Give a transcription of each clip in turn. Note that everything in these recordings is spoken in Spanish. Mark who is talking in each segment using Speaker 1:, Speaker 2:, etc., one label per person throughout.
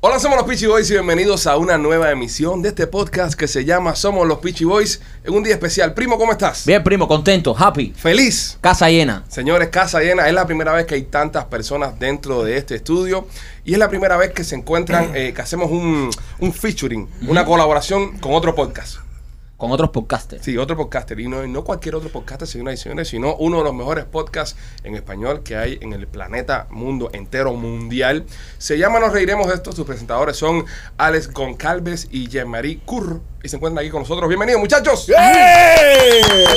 Speaker 1: Hola, somos los Peachy Boys y bienvenidos a una nueva emisión de este podcast que se llama Somos los Peachy Boys en un día especial. Primo, ¿cómo estás?
Speaker 2: Bien, primo, contento, happy,
Speaker 1: Feliz.
Speaker 2: casa llena.
Speaker 1: Señores, casa llena, es la primera vez que hay tantas personas dentro de este estudio y es la primera vez que se encuentran, eh, que hacemos un, un featuring, una colaboración con otro podcast.
Speaker 2: Con otros podcasters.
Speaker 1: Sí, otro podcaster. Y no, y no cualquier otro podcaster, señoras y señores, sino uno de los mejores podcasts en español que hay en el planeta mundo entero, mundial. Se llama Nos Reiremos de esto. Sus presentadores son Alex Goncalves y Jean-Marie Curro. Y se encuentran aquí con nosotros. Bienvenidos, muchachos.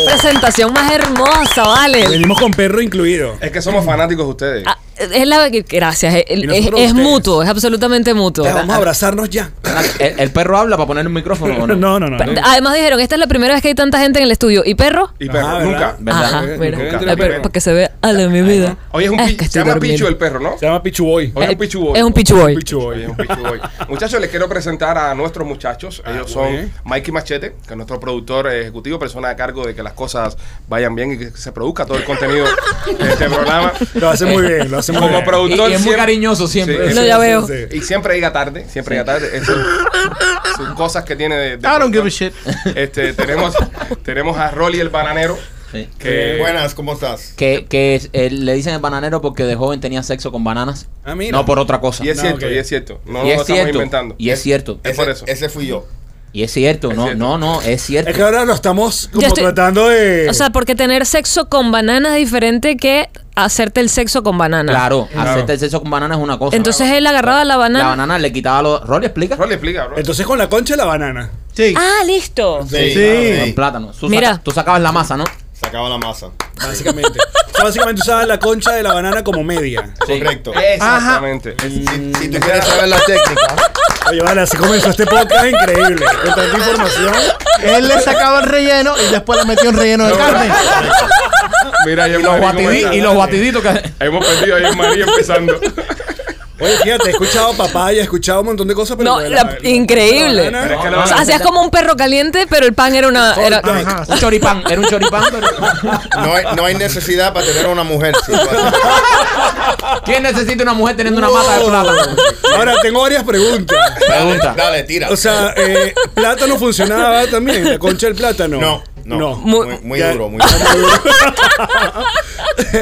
Speaker 3: Presentación más hermosa, vale.
Speaker 4: Venimos con perro incluido.
Speaker 1: Es que somos fanáticos de ustedes.
Speaker 3: Ah, Es la que gracias, es,
Speaker 4: Y
Speaker 3: es,
Speaker 4: nosotros
Speaker 3: es
Speaker 4: ustedes.
Speaker 3: mutuo, es absolutamente mutuo.
Speaker 4: Ya, vamos a abrazarnos ya.
Speaker 2: El, el perro habla para poner un micrófono. ¿o
Speaker 4: No, no, no.
Speaker 3: Pa- Ah, Además dijeron, esta es la primera vez que hay tanta gente en el estudio. ¿Y perro?
Speaker 1: Y perro,
Speaker 4: Ajá, ¿verdad?
Speaker 1: nunca.
Speaker 2: ¿Verdad?
Speaker 3: Ajá,
Speaker 4: Eh,
Speaker 3: mira.
Speaker 1: nunca.
Speaker 3: Ay,
Speaker 1: La
Speaker 3: pero
Speaker 1: primera.
Speaker 3: para que se vea, ale mi vida.
Speaker 1: Hoy es un
Speaker 3: Ah,
Speaker 1: pi-
Speaker 3: que
Speaker 1: se
Speaker 3: estoy
Speaker 1: llama
Speaker 3: dormida.
Speaker 1: Pichu el perro, ¿no?
Speaker 4: Se llama Pichu Boy.
Speaker 1: Hoy es
Speaker 3: Eh,
Speaker 1: un Pichu Boy.
Speaker 3: Es un pichu boy.
Speaker 4: Pichu Ah,
Speaker 1: Oye,
Speaker 4: Boy.
Speaker 1: un pichu boy. Muchachos, les quiero presentar a nuestros muchachos. Ellos son
Speaker 4: bueno.
Speaker 1: Mikey Machete, que es nuestro productor eh, ejecutivo, persona a cargo de que las cosas vayan bien y que se produzca todo el contenido de este programa.
Speaker 4: Lo hace muy bien, lo hace muy
Speaker 1: Como
Speaker 4: bien.
Speaker 2: Y, y
Speaker 1: productor,
Speaker 2: es muy cariñoso siempre.
Speaker 1: Sí,
Speaker 3: No,
Speaker 1: sí,
Speaker 3: ya
Speaker 4: sí,
Speaker 3: veo.
Speaker 4: sí.
Speaker 1: y siempre llega tarde, siempre llega tarde. Eso- son cosas que tiene de. de
Speaker 5: I don't give a
Speaker 1: productor.
Speaker 5: shit.
Speaker 1: Este, tenemos, tenemos a Rolly el bananero.
Speaker 2: Sí.
Speaker 1: Que,
Speaker 4: Eh,
Speaker 6: Eh, Buenas, ¿cómo estás?
Speaker 2: Que, que es- eh, le dicen el bananero porque de joven tenía sexo con bananas.
Speaker 4: Ah, mira.
Speaker 2: No por otra cosa.
Speaker 1: y es
Speaker 4: No,
Speaker 1: cierto,
Speaker 4: ok.
Speaker 1: y es cierto. No
Speaker 2: Y
Speaker 1: lo
Speaker 2: es
Speaker 1: estamos
Speaker 2: cierto.
Speaker 1: inventando.
Speaker 2: Y es cierto.
Speaker 1: Es
Speaker 6: Ese,
Speaker 1: por eso.
Speaker 6: ese fui yo.
Speaker 2: Y es cierto.
Speaker 1: Es
Speaker 2: No,
Speaker 1: cierto.
Speaker 2: no, no, es
Speaker 4: Es que
Speaker 2: cierto.
Speaker 4: ahora lo estamos como
Speaker 3: Yo estoy-
Speaker 4: tratando de.
Speaker 3: O sea, porque tener sexo con banana es diferente que hacerte el sexo con banana.
Speaker 2: Claro, hacerte el sexo con bananas es una cosa.
Speaker 3: Entonces él agarraba la
Speaker 2: la
Speaker 3: banana.
Speaker 2: banana le quitaba los. Rolly, explica.
Speaker 1: Rolly, explica, bro.
Speaker 4: Entonces con la concha y la banana.
Speaker 5: Sí.
Speaker 3: Ah, listo.
Speaker 6: Sí. Ah,
Speaker 2: Con plátano. Tú
Speaker 3: Mira.
Speaker 2: saca- tú sacabas la masa, ¿no?
Speaker 6: Sacaba la masa.
Speaker 2: Mm,
Speaker 4: Básicamente. o sea, básicamente usaba la concha de la banana como media.
Speaker 6: Correcto.
Speaker 1: Exactamente.
Speaker 6: Si, si tú quieres saber la técnica,
Speaker 4: Oye, vale, así comenzó este podcast increíble. Con tanta información.
Speaker 5: Él le sacaba el relleno y después le metió un relleno de carne.
Speaker 1: Mira, y
Speaker 2: Los batidí- y los batiditos que.
Speaker 1: Hemos perdido ahí en María empezando.
Speaker 4: Oye, fíjate, he escuchado papaya, he escuchado un montón de cosas, pero.
Speaker 3: No,
Speaker 4: bueno,
Speaker 3: la-
Speaker 4: la-
Speaker 3: increíble.
Speaker 4: la banana-
Speaker 1: Pero es que la
Speaker 3: O sea,
Speaker 1: banana-
Speaker 3: hacías como un perro caliente, pero el pan era una. era-
Speaker 5: Ah,
Speaker 4: Ajá.
Speaker 2: Un choripán, era un choripán.
Speaker 6: no hay, no hay necesidad para tener una mujer. sí, para-
Speaker 2: ¿Quién necesita una mujer teniendo una mata de plátano?
Speaker 4: Ahora tengo varias preguntas.
Speaker 2: Pregunta.
Speaker 6: Dale, tira.
Speaker 4: O sea, eh, plátano funcionaba también, la concha del plátano.
Speaker 6: no, no.
Speaker 4: no.
Speaker 3: Muy-
Speaker 6: Muy, muy
Speaker 4: Ya.
Speaker 6: duro, muy duro.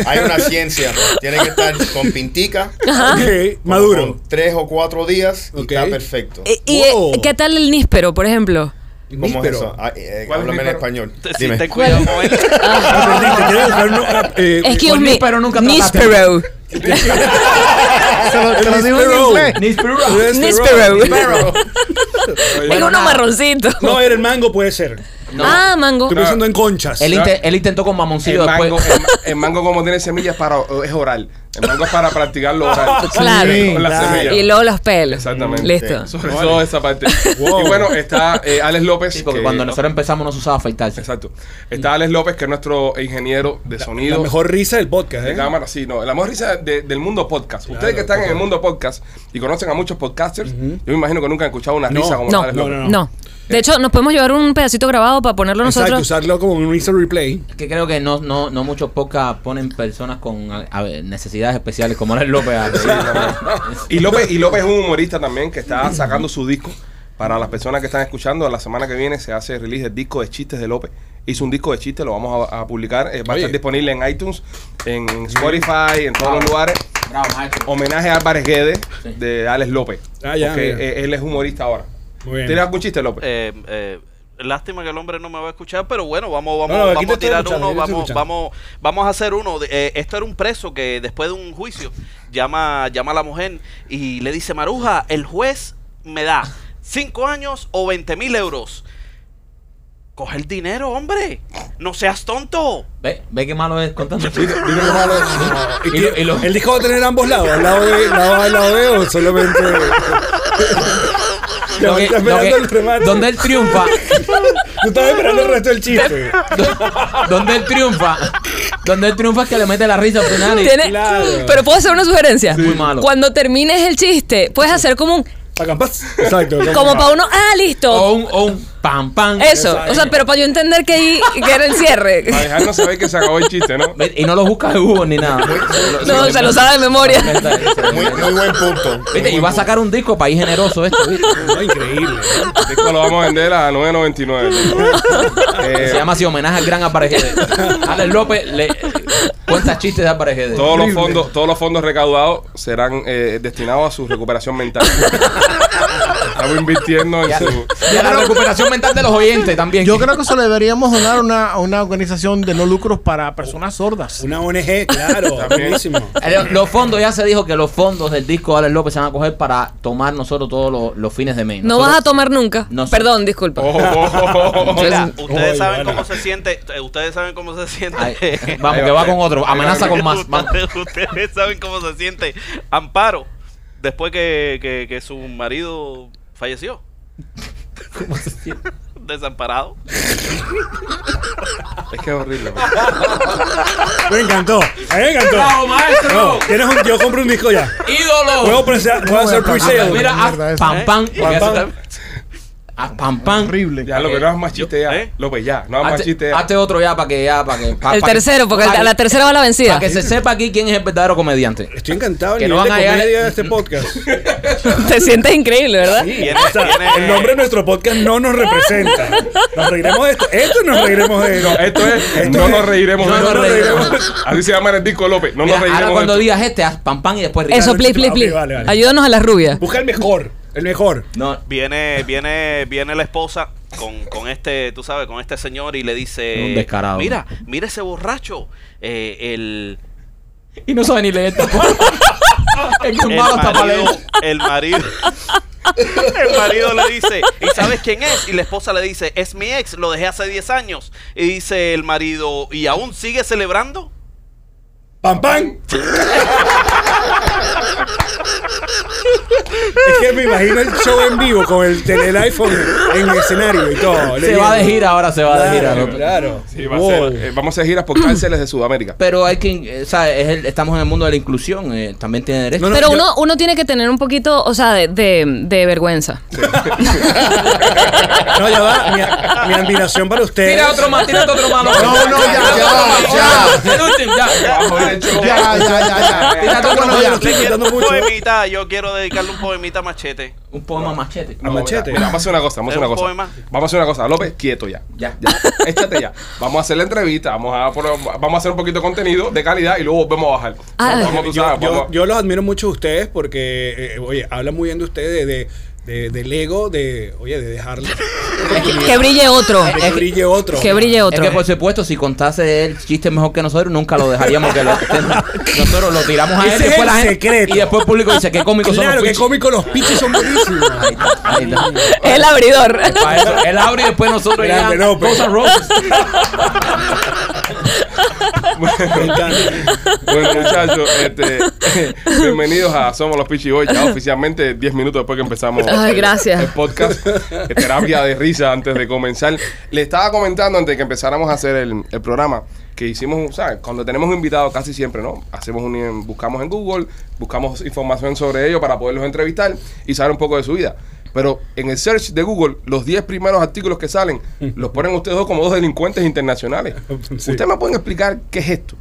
Speaker 6: Hay una ciencia. Tiene que estar con pintica.
Speaker 4: Ok,
Speaker 6: con-
Speaker 4: maduro.
Speaker 6: Con tres o cuatro días y
Speaker 4: Ok.
Speaker 6: está perfecto.
Speaker 3: ¿Y, y, eh,
Speaker 4: Wow.
Speaker 3: qué tal el níspero, por ejemplo?
Speaker 6: ¿Cómo es
Speaker 4: Níspero.
Speaker 6: eso? Ah, eh,
Speaker 1: ¿Cuál es
Speaker 6: háblame en
Speaker 1: níspero?
Speaker 6: español. Dime.
Speaker 4: Ah, perdiste, ¿quieres buscar uno? Ah, eh,
Speaker 3: Excuse
Speaker 2: con
Speaker 3: me.
Speaker 2: níspero nunca trataste.
Speaker 3: níspero.
Speaker 5: Se lo, te lo digo en
Speaker 4: Níspero.
Speaker 5: inglés.
Speaker 2: Níspero.
Speaker 4: eh,
Speaker 3: Níspero.
Speaker 6: Pero,
Speaker 3: Es uno marroncito.
Speaker 4: No, era el mango, puede ser.
Speaker 2: No.
Speaker 3: Ah, mango.
Speaker 4: Estoy pensando en conchas.
Speaker 2: Él, inte- él intentó con
Speaker 1: El
Speaker 2: mamoncillo después. eh,
Speaker 1: mango, el, ma- el mango como tiene semillas para, es oral. El mango es para practicarlo oral.
Speaker 3: Claro.
Speaker 1: Sí, con la
Speaker 4: Claro.
Speaker 1: semilla.
Speaker 3: Y luego los pelos.
Speaker 1: Exactamente.
Speaker 3: Listo.
Speaker 1: Sobre todo esa parte.
Speaker 4: Wow.
Speaker 1: Y bueno, está eh, Alex López.
Speaker 2: Sí, porque
Speaker 1: que-
Speaker 2: cuando nosotros empezamos no se usaba afeitarse.
Speaker 1: Exacto. Está Alex López, que es nuestro ingeniero de
Speaker 4: La
Speaker 1: sonido.
Speaker 4: mejor risa del podcast,
Speaker 1: De
Speaker 4: ¿eh?
Speaker 1: cámara, sí, no. La mejor risa de- del mundo podcast. Ustedes que están en el mundo podcast y conocen a muchos podcasters, yo me imagino que nunca han escuchado una
Speaker 4: No.
Speaker 1: risa como la de
Speaker 3: No,
Speaker 1: Alex
Speaker 3: no,
Speaker 1: López.
Speaker 4: no.
Speaker 3: De hecho, nos podemos llevar un pedacito grabado para ponerlo
Speaker 4: Exacto,
Speaker 3: nosotros.
Speaker 4: usarlo como un Insta Replay.
Speaker 2: Que creo que no, no, no muchos podcasts ponen personas con a- a ver, necesidades especiales como Alex López. a-
Speaker 1: Y López, y López es un humorista también que está sacando su disco. Para las personas que están escuchando, la semana que viene se hace release del disco de chistes de López. Hizo un disco de chistes, lo vamos a, a publicar. eh, va a
Speaker 4: Oye. Mm.
Speaker 1: estar disponible en iTunes, en Spotify, en todos los lugares.
Speaker 2: Bravo, maestro.
Speaker 1: Homenaje a Álvarez Guedes de Alex López.
Speaker 4: Ah, ya,
Speaker 1: porque
Speaker 4: mira.
Speaker 1: eh, él es humorista ahora.
Speaker 4: Muy bien.
Speaker 1: ¿Tienes algún chiste, López?
Speaker 7: Eh, eh, lástima que el hombre no me va a escuchar, pero bueno, vamos, vamos,
Speaker 4: No, no, aquí
Speaker 7: vamos
Speaker 4: te
Speaker 7: a
Speaker 4: estoy
Speaker 7: tirar
Speaker 4: escuchando,
Speaker 7: uno,
Speaker 4: aquí te
Speaker 7: vamos,
Speaker 4: estoy
Speaker 7: vamos, vamos a hacer uno. De- eh, esto era un preso que después de un juicio llama, llama a la mujer y le dice, Maruja, el juez me da 5 años o 20 mil euros. Coge el dinero, hombre. No seas tonto.
Speaker 2: Ve, ve qué malo es contando.
Speaker 4: Dime lo malo.
Speaker 2: Y lo- y lo-
Speaker 4: ¿El disco va a tener ambos lados? ¿Al lado B, lado A, lado B o solamente.?
Speaker 2: Lo que-
Speaker 4: Estás
Speaker 2: lo
Speaker 4: esperando
Speaker 2: que-
Speaker 4: el remate.
Speaker 2: donde él triunfa,
Speaker 4: Tú estás esperando el resto del chiste.
Speaker 2: donde él triunfa, donde él triunfa es que le mete la risa al final. y-
Speaker 3: Tiene-
Speaker 4: Claro.
Speaker 3: Pero puedo hacer una sugerencia.
Speaker 2: Muy malo.
Speaker 3: Cuando termines el chiste, puedes hacer como un
Speaker 4: Pagan paz. Exacto.
Speaker 3: Como para uno, ah, listo.
Speaker 2: O un, o un pam, pam.
Speaker 3: Eso, o sea, pero para yo entender que, ahí- que era el cierre.
Speaker 1: Para dejarnos saber que se acabó el chiste, ¿no?
Speaker 2: Y no lo buscas de Google ni nada.
Speaker 3: No, se lo sabe de memoria.
Speaker 6: Muy, muy buen punto. Muy
Speaker 2: Viste, y
Speaker 6: buen
Speaker 2: va a sacar un disco país generoso esto, ¿viste?
Speaker 4: No, increíble. ¿eh?
Speaker 1: El disco lo vamos a vender a 9.99.
Speaker 2: Que
Speaker 1: Eh,
Speaker 2: se llama así homenaje al gran aparejede. Alex López le cuenta chistes de aparejede.
Speaker 1: Todos los fondos, todos los fondos recaudados serán eh, destinados a su recuperación mental. Estamos invirtiendo en
Speaker 2: Y a,
Speaker 1: su.
Speaker 2: y a la recuperación mental de los oyentes también.
Speaker 5: Yo creo que eso le deberíamos donar a una, a una organización de no lucros para personas sordas.
Speaker 4: Una ONG, claro.
Speaker 1: También.
Speaker 4: buenísimo.
Speaker 2: Eh, Los fondos, ya se dijo que los fondos del disco de Alex López se van a coger para tomar nosotros todos los, los fines de mes.
Speaker 3: No
Speaker 2: Nosotros-
Speaker 3: vas a tomar nunca.
Speaker 2: No sé.
Speaker 3: Perdón, disculpa.
Speaker 1: Oh, oh, oh, oh, oh.
Speaker 7: Mira, ustedes
Speaker 4: Oye, vale.
Speaker 7: saben cómo se siente. eh, Ustedes saben cómo se siente.
Speaker 2: Ay, vamos, que va con otro. Amenaza con más. vamos.
Speaker 7: Ustedes, ustedes saben cómo se siente Amparo después que, que- que su marido falleció. Desamparado.
Speaker 1: oh. Es que es horrible. man.
Speaker 4: Me encantó. A mí me encantó.
Speaker 2: ¡Bravo, maestro!
Speaker 4: No, tienes un, yo compro un disco ya. Puedo,
Speaker 2: ¡Ídolo!
Speaker 4: prese- puedo hacer pre-sale.
Speaker 2: Ah, Mira,
Speaker 5: Mierda,
Speaker 2: haz
Speaker 5: eso.
Speaker 2: pam pam. porque eso
Speaker 4: Ah, pam.
Speaker 2: también- Haz pam pam.
Speaker 5: Horrible.
Speaker 1: Ya, lo que no es más chiste ya.
Speaker 7: ¿Eh?
Speaker 1: López, ya. No es más chiste
Speaker 2: Hazte,
Speaker 1: ya.
Speaker 2: hazte otro ya para que ya, para que. pa-
Speaker 3: El
Speaker 2: pa' que-
Speaker 3: tercero, porque el-
Speaker 2: pa' que-
Speaker 3: la tercera va la
Speaker 2: Para
Speaker 3: vencida.
Speaker 2: que se sepa aquí quién es el verdadero comediante.
Speaker 4: Estoy encantado
Speaker 2: Que
Speaker 4: el
Speaker 2: no
Speaker 4: nivel
Speaker 2: van a
Speaker 4: de
Speaker 2: llegar-
Speaker 4: comedia de este podcast.
Speaker 3: Te sientes increíble, ¿verdad?
Speaker 4: Sí, o sea,
Speaker 7: Tiene-
Speaker 4: el nombre de nuestro podcast no nos representa. Nos reiremos de esto. Esto nos reiremos de
Speaker 1: No, esto es. No nos reiremos.
Speaker 2: No
Speaker 1: de
Speaker 2: nos
Speaker 1: esto.
Speaker 2: reiremos.
Speaker 1: Así se llama en el disco López. No
Speaker 2: Mira,
Speaker 1: nos
Speaker 2: ahora
Speaker 1: reiremos.
Speaker 2: cuando
Speaker 1: de esto.
Speaker 2: digas este, haz pam pam y después Ricardo.
Speaker 3: Eso, please, please,
Speaker 4: Ah,
Speaker 3: please.
Speaker 4: ok, vale, vale.
Speaker 3: Ayúdanos a la rubia.
Speaker 4: Busca el mejor. El mejor.
Speaker 2: No,
Speaker 7: Viene, viene, viene la esposa con, con este, tú sabes, con este señor y le dice,
Speaker 2: Un descarado.
Speaker 7: mira, mira ese borracho, eh, el,
Speaker 2: y no sabe ni leer tampoco. es que un
Speaker 7: el
Speaker 2: malo está para
Speaker 7: marido,
Speaker 2: leer.
Speaker 7: el marido, el marido le dice, ¿y sabes quién es? Y la esposa le dice, es mi ex, lo dejé hace 10 años. Y dice el marido, ¿y aún sigue celebrando?
Speaker 4: ¡Pam, pam! es que me imagino el show en vivo con el, tele- el iPhone en el escenario y todo.
Speaker 2: Se va de gira ahora, se va de gira.
Speaker 4: Claro,
Speaker 2: ¿no?
Speaker 4: claro.
Speaker 1: Sí, va a ser,
Speaker 4: Wow.
Speaker 1: eh, vamos a giras por cárceles de Sudamérica.
Speaker 2: Pero hay que, eh, ¿sabes? Es el- estamos en el mundo de la inclusión, eh, también tiene derecho.
Speaker 4: No, no,
Speaker 3: Pero
Speaker 4: yo-
Speaker 3: uno, uno tiene que tener un poquito, o sea, de, de, de vergüenza.
Speaker 4: No, ya va. Mi, mi admiración para ustedes.
Speaker 2: Tira otro más, tira otro malo.
Speaker 5: No, no, ya,
Speaker 2: Tira
Speaker 5: ya,
Speaker 2: otro más.
Speaker 5: ya.
Speaker 2: El último, ya.
Speaker 1: Vamos a ver el show.
Speaker 5: Ya, ya, ya, ya.
Speaker 2: Tira otro
Speaker 4: Bueno,
Speaker 2: más.
Speaker 4: ya.
Speaker 7: Le
Speaker 4: Estoy
Speaker 7: quiero
Speaker 4: gritando
Speaker 7: un
Speaker 4: mucho, ¿eh?
Speaker 7: poemita, yo quiero dedicarle un poemita a machete.
Speaker 2: Un poema machete.
Speaker 4: A
Speaker 1: No, mira,
Speaker 4: machete.
Speaker 1: mira, vamos a hacer una cosa, vamos a hacer
Speaker 7: Es
Speaker 1: una
Speaker 7: un
Speaker 1: cosa.
Speaker 7: poema.
Speaker 1: Vamos a hacer una cosa, López, quieto ya.
Speaker 2: Ya.
Speaker 1: Échate ya. Vamos a hacer la entrevista, vamos a, por- vamos a hacer un poquito de contenido de calidad y luego volvemos a bajar.
Speaker 3: Ah,
Speaker 1: Vamos, tú
Speaker 4: yo,
Speaker 1: sabes,
Speaker 4: yo-
Speaker 1: vamos-
Speaker 4: yo los admiro mucho a ustedes porque, eh, oye, hablan muy bien de ustedes, de, de- del ego, de, oye, de dejarle
Speaker 3: Que brille otro.
Speaker 4: de que brille otro.
Speaker 3: Que brille
Speaker 2: Es
Speaker 3: otro.
Speaker 2: que por supuesto, si contase él chistes mejor que nosotros, nunca lo dejaríamos que lo Nosotros lo tiramos a él,
Speaker 4: Ese es
Speaker 2: después
Speaker 4: el
Speaker 2: la gente.
Speaker 4: secreto.
Speaker 2: Y después el público dice, qué cómicos son
Speaker 4: Claro,
Speaker 2: los
Speaker 4: que
Speaker 2: pichis".
Speaker 4: cómico los piches son buenísimos.
Speaker 2: Ahí está, ahí está.
Speaker 3: El abridor.
Speaker 2: Para eso, él abre y después nosotros
Speaker 4: Grande,
Speaker 2: ya-
Speaker 4: no, pero-
Speaker 2: Guns N' Roses.
Speaker 4: Me encanta.
Speaker 1: Bueno, muchachos, este, bienvenidos a Somos los Pichi Boys, ya oficialmente 10 minutos después que empezamos
Speaker 3: Ay, gracias.
Speaker 1: el podcast, eh, terapia de risa antes de comenzar. Le estaba comentando antes de que empezáramos a hacer el, el programa que hicimos, ¿sabes? Cuando tenemos un invitado casi siempre, ¿no? Hacemos un, buscamos en Google, buscamos información sobre ellos para poderlos entrevistar y saber un poco de su vida. Pero en el search de Google, los 10 primeros artículos que salen los ponen ustedes dos como dos delincuentes internacionales.
Speaker 4: Sí.
Speaker 1: ¿Ustedes me pueden explicar qué es esto?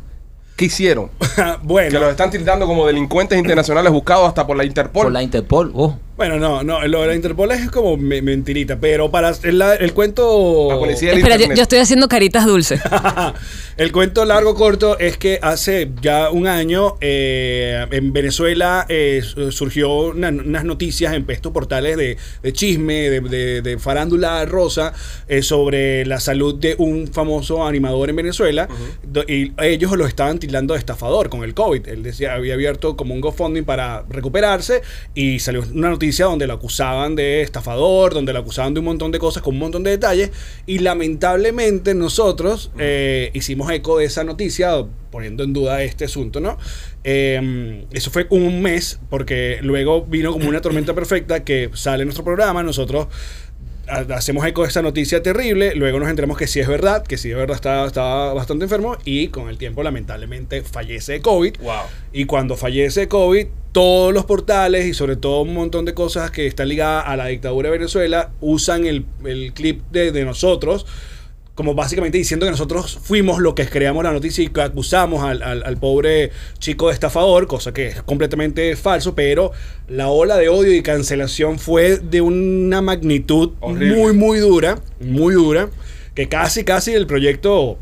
Speaker 1: ¿Qué hicieron? Que los
Speaker 4: bueno,
Speaker 1: están tildando como delincuentes internacionales buscados hasta por la Interpol.
Speaker 2: Por la Interpol, oh.
Speaker 4: bueno, no, no, lo de la Interpol es como me- mentirita, pero para el, la- el cuento...
Speaker 1: La policía del
Speaker 3: Espera, yo,
Speaker 1: Internet.
Speaker 3: yo estoy haciendo caritas dulces.
Speaker 4: el cuento largo corto es que hace ya un año eh, en Venezuela eh, su- surgió una- unas noticias en estos portales de, de chisme, de, de- de farándula rosa, eh, sobre la salud de un famoso animador en Venezuela. do- Y ellos lo estaban tildando de estafador con el COVID. Él decía, había abierto como un GoFundMe para recuperarse y salió una noticia donde lo acusaban de estafador, donde lo acusaban de un montón de cosas con un montón de detalles y lamentablemente nosotros eh, hicimos eco de esa noticia poniendo en duda este asunto, ¿no? Eh, eso fue un mes porque luego vino como una tormenta perfecta que sale nuestro programa, nosotros ha- hacemos eco de esta noticia terrible, luego nos enteramos que sí es verdad, que sí es verdad, estaba, estaba bastante enfermo y con el tiempo lamentablemente fallece de COVID.
Speaker 1: Wow.
Speaker 4: Y cuando fallece de COVID, todos los portales y sobre todo un montón de cosas que están ligadas a la dictadura de Venezuela usan el, el clip de, de nosotros como básicamente diciendo que nosotros fuimos los que creamos la noticia y que acusamos al, al- al pobre chico de estafador, cosa que es completamente falso, pero la ola de odio y cancelación fue de una magnitud
Speaker 1: Horrible.
Speaker 4: muy, muy dura, muy dura, que casi, casi el proyecto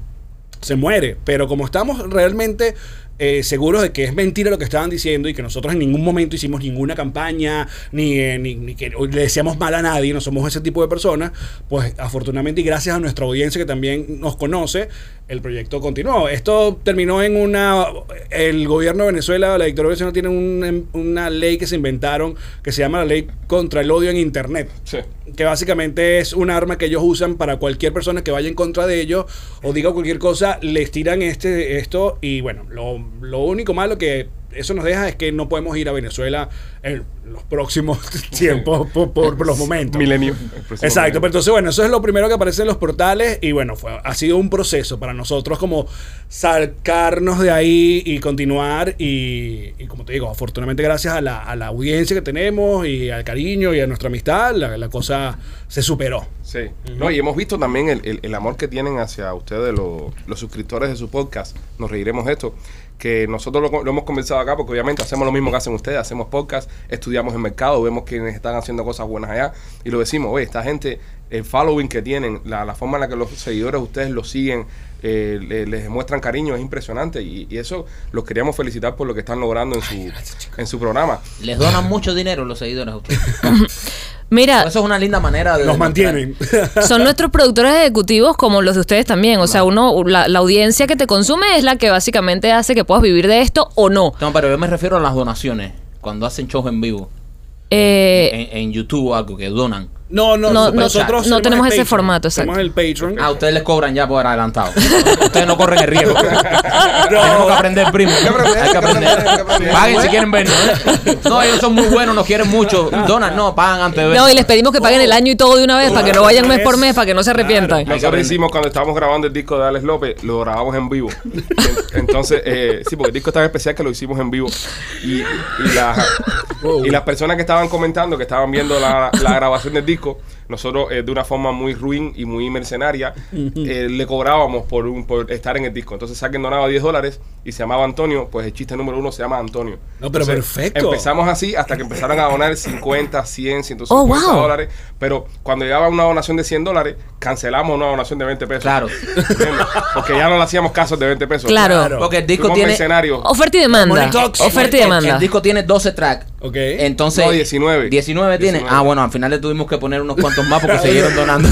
Speaker 4: se muere. Pero como estamos realmente eh, seguros de que es mentira lo que estaban diciendo y que nosotros en ningún momento hicimos ninguna campaña, ni, eh, ni, ni que le decíamos mal a nadie, no somos ese tipo de personas, pues afortunadamente y gracias a nuestra audiencia que también nos conoce, el proyecto continuó. Esto terminó en una... El gobierno de Venezuela, la dictadura de Venezuela tiene un- em, una ley que se inventaron que se llama la ley contra el odio en Internet
Speaker 1: Sí.
Speaker 4: que básicamente es un arma que ellos usan para cualquier persona que vaya en contra de ellos o diga cualquier cosa, les tiran este, esto y bueno, lo, lo único malo que eso nos deja es que no podemos ir a Venezuela en los próximos tiempos por, por- por los momentos.
Speaker 1: Milenio. el
Speaker 2: Pues
Speaker 1: próximo
Speaker 4: Exacto, pero
Speaker 1: milenio.
Speaker 4: entonces bueno, eso es lo primero que aparece en los portales y bueno, fue, ha sido un proceso para nosotros como sacarnos de ahí y continuar y, y como te digo, afortunadamente gracias a la, a la audiencia que tenemos y al cariño y a nuestra amistad, la, la cosa se superó.
Speaker 1: Sí. No, y hemos visto también el, el- el amor que tienen hacia ustedes, lo- los suscriptores de su podcast. Nos reiremos de esto. Que nosotros lo, co- lo hemos conversado acá porque obviamente hacemos lo mismo que hacen ustedes. Hacemos podcast, estudiamos el mercado, vemos quienes están haciendo cosas buenas allá y lo decimos, oye, esta gente, el following que tienen, la, la forma en la que los seguidores de ustedes lo siguen, eh, le- les muestran cariño, es impresionante. Y, y eso los queríamos felicitar por lo que están logrando en su, en su programa.
Speaker 2: Les donan mucho dinero los seguidores a ustedes.
Speaker 3: Mira,
Speaker 2: Por Eso es una linda manera de.
Speaker 4: Nos
Speaker 2: demostrar-
Speaker 4: mantienen.
Speaker 3: son nuestros productores ejecutivos como los de ustedes también. O sea, uno, la, la audiencia que te consume es la que básicamente hace que puedas vivir de esto o no.
Speaker 2: No, pero yo me refiero a las donaciones. Cuando hacen shows en vivo,
Speaker 3: Eh,
Speaker 2: en, en YouTube o algo que donan.
Speaker 4: No, no,
Speaker 3: No, no,
Speaker 4: nosotros
Speaker 3: no tenemos
Speaker 4: el
Speaker 3: ese
Speaker 4: Patreon.
Speaker 3: formato,
Speaker 4: Tenemos el Patreon.
Speaker 2: Ah, ustedes les cobran ya por adelantado. ustedes no corren el riesgo. Tenemos que aprender, primo.
Speaker 1: que aprender,
Speaker 2: Hay que aprender.
Speaker 1: hay que aprender.
Speaker 2: Paguen si quieren vernos. ¿eh? No, ellos son muy buenos, nos quieren mucho. Donan, no, pagan antes de ver.
Speaker 3: no, y les pedimos que paguen el año y todo de una vez, para que no vayan mes por mes, para que no se
Speaker 4: Claro.
Speaker 3: arrepientan.
Speaker 2: Hay que
Speaker 1: Nosotros
Speaker 2: aprender.
Speaker 1: hicimos cuando estábamos grabando el disco de Alex López, lo grabamos en vivo. En- Entonces, eh, sí, porque el disco es tan especial que lo hicimos en vivo. Y, y la- y las personas que estaban comentando, que estaban viendo la, la grabación del disco, nosotros eh, de una forma muy ruin y muy mercenaria, eh, le cobrábamos por, un, por estar en el disco. Entonces, alguien donaba 10 dólares y se llamaba Antonio, pues el chiste número uno se llama Antonio.
Speaker 4: No, pero
Speaker 1: Entonces,
Speaker 4: perfecto.
Speaker 1: Empezamos así hasta que empezaron a donar 50, 100, 150
Speaker 3: Oh, wow.
Speaker 1: dólares. Pero cuando llegaba una donación de 100 dólares, cancelamos una donación de 20 pesos.
Speaker 2: Claro.
Speaker 1: ¿Entiendes? Porque ya no le hacíamos caso de 20 pesos.
Speaker 3: Claro.
Speaker 2: Porque el disco
Speaker 1: Fuimos
Speaker 2: tiene.
Speaker 1: mercenarios.
Speaker 3: Oferta y demanda.
Speaker 4: Money talks.
Speaker 3: Oferta y
Speaker 2: el- El,
Speaker 3: demanda.
Speaker 2: disco tiene 12 tracks.
Speaker 4: Ok.
Speaker 2: Entonces.
Speaker 1: No, 19.
Speaker 2: 19 tiene.
Speaker 1: 19.
Speaker 2: Ah, bueno, al final le tuvimos que poner unos cuantos más porque siguieron donando.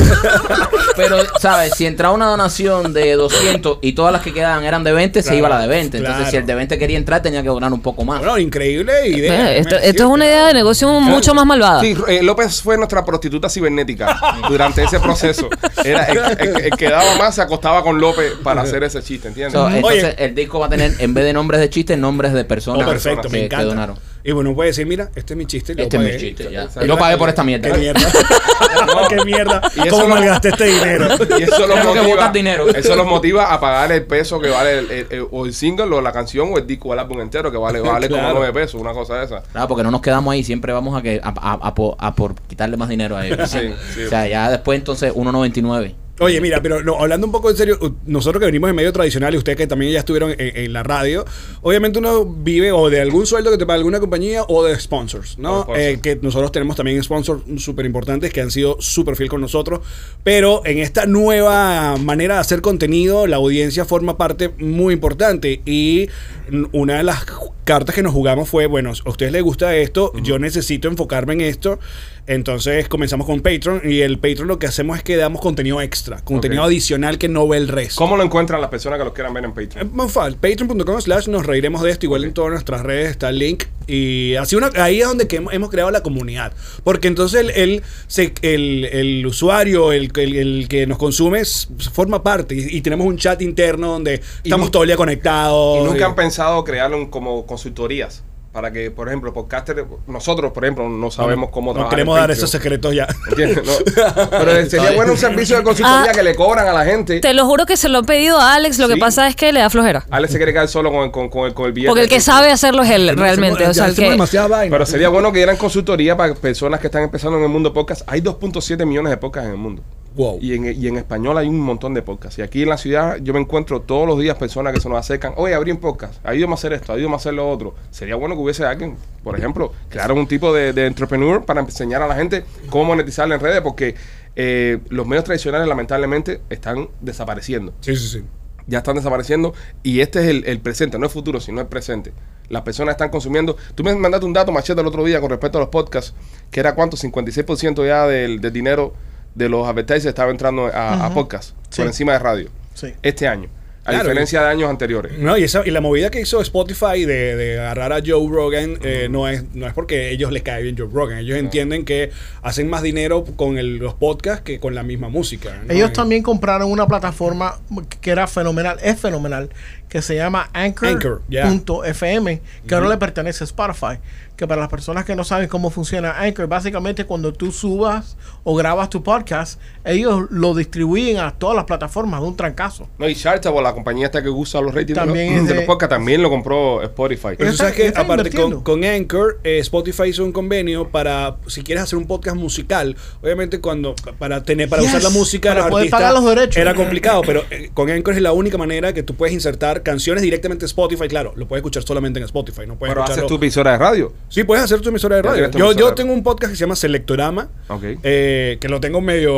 Speaker 2: Pero, ¿sabes? Si entraba una donación de 200 y todas las que quedaban eran de 20, se
Speaker 4: Claro,
Speaker 2: iba la de 20. Entonces,
Speaker 4: claro.
Speaker 2: si el de 20 quería entrar, tenía que donar un poco más.
Speaker 4: Bueno, increíble idea.
Speaker 3: Eh, Esto,
Speaker 4: me
Speaker 3: esto es una idea de negocio mucho más malvada.
Speaker 1: Sí, eh, López fue nuestra prostituta cibernética durante ese proceso. Era el, el- el que daba más se acostaba con López para hacer ese chiste, ¿entiendes?
Speaker 2: So, entonces,
Speaker 4: Oye.
Speaker 2: el disco va a tener, en vez de nombres de chistes, nombres de personas
Speaker 4: Oh, perfecto,
Speaker 2: que,
Speaker 4: me
Speaker 2: que
Speaker 4: encanta.
Speaker 2: donaron.
Speaker 4: Y bueno, puede decir, mira, este es mi chiste. lo
Speaker 2: Este es mi
Speaker 4: pagué.
Speaker 2: chiste, ya.
Speaker 1: Exacto.
Speaker 2: Yo pagué por esta mierda.
Speaker 4: Qué mierda. Qué mierda.
Speaker 1: Y eso
Speaker 4: ¿Cómo
Speaker 1: lo-
Speaker 4: malgaste este dinero?
Speaker 1: Y eso los,
Speaker 2: Tenemos que
Speaker 1: motiva,
Speaker 2: botar dinero.
Speaker 1: eso los motiva a pagar el peso que vale el, el- el- o el single o la canción o el disco o el álbum entero que vale, vale
Speaker 4: Claro.
Speaker 1: como 9 pesos, una cosa de esa.
Speaker 2: Claro, Ah, porque no nos quedamos ahí, siempre vamos a que a, a- a por, a por quitarle más dinero a ellos.
Speaker 1: Sí, sí.
Speaker 2: O sea, ya después entonces 1.99.
Speaker 4: Oye, mira, pero no, hablando un poco en serio, u- nosotros que venimos en medio tradicional y ustedes que también ya estuvieron en, en la radio, obviamente uno vive o de algún sueldo que te paga alguna compañía o de sponsors, ¿no?
Speaker 1: O sponsors.
Speaker 4: Eh, que nosotros tenemos también sponsors súper importantes que han sido súper fiel con nosotros, pero en esta nueva manera de hacer contenido, la audiencia forma parte muy importante y n- una de las cartas que nos jugamos fue, bueno, a ustedes les gusta esto, yo necesito enfocarme en esto, entonces comenzamos con Patreon y el Patreon lo que hacemos es que damos contenido extra, contenido
Speaker 1: Ok.
Speaker 4: adicional que no ve el resto.
Speaker 1: ¿Cómo lo encuentran las personas que los quieran ver en Patreon?
Speaker 4: Eh, Monfal, patreon.com slash nos reiremos de esto, igual en todas nuestras redes está el link y así una, ahí es donde que hemos, hemos creado la comunidad, porque entonces el, el, se- el- el usuario, el, el- el que nos consume s- forma parte y, y tenemos un chat interno donde estamos
Speaker 1: nu-
Speaker 4: todo el día conectados.
Speaker 1: Y nunca
Speaker 4: y-
Speaker 1: han pensado crearlo en- como consultorías. para que, por ejemplo, podcaster, nosotros, por ejemplo, no sabemos cómo
Speaker 4: No
Speaker 1: trabajar
Speaker 4: queremos
Speaker 1: el
Speaker 4: dar
Speaker 1: Patreon.
Speaker 4: esos secretos ya.
Speaker 1: ¿Entiendes? No. Pero sería bueno un servicio de consultoría
Speaker 3: Ah.
Speaker 1: que le cobran a la gente.
Speaker 3: Te lo juro que se lo he pedido a Alex, lo
Speaker 1: Sí.
Speaker 3: que pasa es que le da flojera.
Speaker 4: Ah,
Speaker 1: Alex se quiere quedar solo con, con, con el, con el billete.
Speaker 3: Porque el que sabe hacerlo es él realmente.
Speaker 4: Ya
Speaker 3: O sea, el
Speaker 4: hacemos
Speaker 3: que.
Speaker 4: demasiada vaina.
Speaker 1: Pero sería bueno que dieran consultoría para personas que están empezando en el mundo podcast. Hay 2.7 millones de podcasts en el mundo.
Speaker 4: Wow.
Speaker 1: Y en, y en español hay un montón de podcasts. Y aquí en la ciudad yo me encuentro todos los días personas que se nos acercan. Oye, abrí un podcast. Ayúdame a hacer esto, ayúdame a hacer lo otro. Sería bueno que hubiese alguien, por ejemplo, crear un tipo de, de entrepreneur para enseñar a la gente cómo monetizar en redes. Porque eh, los medios tradicionales lamentablemente están desapareciendo
Speaker 4: Sí, sí, sí.
Speaker 1: ya están desapareciendo y este es el, el presente, no el futuro, sino el presente. Las personas están consumiendo. Tú me mandaste un dato, Machete, el otro día con respecto a los podcasts, que era cuánto, 56% ya del, del dinero de los advertisers estaba entrando a, a
Speaker 5: Ujú.
Speaker 1: podcasts
Speaker 5: Sí.
Speaker 1: por encima de radio
Speaker 5: Sí.
Speaker 1: este año, a
Speaker 4: Claro,
Speaker 1: diferencia de años anteriores.
Speaker 4: No, y, esa, y la movida que hizo Spotify de, de agarrar a Joe Rogan eh, no, es, no es porque ellos les cae bien Joe Rogan. Ellos entienden que hacen más dinero con el- los podcasts que con la misma música. ¿no?
Speaker 5: Ellos
Speaker 4: Eh,
Speaker 5: también compraron una plataforma que era fenomenal, es fenomenal, que se llama
Speaker 4: Anchor, yeah.
Speaker 5: Anchor.fm, que ahora le pertenece a Spotify. Que para las personas que no saben cómo funciona Anchor, básicamente cuando tú subas o grabas tu podcast, ellos lo distribuyen a todas las plataformas de un trancazo.
Speaker 1: No, y Chartable, la compañía esta que usa los ratings de los-
Speaker 5: También
Speaker 1: de,
Speaker 5: es de-
Speaker 1: los podcasts, también lo compró Spotify.
Speaker 4: Pero tú
Speaker 5: Está-
Speaker 4: sabes que
Speaker 5: está
Speaker 4: aparte con,
Speaker 5: invirtiendo.
Speaker 4: con Anchor, eh, Spotify hizo un convenio para, si quieres hacer un podcast musical, obviamente cuando, para tener, para
Speaker 5: Yes,
Speaker 4: usar la música, de
Speaker 5: para poder pagar los derechos.
Speaker 4: era complicado, pero eh, con Anchor es la única manera que tú puedes insertar canciones directamente a Spotify. Claro, lo puedes escuchar solamente en Spotify, no puedes
Speaker 1: Pero haces
Speaker 4: escucharlo-
Speaker 1: tu emisora de radio.
Speaker 4: Sí, puedes hacer tu emisora de
Speaker 1: Ya
Speaker 4: radio.
Speaker 1: tienes tu
Speaker 4: Yo,
Speaker 1: emisora.
Speaker 4: yo tengo un podcast que se llama Selectorama,
Speaker 1: Ok.
Speaker 4: eh, que lo tengo medio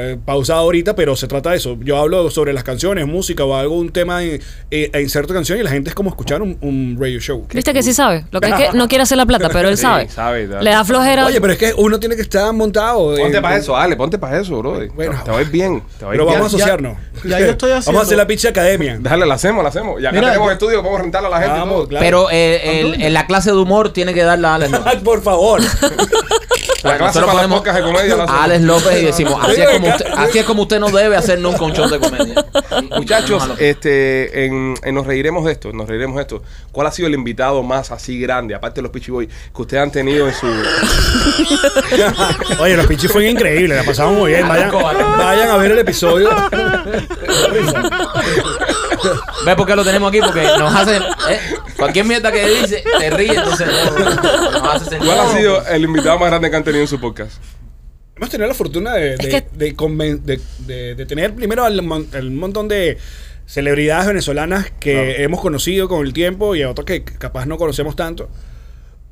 Speaker 4: eh, pausado ahorita, pero se trata de eso. Yo hablo sobre las canciones, música o algún tema en- eh, e inserto canción y la gente es como escuchar un, un radio show.
Speaker 3: Viste que sí sabe. Lo que es que no quiere hacer la plata, pero él
Speaker 1: Sí,
Speaker 3: sabe.
Speaker 1: sabe, da-
Speaker 3: Le da flojera.
Speaker 4: Oye, pero es que uno tiene que estar montado. eh,
Speaker 1: Ponte para
Speaker 4: con-
Speaker 1: eso, Ale, ponte para eso, bro.
Speaker 4: Bueno.
Speaker 1: te, te va a ir bien. Te va a ir
Speaker 4: Pero
Speaker 1: bien.
Speaker 4: vamos a asociarnos.
Speaker 5: ya yo estoy
Speaker 4: Vamos
Speaker 5: haciendo-
Speaker 4: a hacer la pinche academia.
Speaker 1: Déjale, la hacemos, la hacemos. Ya acá
Speaker 5: Mira,
Speaker 1: tenemos
Speaker 5: yo-
Speaker 1: estudio, podemos rentarlo a la gente. y
Speaker 4: Vamos,
Speaker 1: todo.
Speaker 4: claro.
Speaker 2: Pero eh, el- en la clase de humor tiene que darla a Alex López.
Speaker 4: Ay, Por favor.
Speaker 1: La clase
Speaker 2: Nosotros
Speaker 1: para las
Speaker 2: ponemos
Speaker 1: pocas de comedia la
Speaker 2: a
Speaker 1: hacemos.
Speaker 2: Alex López y decimos, así
Speaker 4: Oye,
Speaker 2: es como
Speaker 4: ca-
Speaker 2: usted, así es como usted no debe hacer nunca un show de comedia.
Speaker 1: Muchachos, este, en, en nos reiremos de esto, nos reiremos de esto. ¿Cuál ha sido el invitado más así grande, aparte de los Pichi Boy, que ustedes han tenido en su...
Speaker 4: Oye, los pinches fueron increíbles, la pasamos muy bien. Vayan, vayan a ver el episodio.
Speaker 2: ¿Ves por qué lo tenemos aquí? Porque nos hace... eh, cualquier mierda que dice, te ríe, entonces no, nos hace sentir...
Speaker 1: ¿Cuál ha sido el invitado más grande que han tenido en su podcast?
Speaker 4: Hemos tenido la fortuna de, de,
Speaker 3: Es que-
Speaker 4: de conven- de- de- de tener primero al, mon- al montón de celebridades venezolanas que hemos conocido con el tiempo y a otros que capaz no conocemos tanto.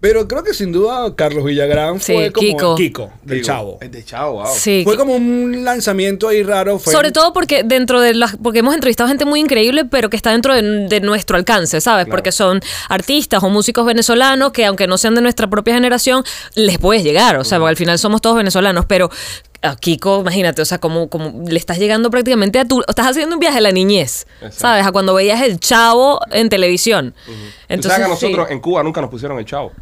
Speaker 4: Pero creo que sin duda Carlos Villagrán
Speaker 3: Sí,
Speaker 4: fue como
Speaker 3: Kiko.
Speaker 4: del
Speaker 1: Digo,
Speaker 4: Chavo.
Speaker 1: El de Chavo, wow.
Speaker 3: Sí.
Speaker 4: Fue como un lanzamiento ahí raro. Fue
Speaker 3: Sobre todo porque dentro de las. Porque hemos entrevistado gente muy increíble, pero que está dentro de, de nuestro alcance, ¿sabes?
Speaker 1: Claro.
Speaker 3: Porque son artistas o músicos venezolanos que, aunque no sean de nuestra propia generación, les puedes llegar. O sea, porque al final somos todos venezolanos, pero. A Kiko, imagínate, o sea, como, como le estás llegando prácticamente a tu. Estás haciendo un viaje a la niñez,
Speaker 1: Exacto.
Speaker 3: ¿sabes? A cuando veías el chavo en televisión.
Speaker 1: Tú sabes
Speaker 3: Entonces.
Speaker 1: que a
Speaker 3: sí.
Speaker 1: nosotros en Cuba nunca nos pusieron el Chavo.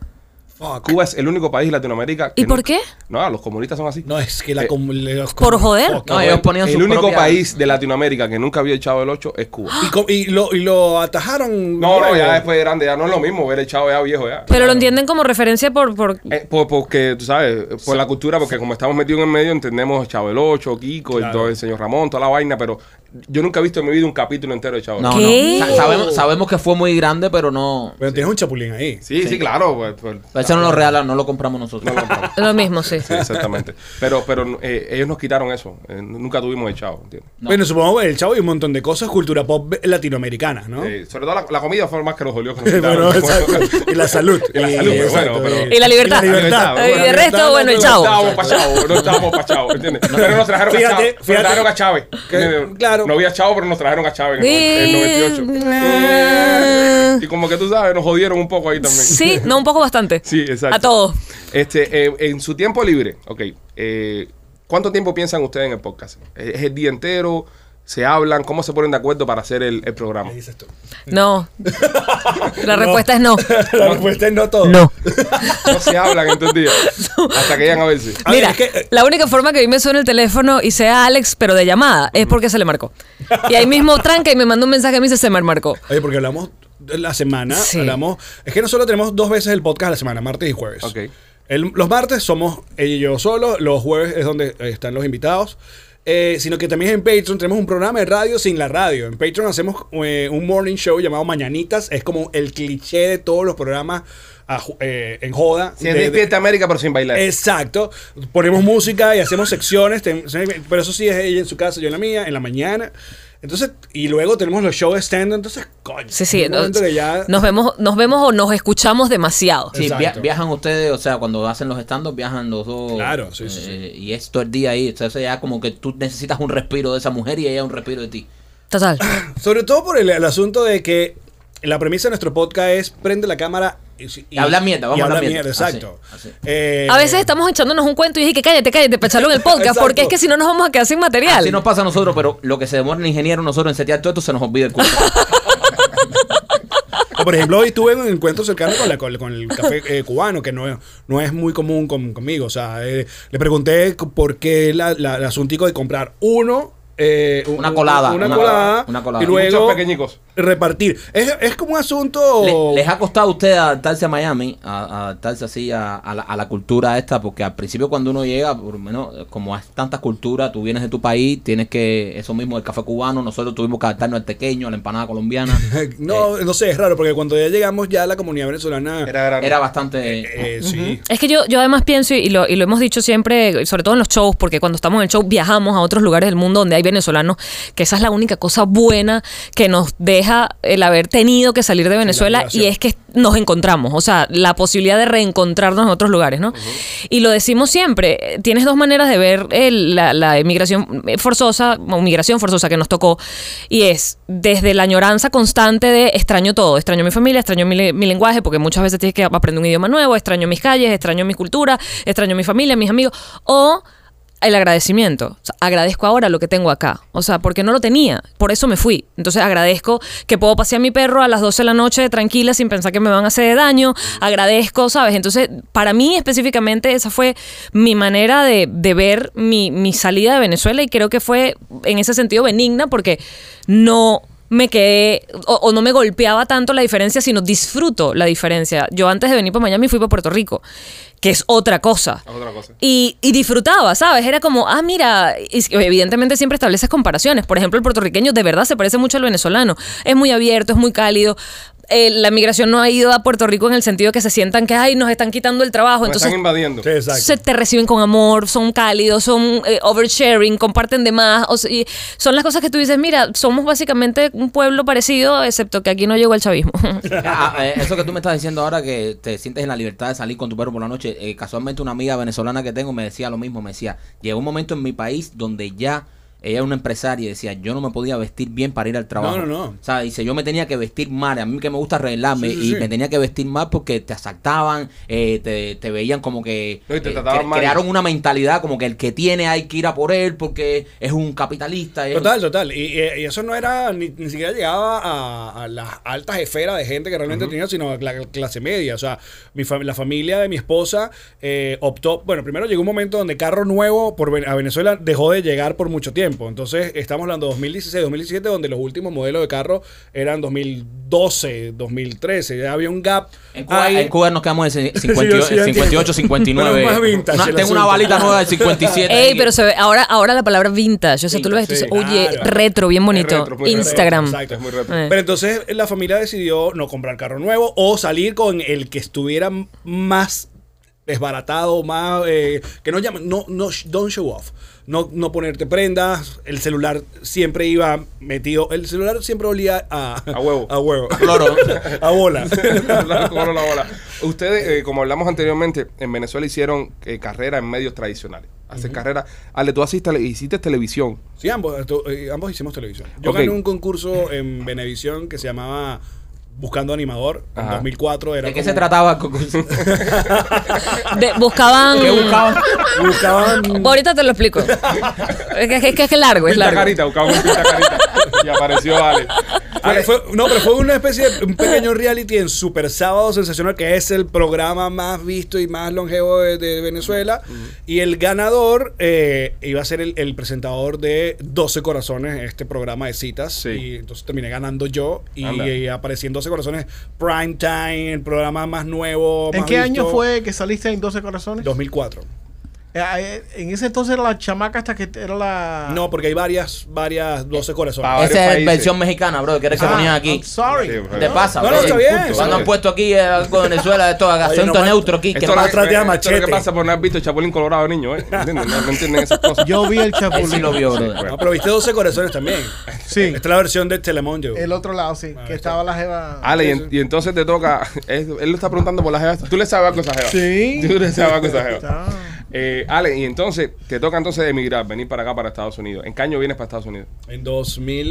Speaker 4: Fuck.
Speaker 1: Cuba es el único país de Latinoamérica que
Speaker 3: ¿Y por
Speaker 1: nunca-
Speaker 3: qué?
Speaker 1: No, los comunistas son así.
Speaker 4: No, es que la...
Speaker 1: Eh,
Speaker 4: com- le- los
Speaker 3: por
Speaker 4: com-
Speaker 3: joder.
Speaker 4: Fuck,
Speaker 2: No, ellos ponían
Speaker 1: el
Speaker 2: su
Speaker 1: único
Speaker 2: propia-
Speaker 1: país de Latinoamérica que nunca vio el Chavo del 8 es Cuba.
Speaker 4: Y, co- y lo, y lo atajaron.
Speaker 1: No, no,
Speaker 4: luego.
Speaker 1: ya después de grande, ya no es lo mismo ver el Chavo ya viejo ya.
Speaker 3: Pero lo entienden como referencia por. por
Speaker 1: Eh, por- porque, tú sabes, por la cultura, porque como estamos metidos en el medio, entendemos Chavo el 8, Kiko, el,
Speaker 4: Claro.
Speaker 1: todo el señor Ramón, toda la vaina, pero yo nunca he visto en mi vida un capítulo entero de Chavo el
Speaker 2: No,
Speaker 1: Ocho.
Speaker 3: ¿Qué?
Speaker 2: no. Sa- sabemos, sabemos que fue muy grande, pero no...
Speaker 4: Pero tienes un chapulín ahí.
Speaker 1: Sí, sí, claro. pues, pues,
Speaker 2: Pero Eso no lo regalan, no lo compramos nosotros.
Speaker 3: lo mismo, sí.
Speaker 1: sí, exactamente. Pero pero eh, ellos nos quitaron eso. eh, nunca tuvimos el Chavo, ¿entiendes?
Speaker 2: No.
Speaker 4: Bueno, supongo que el chavo y un montón de cosas, cultura pop latinoamericana, ¿no?
Speaker 1: Eh, sobre todo la, la comida fue lo más que nos dolió. que nos
Speaker 4: Bueno,
Speaker 1: quitaron.
Speaker 4: exacto. Y la salud.
Speaker 1: Y la salud, pero bueno, pero-
Speaker 3: Y la libertad.
Speaker 4: Y la libertad.
Speaker 1: Y el
Speaker 3: resto,
Speaker 4: No,
Speaker 3: bueno, el
Speaker 4: no,
Speaker 1: No
Speaker 3: Chavo.
Speaker 1: estábamos pa' Chavo, no estábamos pa' Chavo, ¿entiendes? Pero nos trajeron
Speaker 4: Fíjate,
Speaker 1: a Chavo.
Speaker 4: fíjate.
Speaker 1: Nos trajeron a Chávez.
Speaker 4: Que-
Speaker 1: ¿entiendes?
Speaker 4: claro.
Speaker 1: No había Chavo, pero nos trajeron a Chávez en el,
Speaker 3: Eh,
Speaker 1: en el 98.
Speaker 3: eh.
Speaker 1: Y como que tú sabes, nos jodieron un poco ahí también.
Speaker 3: Sí, no, un poco bastante.
Speaker 1: Sí, exacto.
Speaker 3: A todos.
Speaker 1: Este, eh, en su tiempo libre, ok. eh, ¿Cuánto tiempo piensan ustedes en el podcast? ¿Es el día entero? ¿Se hablan? ¿Cómo se ponen de acuerdo para hacer el, el programa?
Speaker 3: No. La respuesta es no.
Speaker 4: La respuesta es no todo.
Speaker 3: No.
Speaker 1: No se hablan en todo el día. Hasta que llegan a verse.
Speaker 4: A ver,
Speaker 3: Mira,
Speaker 4: es que- eh,
Speaker 3: la única forma que a mí me suena el teléfono y sea Alex, pero de
Speaker 4: Mm.
Speaker 3: llamada, es porque se le marcó. Y ahí mismo tranca y me manda un mensaje y me dice, se me marcó.
Speaker 4: Oye, porque hablamos la semana.
Speaker 3: Sí.
Speaker 4: Hablamos. Es que nosotros tenemos dos veces el podcast a la semana, martes y jueves.
Speaker 1: Ok.
Speaker 4: El- los martes somos ella y yo solos, los jueves es donde eh, están los invitados. Eh, sino que también en Patreon tenemos un programa de radio sin la radio. En Patreon hacemos eh, un morning show llamado Mañanitas. Es como el cliché de todos los programas a ju- eh, en joda.
Speaker 1: Si es este
Speaker 4: De- de-
Speaker 1: Despierta América, pero sin bailar.
Speaker 4: Exacto. Ponemos música y hacemos secciones. ten- Pero eso sí es ella en su casa, yo en la mía, en la mañana. Entonces, y luego tenemos los shows de stand. Entonces, coño.
Speaker 3: Sí, sí.
Speaker 4: un momento que ya-
Speaker 3: Nos vemos, nos vemos o nos escuchamos demasiado.
Speaker 2: Sí, via-
Speaker 4: Exacto.
Speaker 2: viajan ustedes, o sea, cuando hacen los stand viajan los dos.
Speaker 4: Claro, sí, sí,
Speaker 2: eh, Y es todo el día ahí. Entonces ya como que tú necesitas un respiro de esa mujer y ella un respiro de ti.
Speaker 3: Total.
Speaker 4: Sobre todo por el, el asunto de que la premisa de nuestro podcast es prende la cámara y,
Speaker 2: Y habla mierda, vamos
Speaker 4: y
Speaker 2: a hablar
Speaker 4: habla
Speaker 2: mierda. Ah,
Speaker 4: Exacto.
Speaker 2: Así, así.
Speaker 4: Eh,
Speaker 3: A veces estamos echándonos un cuento y dije que cállate, cállate, para echarlo en el podcast,
Speaker 4: Exacto.
Speaker 3: porque es que si no nos vamos a quedar sin material.
Speaker 2: Así nos pasa a nosotros, pero lo que se demora el ingeniero nosotros en setear todo esto se nos olvida el culo.
Speaker 4: o por ejemplo, hoy tuve un encuentro cercano con, la- con- con el café eh, cubano, que no, no es muy común con- conmigo. O sea, eh, le pregunté c- por qué la, la- el asuntico de comprar uno. eh, un-
Speaker 2: Una colada,
Speaker 4: Una,
Speaker 2: una
Speaker 4: colada.
Speaker 2: una colada.
Speaker 4: Y luego
Speaker 1: Muchos pequeñicos.
Speaker 4: repartir. Es, es como un asunto.
Speaker 2: Le- ¿Les ha costado a ustedes adaptarse a Miami, a, a adaptarse así a, a la, a la cultura esta? Porque al principio cuando uno llega, por lo menos, eh, como hay tantas culturas, tú vienes de tu país, tienes que, eso mismo, el café cubano, nosotros tuvimos que adaptarnos al tequeño, a la empanada colombiana.
Speaker 4: no,
Speaker 2: Eh.
Speaker 4: no sé, es raro, porque cuando ya llegamos, ya la comunidad venezolana.
Speaker 1: Era grande.
Speaker 2: Era bastante...
Speaker 4: eh, Sí.
Speaker 3: Es que yo, yo además pienso, y lo, y lo hemos dicho siempre, sobre todo en los shows, porque cuando estamos en el show viajamos a otros lugares del mundo donde hay venezolanos, que esa es la única cosa buena que nos deja el haber tenido que salir de Venezuela,
Speaker 4: migración.
Speaker 3: y es que nos encontramos, o sea, la posibilidad de reencontrarnos en otros lugares, ¿no? Y lo decimos siempre, eh, tienes dos maneras de ver el- la, la emigración eh, forzosa, o migración forzosa que nos tocó, y es desde la añoranza constante de extraño todo, extraño mi familia, extraño mi, le- mi lenguaje, porque muchas veces tienes que aprender un idioma nuevo, extraño mis calles, extraño mi cultura, extraño mi familia, mis amigos, o el agradecimiento. O sea, agradezco ahora lo que tengo acá. O sea, porque no lo tenía. Por eso me fui. Entonces agradezco que puedo pasear a mi perro a las 12 de la noche tranquila sin pensar que me van a hacer daño. Agradezco, ¿sabes? Entonces, para mí específicamente, esa fue mi manera de, de ver mi, mi salida de Venezuela y creo que fue en ese sentido benigna porque no me quedé o, o no me golpeaba tanto la diferencia, sino disfruto la diferencia. Yo antes de venir para Miami fui para Puerto Rico, que es otra cosa.
Speaker 1: Es otra cosa.
Speaker 3: Y, y disfrutaba, ¿sabes? Era como, ah, mira, y s- evidentemente siempre estableces comparaciones. Por ejemplo, el puertorriqueño de verdad se parece mucho al venezolano. Es muy abierto, es muy cálido. Eh, la migración no ha ido a Puerto Rico en el sentido que se sientan que, ay, nos están quitando el trabajo.
Speaker 1: Me
Speaker 3: Entonces,
Speaker 1: están invadiendo.
Speaker 4: Sí, exacto.
Speaker 3: se te reciben con amor, son cálidos, son eh, oversharing, comparten de más. o sea, y son las cosas que tú dices, mira, somos básicamente un pueblo parecido, excepto que aquí no llegó el chavismo.
Speaker 2: Ah, ah, eh, eso que tú me estás diciendo ahora que te sientes en la libertad de salir con tu perro por la noche. eh, casualmente una amiga venezolana que tengo me decía lo mismo. Me decía, llegó un momento en mi país donde ya ella era una empresaria y decía, yo no me podía vestir bien para ir al trabajo.
Speaker 4: No, no, no.
Speaker 2: O sea, dice, yo me tenía que vestir mal. A mí que me gusta arreglarme
Speaker 4: Sí, sí,
Speaker 2: y
Speaker 4: sí.
Speaker 2: me tenía que vestir mal porque te asaltaban, eh, te, te veían como que...
Speaker 1: No, y te
Speaker 2: eh,
Speaker 1: trataban mal.
Speaker 2: Crearon una mentalidad como que el que tiene hay que ir a por él porque es un capitalista. es-
Speaker 4: Total, total. Y, y- y eso no era, ni, ni siquiera llegaba a, a las altas esferas de gente que realmente tenía, sino a la clase media. O sea, mi fa- la familia de mi esposa eh, optó, bueno, primero llegó un momento donde carro nuevo por, Ven- a Venezuela dejó de llegar por mucho tiempo. Entonces, estamos hablando de 2016, 2017, donde los últimos modelos de carro eran 2012, 2013. Ya había un gap.
Speaker 2: En Cuba,
Speaker 4: ahí.
Speaker 2: Ah, en Cuba nos quedamos en el
Speaker 4: Sí, yo sí,
Speaker 2: 58,
Speaker 4: yo entiendo.
Speaker 2: 59.
Speaker 4: Pero es más vintage
Speaker 2: Una-
Speaker 4: el
Speaker 2: tengo una
Speaker 4: asunto.
Speaker 2: balita nueva del 57.
Speaker 3: Ey,
Speaker 2: ahí.
Speaker 3: pero se ve, ahora, ahora la palabra vintage, o sea, tú lo ves, tú
Speaker 1: Vintage,
Speaker 3: dices,
Speaker 1: sí,
Speaker 3: oye,
Speaker 4: claro.
Speaker 3: retro, bien bonito,
Speaker 1: retro, pues, muy retro.
Speaker 3: Instagram.
Speaker 4: Exacto.
Speaker 1: Es muy retro.
Speaker 3: Eh.
Speaker 4: Pero entonces la familia decidió no comprar carro nuevo o salir con el que estuviera m- más desbaratado, más eh, que no llaman, no, no, sh- don't show off, no, no ponerte prendas, el celular siempre iba metido, el celular siempre olía a,
Speaker 1: A huevo.
Speaker 4: a huevo,
Speaker 2: Cloro.
Speaker 4: a bola.
Speaker 1: Hablar con la bola. Ustedes, eh, como hablamos anteriormente, en Venezuela hicieron eh, carrera en medios tradicionales. Hacer carrera. Ale, tú asiste, hiciste televisión.
Speaker 4: Sí, ambos, tu- eh, ambos hicimos televisión. Yo
Speaker 1: Ok.
Speaker 4: gané un concurso en Benevisión que se llamaba Buscando Animador en
Speaker 1: Ajá.
Speaker 4: 2004. Era
Speaker 2: ¿De qué
Speaker 4: como-
Speaker 2: se trataba el concurso?
Speaker 3: De- buscaban...
Speaker 2: ¿Qué buscaban?
Speaker 4: Buscaban
Speaker 3: Ahorita te lo explico. es, que, es que- es que es largo, es
Speaker 1: Pinta
Speaker 3: largo.
Speaker 1: carita, buscaba un pinta carita. y apareció Ale.
Speaker 4: Ah, que fue- no, pero fue una especie de un pequeño reality en Super Sábado Sensacional, que es el programa más visto y más longevo de, de Venezuela. Y el ganador eh, iba a ser el, el presentador de 12 Corazones, este programa de citas.
Speaker 1: Sí.
Speaker 4: Y entonces terminé ganando yo y,
Speaker 1: Anda.
Speaker 4: y aparecí en 12 Corazones Prime Time, el programa más nuevo.
Speaker 5: ¿En
Speaker 4: más
Speaker 5: qué
Speaker 4: visto,
Speaker 5: año fue que saliste en 12 Corazones?
Speaker 4: 2004.
Speaker 5: Eh, eh, en ese entonces era la chamaca hasta que era la.
Speaker 4: No, porque hay varias, varias
Speaker 5: Eh,
Speaker 4: 12 Corazones.
Speaker 1: Pa-
Speaker 2: Esa es
Speaker 1: varios países.
Speaker 2: versión mexicana, bro, que eres que
Speaker 5: Ah,
Speaker 2: ponían aquí.
Speaker 5: I'm sorry.
Speaker 1: Sí, bro.
Speaker 2: ¿Qué te pasa,
Speaker 4: No,
Speaker 2: bro?
Speaker 4: no, está bien,
Speaker 2: Cuando
Speaker 4: está
Speaker 2: han
Speaker 4: bien.
Speaker 2: puesto aquí eh, algo de Venezuela, esto, acento
Speaker 4: no,
Speaker 2: neutro aquí. ¿Qué
Speaker 1: Esto, es lo que-
Speaker 2: pasa?
Speaker 4: Maltrate a
Speaker 1: esto es lo
Speaker 4: machete.
Speaker 1: que pasa por no haber visto Chapulín Colorado, niño, ¿eh? ¿Entiendes? No, no entienden esas cosas.
Speaker 5: Yo vi el
Speaker 2: Él sí lo
Speaker 5: chapulín.
Speaker 2: vio, bro.
Speaker 4: No, Ah, pero viste 12 Corazones también.
Speaker 5: Sí.
Speaker 4: Esta es la versión de Telemundo.
Speaker 5: El otro lado, sí. que estaba la jeva.
Speaker 1: Ale, y, en- y entonces te toca. es- él lo está preguntando por las jevas. Tú le sabes algo a esa jeva.
Speaker 5: Sí.
Speaker 1: Tú le sabes algo a esa jeva.
Speaker 5: Está.
Speaker 1: Eh, Ale, y entonces te toca entonces emigrar, venir para acá, para Estados Unidos. ¿En qué año vienes para Estados Unidos?
Speaker 4: En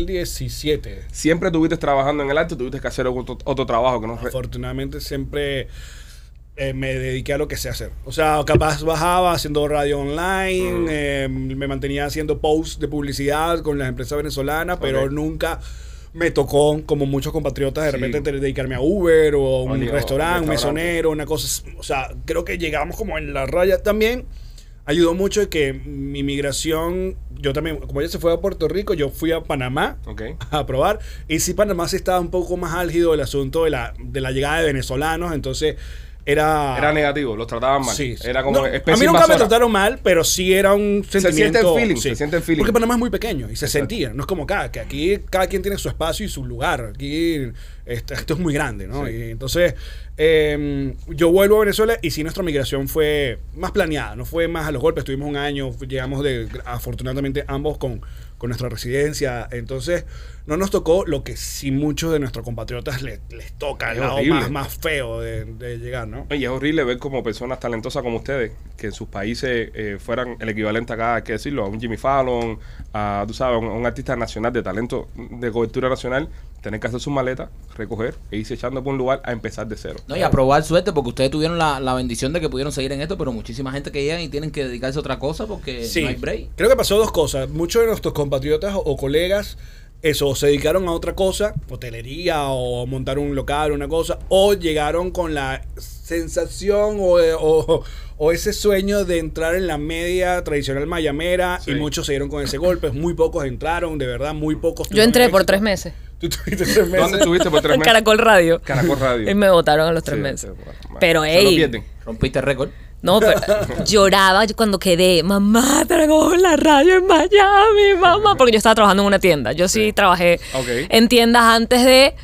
Speaker 4: 2017.
Speaker 1: Siempre estuviste trabajando en el arte, tuviste que hacer otro, otro trabajo que no. re-
Speaker 4: Afortunadamente siempre eh, me dediqué a lo que sé hacer. O sea, capaz bajaba haciendo radio online,
Speaker 1: Mm.
Speaker 4: eh, me mantenía haciendo posts de publicidad con las empresas venezolanas, pero
Speaker 1: Ok.
Speaker 4: nunca me tocó, como muchos compatriotas, de
Speaker 1: Sí.
Speaker 4: repente te- dedicarme a Uber o a un
Speaker 1: Oye, o-
Speaker 4: restaurante, un
Speaker 1: restaurante.
Speaker 4: mesonero, una cosa. O sea, creo que llegamos como en la raya también. Ayudó mucho que mi migración, yo también, como ella se fue a Puerto Rico, yo fui a Panamá
Speaker 1: Ok.
Speaker 4: a probar. Y si Panamá sí estaba un poco más álgido el asunto de la, de la llegada de venezolanos, entonces era...
Speaker 1: Era negativo, los trataban mal.
Speaker 4: Sí, sí.
Speaker 1: Era como
Speaker 4: No,
Speaker 1: especie
Speaker 4: A mí nunca me
Speaker 1: invasora.
Speaker 4: trataron mal, pero sí era un sentimiento...
Speaker 1: siente el feeling,
Speaker 4: sí.
Speaker 1: se siente el feeling.
Speaker 4: Porque Panamá es muy pequeño y se sentía. No es como acá, que aquí cada quien tiene su espacio y su lugar. Aquí esto, esto es muy grande, ¿no? Y entonces eh, yo vuelvo a Venezuela y sí nuestra migración fue más planeada, no fue más a los golpes. Estuvimos un año, llegamos de, afortunadamente ambos con, con nuestra residencia. Entonces no nos tocó lo que sí muchos de nuestros compatriotas les, les toca,
Speaker 1: Es
Speaker 4: el lado
Speaker 1: horrible.
Speaker 4: más, más feo de, de llegar, ¿no?
Speaker 1: Y es horrible ver como personas talentosas como ustedes, que en sus países eh, fueran el equivalente acá, hay que decirlo, a un Jimmy Fallon, a, tú sabes, a un, a un artista nacional de talento, de cobertura nacional, tener que hacer sus maletas, recoger e irse echando por un lugar a empezar de cero.
Speaker 2: No, y a probar suerte porque ustedes tuvieron la, la bendición de que pudieron seguir en esto, pero muchísima gente que llegan y tienen que dedicarse a otra cosa porque
Speaker 4: Sí.
Speaker 2: no hay break.
Speaker 4: Creo que pasó dos cosas. Muchos de nuestros compatriotas o, o colegas, eso, se dedicaron a otra cosa, hotelería o montar un local, una cosa, o llegaron con la sensación o, eh, o- o ese sueño de entrar en la media tradicional mayamera
Speaker 1: Sí.
Speaker 4: y muchos se dieron con ese golpe. Muy pocos entraron, de verdad, muy pocos.
Speaker 3: Yo
Speaker 4: tuvieron
Speaker 3: entré por
Speaker 4: éxito.
Speaker 3: tres meses.
Speaker 4: Tú tuviste tres meses.
Speaker 1: ¿Dónde estuviste por tres
Speaker 3: En
Speaker 1: meses?
Speaker 3: Caracol Radio.
Speaker 1: Caracol Radio.
Speaker 3: Y me votaron a los tres
Speaker 1: Sí,
Speaker 3: meses.
Speaker 1: sí, bueno, bueno.
Speaker 3: Pero,
Speaker 1: Se lo
Speaker 3: ey.
Speaker 1: pierden.
Speaker 2: Rompiste el récord.
Speaker 3: No, pero lloraba yo cuando quedé, mamá, tragó la radio en Miami, mamá, porque yo estaba trabajando en una tienda. Yo sí, trabajé
Speaker 1: Ok.
Speaker 3: en tiendas antes de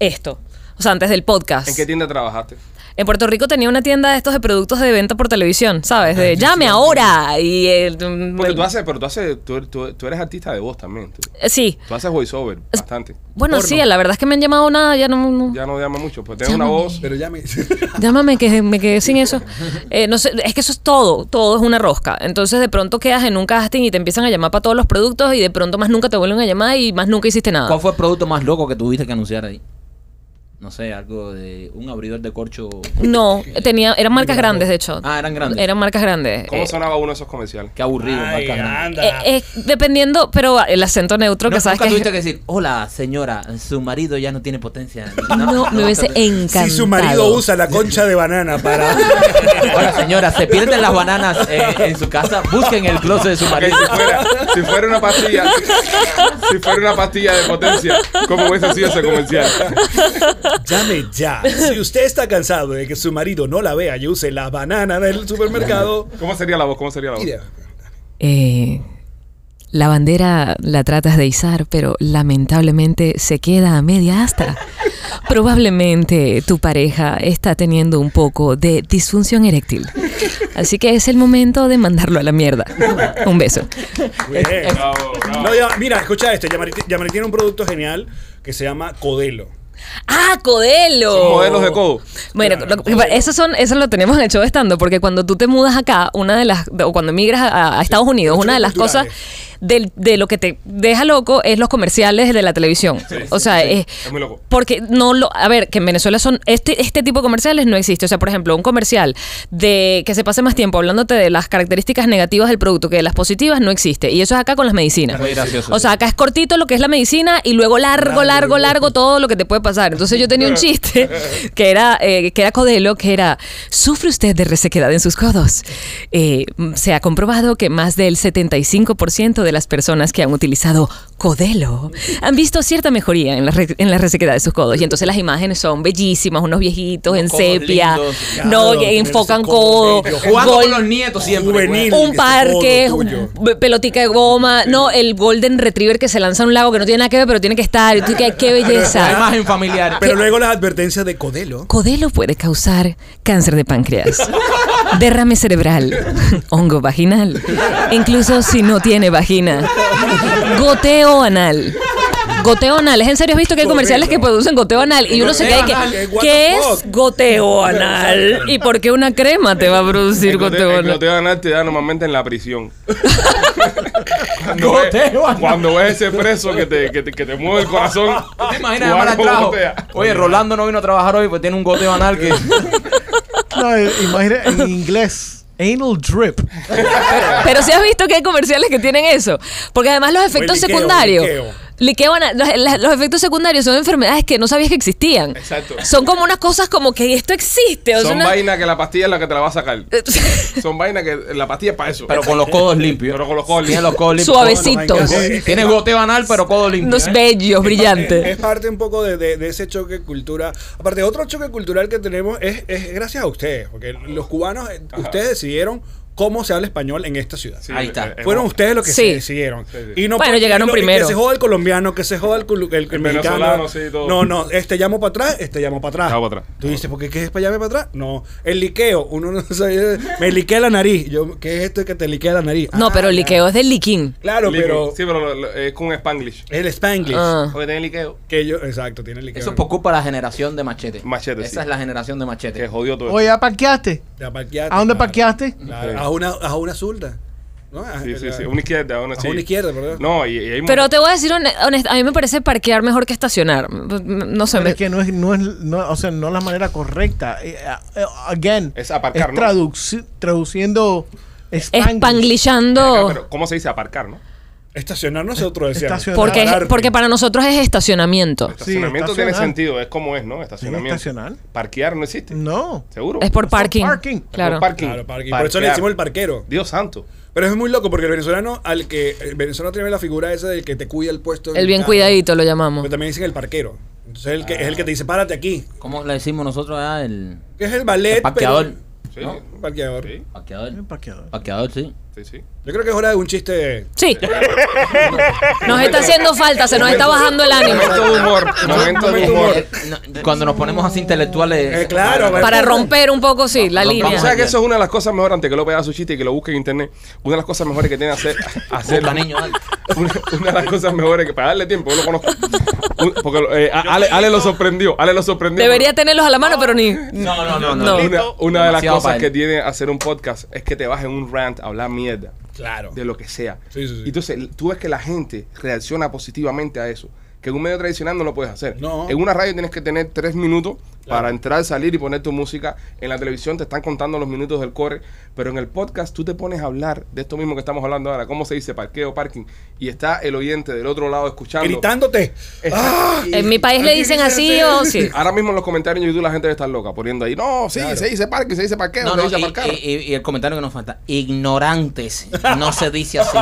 Speaker 3: esto, o sea, antes del podcast.
Speaker 1: ¿En qué tienda trabajaste?
Speaker 3: En Puerto Rico tenía una tienda de estos de productos de venta por televisión,
Speaker 2: Ah,
Speaker 3: ¿sabes? De llame ahora y el- mm,
Speaker 1: Porque tú haces, pero tú haces, tú, tú- tú eres artista de voz también. Tú,
Speaker 3: Eh, Sí.
Speaker 1: tú haces voiceover bastante.
Speaker 3: Bueno, sí, la verdad es que me han llamado nada, ya no, no-
Speaker 1: Ya no llama mucho, pues tienes una voz.
Speaker 4: Pero ya me...
Speaker 3: Llámame, que me quedé sin eso. Eh, no sé, es que eso es todo, todo es una rosca. Entonces de pronto quedas en un casting y te empiezan a llamar para todos los productos y de pronto más nunca te vuelven a llamar y más nunca hiciste nada.
Speaker 2: ¿Cuál fue el producto más loco que tuviste que anunciar ahí? No sé, algo de un abridor de corcho.
Speaker 3: No, tenía, eran marcas grandes, de hecho.
Speaker 2: Ah, eran grandes.
Speaker 3: Eran marcas grandes.
Speaker 1: ¿Cómo
Speaker 3: Eh,
Speaker 1: sonaba uno de esos comerciales?
Speaker 2: Qué aburrido,
Speaker 4: Ay,
Speaker 2: marca grande.
Speaker 4: anda.
Speaker 3: eh, eh, dependiendo, pero el acento neutro
Speaker 2: No,
Speaker 3: que sabes
Speaker 2: nunca
Speaker 3: que.
Speaker 2: tuviste que decir, hola señora, su marido ya no tiene potencia.
Speaker 3: No, me hubiese
Speaker 2: nunca-
Speaker 3: encantado.
Speaker 4: si su marido usa la concha de banana para...
Speaker 2: Hola señora, se pierden las bananas eh, en su casa, busquen el closet de su
Speaker 1: Ok,
Speaker 2: marido.
Speaker 1: si, fuera, si fuera una pastilla, si fuera una pastilla de potencia, ¿cómo hubiese sido ese comercial?
Speaker 4: Llame ya. Si usted está cansado de que su marido no la vea y use la banana del supermercado,
Speaker 1: ¿Cómo sería la voz? ¿Cómo sería la voz?
Speaker 4: mira.
Speaker 3: Eh, la bandera la tratas de izar, pero lamentablemente se queda a media asta. Probablemente tu pareja está teniendo un poco de disfunción eréctil. Así que es el momento de mandarlo a la mierda. Un beso.
Speaker 4: Bien.
Speaker 1: Bravo, bravo.
Speaker 4: No, ya- mira, escucha esto. Yamari, Yamari tiene un producto genial que se llama Codelo.
Speaker 3: ¡Ah, Codelo!
Speaker 1: Son modelos de codo.
Speaker 3: Bueno, lo- eso, son, eso lo tenemos en el show estando, porque cuando tú te mudas acá, una de las, o cuando emigras a, a Estados Unidos,
Speaker 4: Los
Speaker 3: una de las
Speaker 4: choques
Speaker 3: cosas,
Speaker 4: culturales.
Speaker 3: del- de lo que te deja loco es los comerciales de la televisión. o sea, es,
Speaker 1: Es muy loco.
Speaker 3: porque no lo. A ver, que en Venezuela son. Este, este tipo de comerciales no existe. O sea, por ejemplo, un comercial de que se pase más tiempo hablándote de las características negativas del producto que de las positivas no existe. Y eso es acá con las medicinas.
Speaker 2: Muy gracioso.
Speaker 3: O sea, acá es cortito lo que es la medicina y luego largo, largo, largo todo lo que te puede pasar. Entonces yo tenía un chiste que era, eh, que era Codelo, que era, ¿sufre usted de resequedad en sus codos? Eh, se ha comprobado que más del 75% de las personas que han utilizado Codelo han visto cierta mejoría en la, re- en la resequedad de sus codos. Y entonces las imágenes son bellísimas, unos viejitos en
Speaker 2: codos
Speaker 3: sepia,
Speaker 2: lindos,
Speaker 3: no
Speaker 4: claro,
Speaker 3: que
Speaker 4: tener
Speaker 3: enfocan
Speaker 4: ese codo
Speaker 3: codo,
Speaker 4: bello.
Speaker 2: Jugando
Speaker 3: gol-
Speaker 2: con los nietos siempre.
Speaker 4: Juvenil.
Speaker 3: un
Speaker 4: ese
Speaker 3: parque,
Speaker 4: codo tuyo.
Speaker 3: un- be- pelotica de goma, no, el golden retriever que se lanza a un lago que no tiene nada que ver, pero tiene que estar. Y tú, qué, qué
Speaker 2: La
Speaker 3: belleza.
Speaker 2: imagen familiar.
Speaker 4: Pero luego las advertencias de Codelo.
Speaker 3: Codelo puede causar cáncer de páncreas, derrame cerebral, hongo vaginal, incluso si no tiene vagina, goteo anal. Goteo anal, es en serio, has visto que hay comerciales que producen goteo anal y uno se
Speaker 4: Goteo
Speaker 3: queda y
Speaker 4: anal,
Speaker 3: que,
Speaker 4: eh, what
Speaker 3: ¿qué
Speaker 4: the
Speaker 3: es
Speaker 4: fuck?
Speaker 3: goteo anal? ¿Y por qué una crema te va a producir
Speaker 1: El goteo,
Speaker 3: goteo
Speaker 1: el
Speaker 3: anal?
Speaker 1: goteo anal te da normalmente en la prisión. cuando,
Speaker 2: Goteo
Speaker 1: ves,
Speaker 2: anal.
Speaker 1: cuando ves ese preso que te, que te, que te mueve el corazón.
Speaker 2: ¿Tú te imaginas
Speaker 1: tu
Speaker 2: llamar al
Speaker 1: alma
Speaker 2: trabajo?
Speaker 1: gotea.
Speaker 2: Oye, Rolando no vino a trabajar hoy, pues tiene un goteo anal que.
Speaker 5: No, eh, imagina en inglés. Anal drip.
Speaker 3: Pero si has visto que hay comerciales que tienen eso. Porque además los efectos
Speaker 4: liqueo,
Speaker 3: secundarios.
Speaker 4: liqueo.
Speaker 3: liqueo ana- los, la- los efectos secundarios son enfermedades que no sabías que existían.
Speaker 1: Exacto.
Speaker 3: Son como unas cosas como que esto existe. o sea,
Speaker 1: Son
Speaker 3: una- Eh.
Speaker 1: vainas que la pastilla es la que te la va a sacar. Son vainas que la pastilla es para eso.
Speaker 2: Pero con los codos limpios.
Speaker 1: Pero con los codos
Speaker 2: Tiene los
Speaker 1: limpios.
Speaker 2: codos limpios.
Speaker 3: Suavecitos.
Speaker 2: Tiene goteo anal, pero codo limpio.
Speaker 3: Unos
Speaker 2: ¿eh?
Speaker 3: bellos,
Speaker 4: Es,
Speaker 3: brillantes.
Speaker 4: parte un poco de, de- de ese choque cultural. Aparte, otro choque cultural que tenemos es, es gracias a ustedes, porque los cubanos, eh, ustedes decidieron cómo se habla español en esta ciudad.
Speaker 1: Sí,
Speaker 2: Ahí está.
Speaker 1: eh, eh,
Speaker 4: Fueron ustedes los que
Speaker 3: Sí.
Speaker 4: se decidieron.
Speaker 1: sí.
Speaker 4: Y no
Speaker 3: Bueno,
Speaker 4: por-
Speaker 3: llegaron
Speaker 4: y lo- y
Speaker 3: primero.
Speaker 4: Que se joda el colombiano, que se joda el, culu- el, el mexicano.
Speaker 1: venezolano, sí, todo.
Speaker 4: No, no, este llamo para atrás, este llamo para atrás.
Speaker 1: Llamo para atrás.
Speaker 4: Tú dices, ¿por qué qué es para llame para atrás? No, el liqueo. Uno no sabe. Me liquea la nariz. Yo, ¿Qué es esto que te liquea la nariz?
Speaker 3: No,
Speaker 4: Ah,
Speaker 3: pero el
Speaker 4: ya.
Speaker 3: liqueo es del liquín.
Speaker 4: Claro,
Speaker 1: Liqueo.
Speaker 4: pero
Speaker 1: Sí, pero lo- lo- es con spanglish.
Speaker 4: el spanglish.
Speaker 3: Ah.
Speaker 1: Porque tiene liqueo.
Speaker 4: Que yo, exacto, tiene liqueo.
Speaker 2: Eso es por culpa de la generación de machete.
Speaker 1: Machete,
Speaker 2: Esa
Speaker 1: sí.
Speaker 2: es la generación de machete.
Speaker 1: Que jodió todo.
Speaker 5: Oye, ¿ya parqueaste?
Speaker 4: Ya parqueaste,
Speaker 5: ¿A dónde
Speaker 4: claro.
Speaker 5: parqueaste?
Speaker 1: Sí.
Speaker 4: Claro, A una, a una zurda. ¿no? A-
Speaker 1: Sí, sí,
Speaker 4: la-
Speaker 1: sí. Una izquierda, una,
Speaker 4: eh, a
Speaker 1: sí.
Speaker 4: una izquierda, ¿verdad?
Speaker 1: No, y, y hay
Speaker 3: Pero te voy a decir hone- honest- a mí me parece parquear mejor que estacionar. No sé.
Speaker 5: Pero
Speaker 3: me-
Speaker 5: es que no es, no es, no, o sea, no es la manera correcta. Eh, eh, again,
Speaker 1: Es aparcar, ¿no?
Speaker 5: traduci- traduciendo
Speaker 1: Acá,
Speaker 3: Espanglishando.
Speaker 1: pero ¿Cómo se dice aparcar, no?
Speaker 4: Estacionar nosotros decíamos.
Speaker 5: Estacionar.
Speaker 3: Porque, es-
Speaker 4: Pararte.
Speaker 3: porque para nosotros es estacionamiento.
Speaker 5: Sí,
Speaker 1: Estacionamiento tiene
Speaker 5: estacionar.
Speaker 1: sentido, es como es, ¿no? Estacionamiento.
Speaker 5: estacionar.
Speaker 1: Parquear no existe.
Speaker 5: No.
Speaker 1: Seguro.
Speaker 3: Es por parking.
Speaker 5: parking.
Speaker 3: Claro.
Speaker 1: Por parking.
Speaker 4: Claro, parking. Por eso le
Speaker 1: Parquear.
Speaker 4: decimos el parquero.
Speaker 1: Dios santo.
Speaker 4: Pero es muy loco porque el venezolano al que el venezolano tiene la figura esa del que te cuida el puesto.
Speaker 3: El bien
Speaker 4: Ah,
Speaker 3: cuidadito lo llamamos.
Speaker 4: Pero también dicen el parquero. Entonces el que, es el que te dice párate aquí.
Speaker 2: ¿Cómo le decimos nosotros allá? El,
Speaker 4: Que es el ballet.
Speaker 2: el parqueador.
Speaker 1: Sí.
Speaker 2: ¿no?
Speaker 4: pero- parqueador.
Speaker 1: Sí,
Speaker 5: Eh,
Speaker 2: Parqueador.
Speaker 5: parqueador.
Speaker 2: Parqueador, sí.
Speaker 1: sí, sí.
Speaker 4: Yo creo que es hora de un chiste. de-
Speaker 3: Sí. Nos está haciendo falta, Ah, se nos está bajando el ánimo.
Speaker 1: Momento de humor. Momento de humor.
Speaker 2: Eh, no, cuando nos ponemos así intelectuales.
Speaker 4: Eh, claro,
Speaker 3: Para romper un poco, sí, la
Speaker 2: Vamos
Speaker 1: Vamos a
Speaker 3: línea.
Speaker 1: ver que eso es una de las cosas mejores, antes que lo vea su chiste y que lo busque en internet, una de las cosas mejores que tiene hacer, hacer
Speaker 2: Busca, niño, dale.
Speaker 1: una, una de las cosas mejores que para darle tiempo, yo lo conozco. Un- Porque eh, a- Ale, Ale lo sorprendió, Ale lo sorprendió.
Speaker 3: Debería tenerlos a la mano, pero ni.
Speaker 2: No, no, no, no.
Speaker 3: No.
Speaker 1: Una, una de las
Speaker 2: Demasiado
Speaker 1: cosas
Speaker 2: para
Speaker 1: que
Speaker 2: él.
Speaker 1: tiene hacer un podcast es que te bajen un rant a hablar mierda
Speaker 4: Claro.
Speaker 1: de lo que sea.
Speaker 4: Sí, sí, sí.
Speaker 1: Entonces, tú ves que la gente reacciona positivamente a eso. Que en un medio tradicional no lo puedes hacer.
Speaker 4: No.
Speaker 1: En una radio tienes que tener tres minutos para entrar, salir y poner tu música. En la televisión te están contando los minutos del core. Pero en el podcast tú te pones a hablar de esto mismo que estamos hablando ahora. ¿Cómo se dice? Parqueo, parking. Y está el oyente del otro lado escuchando.
Speaker 4: Gritándote. ¡Ah!
Speaker 1: Está- y-
Speaker 3: En mi país le dicen así o sí.
Speaker 1: Ahora mismo en los comentarios en YouTube la gente debe estar loca poniendo ahí. No, sí,
Speaker 4: Claro.
Speaker 1: se dice parking, se dice parqueo,
Speaker 2: No,
Speaker 1: se
Speaker 2: no,
Speaker 1: dice
Speaker 2: y,
Speaker 1: aparcar.
Speaker 2: y- y- y el comentario que nos falta. Ignorantes. No se dice así.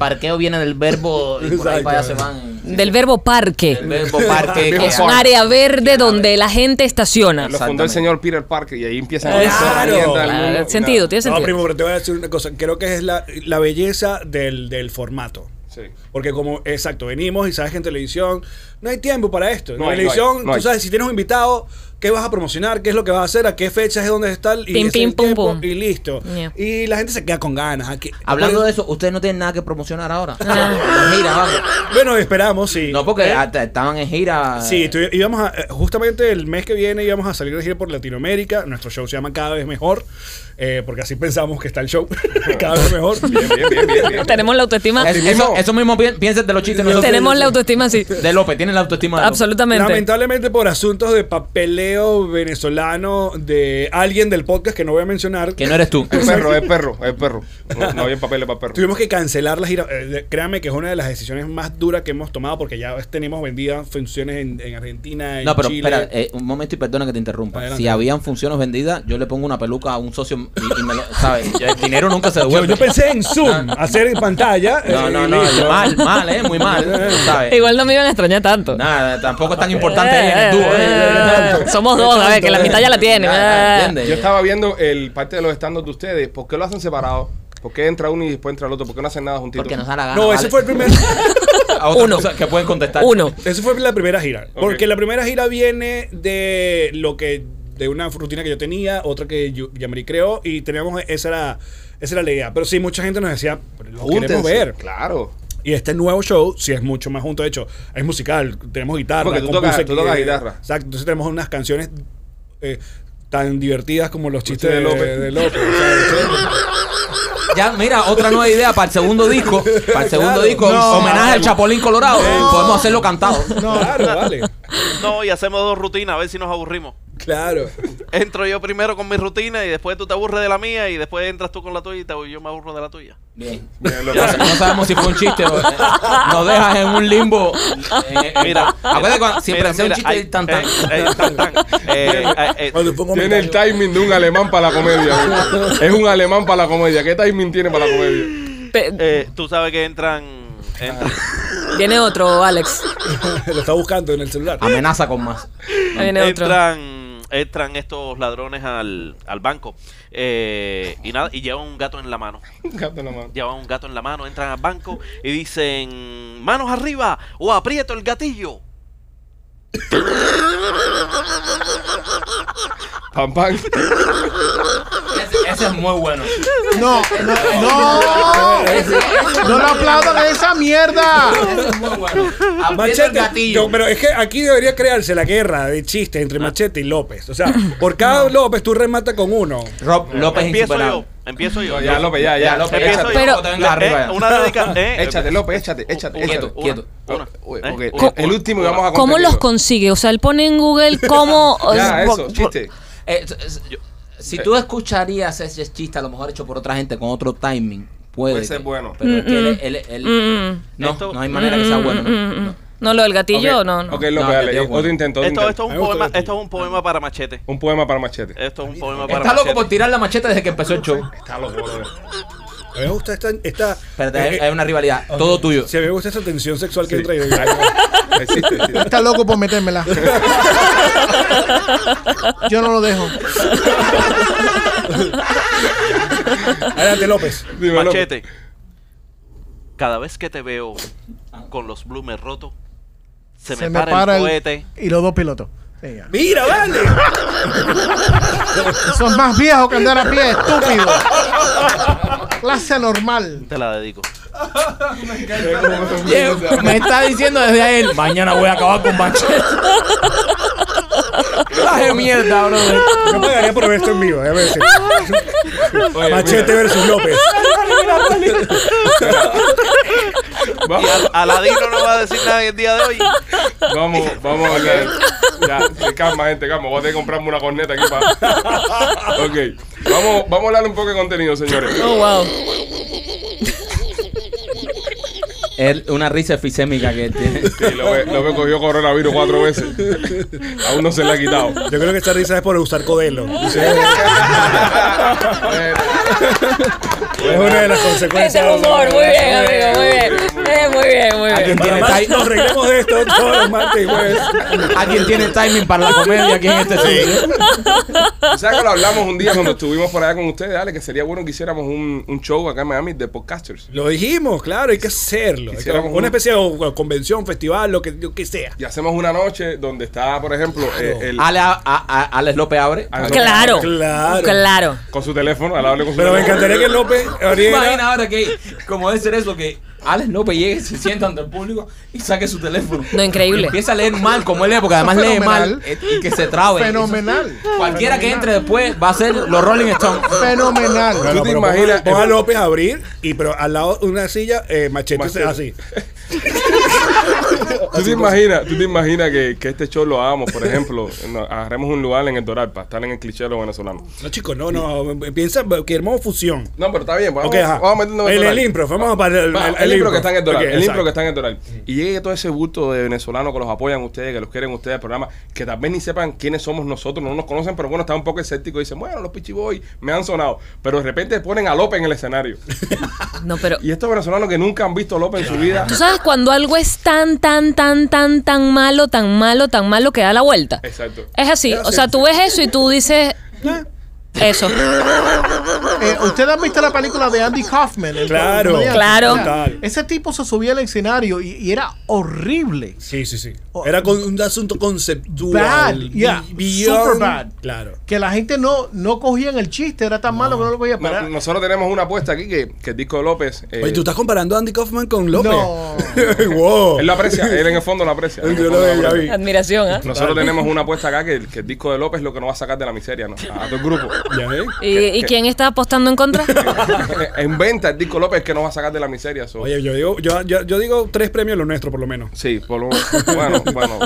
Speaker 2: Parqueo viene del verbo. Y por ahí
Speaker 4: Exacto.
Speaker 2: para allá se van.
Speaker 3: Del verbo
Speaker 2: El
Speaker 3: parque.
Speaker 2: verbo parque.
Speaker 1: Verbo
Speaker 2: que-
Speaker 3: Es un área verde donde la gente estaciona.
Speaker 1: Lo fundó el
Speaker 2: Exactamente.
Speaker 1: señor Peter Parker y ahí empiezan a
Speaker 4: Claro.
Speaker 1: del mundo.
Speaker 3: Claro,
Speaker 1: Y
Speaker 3: Sentido,
Speaker 1: nada.
Speaker 3: tiene
Speaker 4: No,
Speaker 3: sentido.
Speaker 4: primo, pero te voy a decir una cosa. Creo que es la, la belleza del, del formato.
Speaker 1: Sí.
Speaker 4: Porque como, exacto, venimos y sabes que en televisión no hay tiempo para esto. En
Speaker 1: No hay,
Speaker 4: televisión,
Speaker 1: no hay, no
Speaker 4: tú
Speaker 1: hay.
Speaker 4: sabes, si tienes un invitado, ¿qué qué vas a promocionar, qué es lo que vas a hacer, a qué fechas es donde está el, y
Speaker 3: Pim,
Speaker 4: es el
Speaker 3: pim, pum,
Speaker 4: tiempo,
Speaker 3: pum.
Speaker 4: y listo.
Speaker 3: Yeah.
Speaker 4: Y la gente se queda con ganas. Aquí-
Speaker 2: Hablando de eso, ustedes no tienen nada que promocionar ahora. Gira, vamos.
Speaker 4: Bueno, esperamos, sí.
Speaker 2: No, porque
Speaker 4: ¿Eh?
Speaker 2: hasta estaban en gira.
Speaker 4: Sí, tu- íbamos a, eh, justamente el mes que viene íbamos a salir de gira por Latinoamérica. Nuestro show se llama Cada vez Mejor, eh, porque así pensamos que está el show. Cada vez mejor.
Speaker 1: Bien, bien, bien, bien, bien.
Speaker 3: Tenemos la autoestima.
Speaker 2: Es- eso,
Speaker 1: Optimismo.
Speaker 2: eso mismo pi- piensen de los chistes. nosotros.
Speaker 3: Tenemos la autoestima, sí.
Speaker 2: De López, tienen la autoestima. de López.
Speaker 3: Absolutamente.
Speaker 4: Lamentablemente por asuntos de papeleo venezolano de alguien del podcast que no voy a mencionar.
Speaker 2: Que no eres tú.
Speaker 1: El perro, el perro, el perro. No, no había papeles para perro.
Speaker 4: Tuvimos que cancelar la gira. Eh, de- créanme que es una de las decisiones más duras que hemos tomado porque ya tenemos vendidas funciones en, en Argentina, en
Speaker 2: No, pero
Speaker 4: Chile.
Speaker 2: espera, eh, un momento y perdona que te interrumpa.
Speaker 4: Adelante.
Speaker 2: Si habían funciones vendidas, yo le pongo una peluca a un socio y, y me lo, ¿sabes? Ya El dinero nunca se
Speaker 4: yo,
Speaker 2: devuelve.
Speaker 4: yo pensé en Zoom, hacer en pantalla.
Speaker 2: no,
Speaker 4: eh,
Speaker 2: no,
Speaker 4: y
Speaker 2: no,
Speaker 4: listo.
Speaker 2: mal, mal, eh, muy mal, ¿sabes?
Speaker 3: Igual no me iban a extrañar tanto.
Speaker 2: Nada, tampoco es tan importante
Speaker 3: Eh,
Speaker 2: en el dúo.
Speaker 3: eh,
Speaker 2: eh.
Speaker 3: eh, Somos dos, a ver, que la mitad ya la tiene.
Speaker 2: Ya,
Speaker 3: eh.
Speaker 2: ¿entiendes?
Speaker 1: Yo estaba viendo el parte de los estandos de ustedes. ¿Por qué lo hacen separado? ¿Por qué entra uno y después entra el otro? ¿Por qué no hacen nada juntitos?
Speaker 2: Porque nos da la gana.
Speaker 4: No, ese
Speaker 2: Ah, vale.
Speaker 4: fue el primer.
Speaker 2: A otras
Speaker 3: Uno.
Speaker 2: cosas que pueden contestar.
Speaker 3: Uno.
Speaker 4: Esa fue la primera gira.
Speaker 1: Ok.
Speaker 4: Porque la primera gira viene de lo que de una rutina que yo tenía, otra que yo- Yamari creó y teníamos esa era esa era la idea. Pero sí mucha gente nos decía, "Pero lo queremos
Speaker 1: Júntense,
Speaker 4: ver.
Speaker 1: Claro.
Speaker 4: Y este nuevo show sí es mucho más junto, de hecho, es musical, tenemos guitarra,
Speaker 1: Porque tú
Speaker 4: compuse
Speaker 1: tocas- tú
Speaker 4: aquí,
Speaker 1: tocas
Speaker 4: eh,
Speaker 1: guitarra.
Speaker 4: Exacto, entonces tenemos unas canciones eh, tan divertidas como los chistes
Speaker 1: de
Speaker 4: de
Speaker 1: López.
Speaker 4: López. De, López, o sea, en serio.
Speaker 2: Ya, mira, otra nueva idea para el segundo disco. Para el segundo
Speaker 4: Claro.
Speaker 2: disco,
Speaker 5: No.
Speaker 2: homenaje al Chapolín Colorado. Podemos hacerlo cantado.
Speaker 4: Claro, vale.
Speaker 7: No, y hacemos dos rutinas, a ver si nos aburrimos.
Speaker 4: Claro.
Speaker 7: Entro yo primero con mi rutina y después tú te aburres de la mía y después entras tú con la tuya y te- yo me aburro de la tuya.
Speaker 2: Bien.
Speaker 1: Mira, lo-
Speaker 2: Ya, no sabemos si fue un chiste o eh, nos dejas en un limbo. Eh, eh,
Speaker 7: Mira,
Speaker 2: acuérdate cuando siempre
Speaker 7: mira,
Speaker 2: hacía un
Speaker 7: mira,
Speaker 2: chiste
Speaker 7: ay,
Speaker 2: del tan tan.
Speaker 7: eh, eh, tan, tan. Eh, eh, eh,
Speaker 1: Tiene el timing de un alemán para la comedia. es un alemán para la comedia. ¿Qué timing tiene para la comedia?
Speaker 3: Pe-
Speaker 7: eh, tú sabes que entran. entran-
Speaker 3: Viene otro, Alex.
Speaker 4: Lo está buscando en el celular.
Speaker 2: Amenaza con más.
Speaker 3: Ahí Viene otro.
Speaker 7: entran, entran estos ladrones al, al banco eh, y nada y llevan un gato en la mano
Speaker 1: Gato en la mano.
Speaker 7: llevan un gato en la mano entran al banco y dicen manos arriba o aprieto el gatillo
Speaker 1: Pam, pam.
Speaker 7: Eh,
Speaker 2: Ese, ese es muy bueno.
Speaker 5: No, no, no. No lo aplaudan a esa mierda.
Speaker 2: Ese es muy bueno. Aprieta el
Speaker 4: Machete,
Speaker 2: gatillo.
Speaker 4: yo- pero es que aquí debería crearse la guerra de chistes entre Machete y López. O sea, por cada López tú remata con uno.
Speaker 2: Rob López
Speaker 7: Eh, empiezo yo
Speaker 2: insuperable.
Speaker 7: empiezo yo
Speaker 1: No, ya, López, ya, ya.
Speaker 2: Ya, López,
Speaker 1: échate.
Speaker 7: empiezo yo
Speaker 3: Pero-
Speaker 2: Te vengas
Speaker 7: Eh,
Speaker 2: arriba, ya.
Speaker 7: una dedica- eh,
Speaker 1: Échate, López, échate, échate,
Speaker 7: Una,
Speaker 1: échate.
Speaker 7: una,
Speaker 2: quieto.
Speaker 7: una,
Speaker 1: Uy,
Speaker 7: eh,
Speaker 1: ok,
Speaker 7: una.
Speaker 1: El último y vamos a
Speaker 3: ¿Cómo
Speaker 1: conseguirlo.
Speaker 3: los consigue? O sea, él pone en Google cómo.
Speaker 1: Ah, Ya, eso,
Speaker 3: por-
Speaker 1: chiste.
Speaker 2: Eh, s- s- si tú escucharías ese chiste, a lo mejor hecho por otra gente con otro timing, puede.
Speaker 1: Puede ser
Speaker 2: que-
Speaker 1: bueno.
Speaker 2: Pero es que él- él- él-
Speaker 3: Mm,
Speaker 2: no,
Speaker 7: Esto-
Speaker 2: no hay manera que sea bueno. ¿no?
Speaker 3: mm, mm. No, lo del gatillo, no, no.
Speaker 1: Ok, López,
Speaker 2: No,
Speaker 1: dale.
Speaker 2: te digo,
Speaker 1: Otro
Speaker 2: bueno.
Speaker 1: intento. otro
Speaker 7: esto,
Speaker 1: intento.
Speaker 7: esto es
Speaker 4: Me
Speaker 7: un
Speaker 4: gusta
Speaker 7: poema
Speaker 4: el gatillo.
Speaker 7: esto es un poema para machete
Speaker 1: Un poema para Machete.
Speaker 7: esto es un
Speaker 3: mm.
Speaker 7: poema para
Speaker 2: Está loco por
Speaker 7: machete
Speaker 2: tirar la macheta desde que empezó el show.
Speaker 1: Está loco, brother.
Speaker 4: A mí me gusta esta. esta
Speaker 2: Espérate,
Speaker 4: eh,
Speaker 2: hay, hay una rivalidad.
Speaker 4: eh,
Speaker 2: Todo tuyo.
Speaker 4: Si a mí me gusta esta tensión sexual que
Speaker 1: Sí.
Speaker 4: entra ahí.
Speaker 1: Existe, existe.
Speaker 5: Está loco por metérmela. Yo no lo dejo.
Speaker 4: Adelante, López.
Speaker 1: Dime, López.
Speaker 7: machete cada vez que te veo con los bloomers rotos se, me, para, el cohete
Speaker 5: y los dos pilotos. Sí, ya.
Speaker 4: Mira, vale.
Speaker 5: Son más viejos que andar a pie, estúpido. Clase normal.
Speaker 7: te la dedico
Speaker 2: Diego, me está diciendo desde ayer, mañana voy a acabar con Machete. Clase de mierda, bro.
Speaker 4: No pagaría por ver esto en vivo. déjame decir.
Speaker 3: Ah.
Speaker 4: Machete versus López.
Speaker 7: Y
Speaker 1: Vamos,
Speaker 7: Al- Aladino no va a decir nada en el día de hoy.
Speaker 1: vamos, vamos a hablar. Ya, sí, calma, gente, calma. Voy a tener que comprarme una corneta aquí para. Ok, vamos, vamos a hablar un poco de contenido, señores.
Speaker 3: Oh, wow.
Speaker 2: Es una risa efisémica que él tiene.
Speaker 1: Sí, López, López cogió coronavirus cuatro veces. Aún no se le ha quitado.
Speaker 4: Yo creo que esta risa es por usar Codelo. Es una de las
Speaker 3: Ese
Speaker 4: consecuencias.
Speaker 3: es humor, muy bien, amigo, muy bien. Eh, muy bien, muy bien.
Speaker 2: Alguien tiene
Speaker 4: Para más,
Speaker 2: time-
Speaker 4: nos reiremos de esto todos los martes y jueves.
Speaker 2: Alguien tiene timing para la comedia aquí en este sitio.
Speaker 1: O sea que lo hablamos un día cuando estuvimos por allá con ustedes, dale, que sería bueno que hiciéramos un, un show acá en Miami de podcasters.
Speaker 4: Lo dijimos, claro, hay que hacerlo. Hay que-
Speaker 1: Quisiéramos un-
Speaker 4: una especie de o- convención, festival, lo que, lo que sea.
Speaker 1: Y hacemos una noche donde está, por ejemplo, eh, el,
Speaker 2: Ale- a- a- a- Alex López abre.
Speaker 1: Alex López
Speaker 3: Claro.
Speaker 4: Claro.
Speaker 3: Claro.
Speaker 1: con su teléfono, al habla con su
Speaker 4: Pero me
Speaker 1: teléfono.
Speaker 4: encantaría que López
Speaker 2: ¿Te
Speaker 4: abriera-
Speaker 2: imaginas ahora que, como debe ser eso, que Alex López llegue, se sienta ante el público y saque su teléfono?
Speaker 3: No, increíble.
Speaker 2: Y empieza a leer mal, como él lee, porque además lee mal
Speaker 5: Fenomenal.
Speaker 2: eh, y que se trabe.
Speaker 5: Fenomenal.
Speaker 2: Cualquiera que entre después va a ser los Rolling Stones.
Speaker 5: Fenomenal.
Speaker 1: ¿Tú te
Speaker 2: pues.
Speaker 1: imaginas?
Speaker 4: Pon a López a abrir y pero al lado de una silla, eh, machete,
Speaker 1: Machete.
Speaker 4: así.
Speaker 1: ¿Tú te imaginas, tú te imaginas que, que este show lo hagamos, por ejemplo, nos agarremos un lugar en el Doral para estar en el cliché de los venezolanos?
Speaker 4: No, chicos, no, no. Piensa que hermoso fusión.
Speaker 1: No, pero está bien, pues, vamos,
Speaker 4: Ok, ajá.
Speaker 1: vamos a meternos en
Speaker 4: el, el
Speaker 1: Doral.
Speaker 4: impro, vamos para el,
Speaker 1: Va, el, impro que está en el Doral.
Speaker 4: Ok,
Speaker 1: el impro
Speaker 4: exacto.
Speaker 1: que está en el Doral. Y llegue todo ese bulto de venezolanos que los apoyan ustedes, que los quieren ustedes al programa, que tal vez ni sepan quiénes somos nosotros, no nos conocen, pero bueno, están un poco escépticos y dicen, bueno, los pichiboy me han sonado. Pero de repente ponen a López en el escenario.
Speaker 3: No, pero.
Speaker 1: Y estos venezolanos que nunca han visto a López en su vida.
Speaker 3: Tú sabes cuando algo es tan, tan, tan, tan, tan malo, tan malo, tan malo que da la vuelta.
Speaker 1: Exacto.
Speaker 3: Es así. O sea, tú ves eso y tú dices. Eso.
Speaker 5: Eh, ¿Ustedes han visto la película de Andy Kaufman? el
Speaker 4: Claro.
Speaker 5: comediante?
Speaker 3: Claro.
Speaker 4: Total.
Speaker 5: Ese tipo se subía al escenario y, y era horrible.
Speaker 4: Sí, sí, sí. Era con un asunto
Speaker 5: Oh. Bad,
Speaker 4: conceptual.
Speaker 5: yeah,
Speaker 4: beyond-
Speaker 5: super bad.
Speaker 4: Claro.
Speaker 5: Que la gente no, no cogía en el chiste, era tan malo que no lo cogía.
Speaker 1: No-
Speaker 5: Pero era-
Speaker 1: nosotros tenemos una apuesta aquí que, que el disco de López. eh,
Speaker 4: Oye, tú estás comparando a Andy Kaufman con López.
Speaker 5: No.
Speaker 4: wow.
Speaker 1: Él lo aprecia, él en el fondo lo aprecia. Él en el
Speaker 4: Yo lo
Speaker 1: fondo lo
Speaker 4: vi, ya
Speaker 1: aprecia.
Speaker 4: vi.
Speaker 3: Admiración, ¿ah?
Speaker 1: Nosotros tenemos una apuesta acá que, el- que el disco de López es lo que nos va a sacar de la miseria, ¿no? A a todo el grupo.
Speaker 4: ¿Ya ves?
Speaker 3: ¿Y, y quién está apostando en contra?
Speaker 1: en venta el disco López que nos va a sacar de la miseria. so.
Speaker 4: Oye, yo digo, yo, yo, yo digo tres premios los nuestros, por lo menos.
Speaker 1: Sí, por lo Bueno, bueno.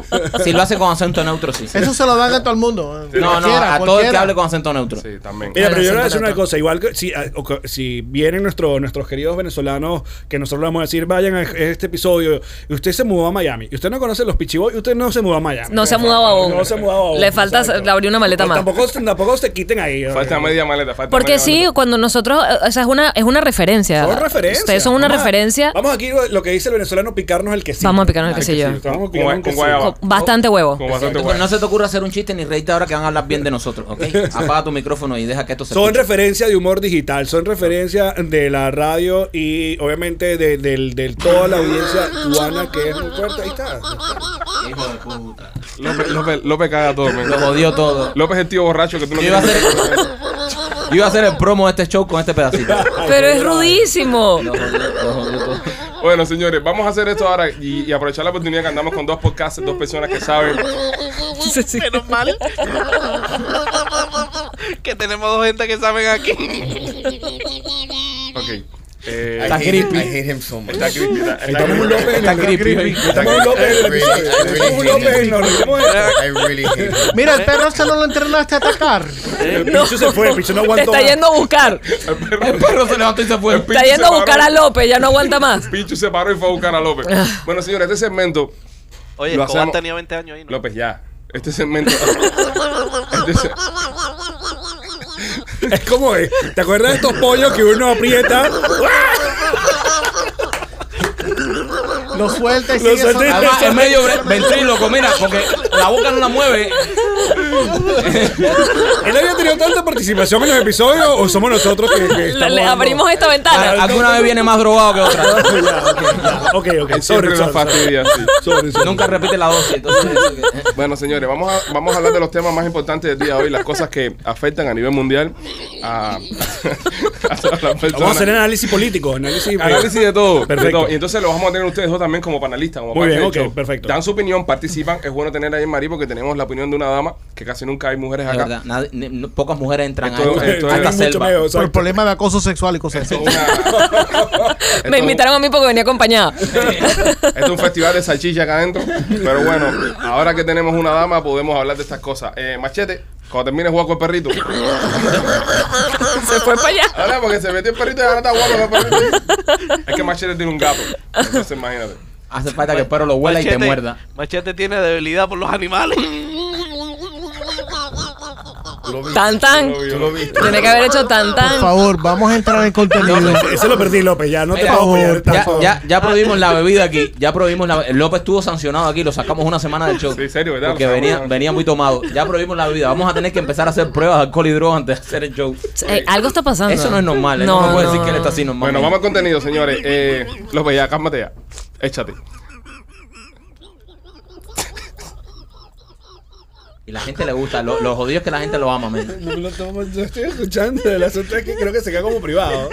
Speaker 2: Si lo hace con acento neutro, sí.
Speaker 5: Eso se lo dan a todo el mundo.
Speaker 2: No, no,
Speaker 5: Cualquiera,
Speaker 2: a todo el que
Speaker 5: cualquiera.
Speaker 2: hable con acento neutro.
Speaker 1: Sí, también.
Speaker 4: Mira, pero yo le voy a
Speaker 3: Alexander
Speaker 4: decir una
Speaker 3: Lato.
Speaker 4: cosa, igual que si, a- o que- si vienen nuestro- nuestros queridos venezolanos que nosotros le vamos a decir, vayan a este episodio, y usted se mudó a Miami, y usted no conoce los Pichiboy, y usted no se mudó a Miami.
Speaker 3: No se ha mudado a Bongo.
Speaker 4: No se ha mudado a Bongo,
Speaker 3: Le falta
Speaker 4: exacto.
Speaker 3: abrir una maleta
Speaker 4: O
Speaker 3: más.
Speaker 4: Tampoco, tampoco se quiten ahí. eh.
Speaker 1: Falta
Speaker 4: Ok.
Speaker 1: media maleta. Falta
Speaker 3: Porque
Speaker 1: media
Speaker 3: sí,
Speaker 1: maleta.
Speaker 3: cuando nosotros, eh, o sea, es una, es una referencia.
Speaker 4: Son referencias.
Speaker 3: Ustedes son una
Speaker 4: Vamos a-
Speaker 3: referencia.
Speaker 4: Vamos aquí lo- lo que dice el venezolano, picarnos el quesillo.
Speaker 3: Vamos a picarnos el quesillo.
Speaker 4: Vamos a
Speaker 1: Con,
Speaker 4: picarnos el
Speaker 1: con,
Speaker 4: quesillo.
Speaker 1: guayaba.
Speaker 3: Con Bastante huevo.
Speaker 1: Con bastante
Speaker 2: Entonces,
Speaker 1: guayaba.
Speaker 2: no se te ocurra hacer un chiste ni reírte ahora que van a hablar bien de nosotros, ¿ok? Apaga tu micrófono y deja que esto se
Speaker 4: Son
Speaker 2: escuche.
Speaker 4: referencias de humor digital, son referencias de la radio y obviamente de, del- del toda la audiencia cubana que es muy fuerte. Ahí está.
Speaker 2: Hijo de puta.
Speaker 1: López, López, López caga todo, men.
Speaker 2: Lo jodió todo.
Speaker 1: López es el tío borracho que tú no
Speaker 2: Yo iba, a
Speaker 1: quieres.
Speaker 2: hacer, yo iba a hacer el promo de este show con este pedacito.
Speaker 3: Pero es rudísimo.
Speaker 2: Lo jodió, lo jodió todo.
Speaker 1: Bueno, señores, vamos a hacer esto ahora y, y aprovechar la oportunidad que andamos con dos podcasts, dos personas que saben.
Speaker 3: Sí, sí.
Speaker 7: Menos mal que tenemos dos gente que saben aquí.
Speaker 1: Ok. Eh,
Speaker 6: I
Speaker 2: Está
Speaker 6: hate, him-
Speaker 2: creepy.
Speaker 6: I hate him so much.
Speaker 1: está aquí, mira, está aquí.
Speaker 4: Estamos un López en
Speaker 2: Está
Speaker 4: el
Speaker 2: creepy. hoy.
Speaker 4: Estamos un López en el
Speaker 6: Really,
Speaker 4: episodio.
Speaker 6: I really
Speaker 4: Estamos un
Speaker 6: hate
Speaker 4: López
Speaker 6: him.
Speaker 4: y nos reímos de esto.
Speaker 6: I really hate him.
Speaker 5: Mira, el perro se no lo entrenaste a atacar.
Speaker 4: El bicho se fue, el bicho no
Speaker 3: Te
Speaker 4: aguantó.
Speaker 3: está
Speaker 4: más.
Speaker 3: yendo a buscar.
Speaker 1: El
Speaker 2: El
Speaker 1: perro-
Speaker 2: perro se levantó y se fue.
Speaker 3: Está yendo a buscar a López, ya no aguanta más.
Speaker 1: Pichu se paró y fue a buscar a López.
Speaker 4: Ah.
Speaker 1: Bueno, señores, este segmento
Speaker 7: Oye,
Speaker 1: Lo
Speaker 7: Escobar
Speaker 1: hacemos-
Speaker 7: tenía 20 años ahí, ¿no?
Speaker 1: López, ya. Este segmento. Este se-
Speaker 4: Es como, eh, ¿te acuerdas de estos pollos que uno aprieta?
Speaker 5: Lo suelta y
Speaker 4: Lo
Speaker 5: sigue
Speaker 4: suelta y-
Speaker 5: sonando.
Speaker 2: Además, es medio bre- ventríloco, mira, porque la boca no la mueve.
Speaker 4: ¿Él había tenido tanta participación en los episodios o somos nosotros que, que
Speaker 3: Le,
Speaker 4: estamos
Speaker 3: le
Speaker 4: dando-
Speaker 3: abrimos esta
Speaker 2: Ah,
Speaker 3: ventana.
Speaker 2: Alguna vez viene más drogado que otra.
Speaker 4: Ok, ok,
Speaker 1: Él
Speaker 4: sorry,
Speaker 1: siempre nos
Speaker 4: sorry, sorry.
Speaker 1: fastidia, sí.
Speaker 4: Sorry, sorry.
Speaker 2: Nunca repite la dosis. Entonces, eso que-
Speaker 1: Bueno, señores, vamos a, vamos a hablar de los temas más importantes del día de hoy, las cosas que afectan a nivel mundial a, a todas las personas.
Speaker 4: Vamos a hacer análisis político, análisis, eh,
Speaker 1: Análisis de todo.
Speaker 4: Perfecto.
Speaker 1: de todo. Y entonces lo vamos a tener ustedes dos también como panelistas. Como
Speaker 4: Muy
Speaker 1: parte
Speaker 4: bien,
Speaker 1: del
Speaker 4: ok,
Speaker 1: show.
Speaker 4: perfecto.
Speaker 1: Dan su opinión, participan. Es bueno tener ahí en Marí porque tenemos la opinión de una dama que casi nunca hay mujeres
Speaker 2: Es
Speaker 1: acá.
Speaker 2: verdad, nadie- ni- no- pocas mujeres entran
Speaker 1: Esto-
Speaker 2: a,
Speaker 1: esto
Speaker 2: a
Speaker 1: es
Speaker 2: esta
Speaker 4: hay mucho
Speaker 2: selva.
Speaker 4: miedo,
Speaker 5: Por el
Speaker 4: exacto.
Speaker 5: problema de acoso sexual y cosas así.
Speaker 1: Esto es una- esto
Speaker 3: Me
Speaker 1: es-
Speaker 3: invitaron a mí porque venía acompañada.
Speaker 1: Esto es un festival de salchicha acá adentro. Pero bueno, ahora que tenemos una dama, podemos hablar de estas cosas. Eh, machete, cuando termine jugar con el perrito.
Speaker 3: Se fue para allá.
Speaker 1: Ahora, porque se metió el perrito y ahora está guapo el perrito. Es que Machete tiene un gato. Entonces, imagínate.
Speaker 2: Hace falta que el perro lo huela y te
Speaker 7: Machete-
Speaker 2: muerda.
Speaker 7: Machete tiene debilidad por los animales.
Speaker 1: lo viste,
Speaker 3: Tan, tan.
Speaker 1: tú lo viste.
Speaker 3: Tiene que haber hecho tan
Speaker 5: Por
Speaker 3: tan.
Speaker 5: favor, vamos a entrar en contenido.
Speaker 4: Ese lo perdí, López, ya no te
Speaker 2: Mira,
Speaker 4: puedo
Speaker 2: Ya,
Speaker 4: apoyar tanto.
Speaker 2: ya, ya prohibimos la bebida aquí. Ya prohibimos la López estuvo sancionado aquí, lo sacamos una semana del show.
Speaker 1: Sí, serio, ¿verdad?
Speaker 2: Porque
Speaker 1: Lo sacamos
Speaker 2: venía,
Speaker 1: una-
Speaker 2: venía muy tomado. Ya prohibimos la bebida. Vamos a tener que empezar a hacer pruebas de alcohol y drogas antes de hacer el show.
Speaker 3: Eh, algo está pasando.
Speaker 2: Eso no es normal. eh, No, me puede decir que él está así normal.
Speaker 1: Bueno, vamos al contenido, señores. Eh, López, ya, cálmate ya. Échate.
Speaker 2: Y la gente le gusta. Lo, lo jodido es que la gente lo ama, men.
Speaker 4: No lo tomo, yo estoy escuchando. El asunto es que creo que se queda como privado.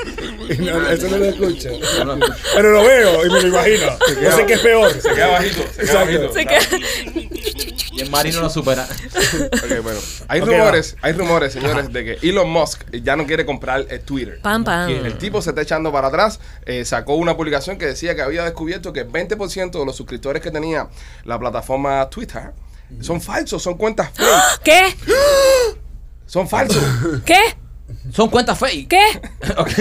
Speaker 4: Y no, eso no lo escucho.
Speaker 2: No lo-
Speaker 4: Pero lo veo y me lo imagino. No sé qué es peor.
Speaker 1: Se queda bajito, se queda
Speaker 4: Exacto.
Speaker 1: bajito.
Speaker 3: Se queda-
Speaker 2: Y el Mari no lo supera.
Speaker 1: Ok, bueno. Hay
Speaker 4: Ok,
Speaker 1: rumores, hay rumores, señores, de que Elon Musk ya no quiere comprar eh, Twitter.
Speaker 3: Pam, pam.
Speaker 1: El tipo se está echando para atrás. eh, sacó una publicación que decía que había descubierto que el 20% de los suscriptores que tenía la plataforma Twitter son falsos, son cuentas fake,
Speaker 3: ¿Qué?
Speaker 1: son falsos.
Speaker 3: ¿Qué?
Speaker 2: Son cuentas fake.
Speaker 3: ¿Qué?
Speaker 2: Ok.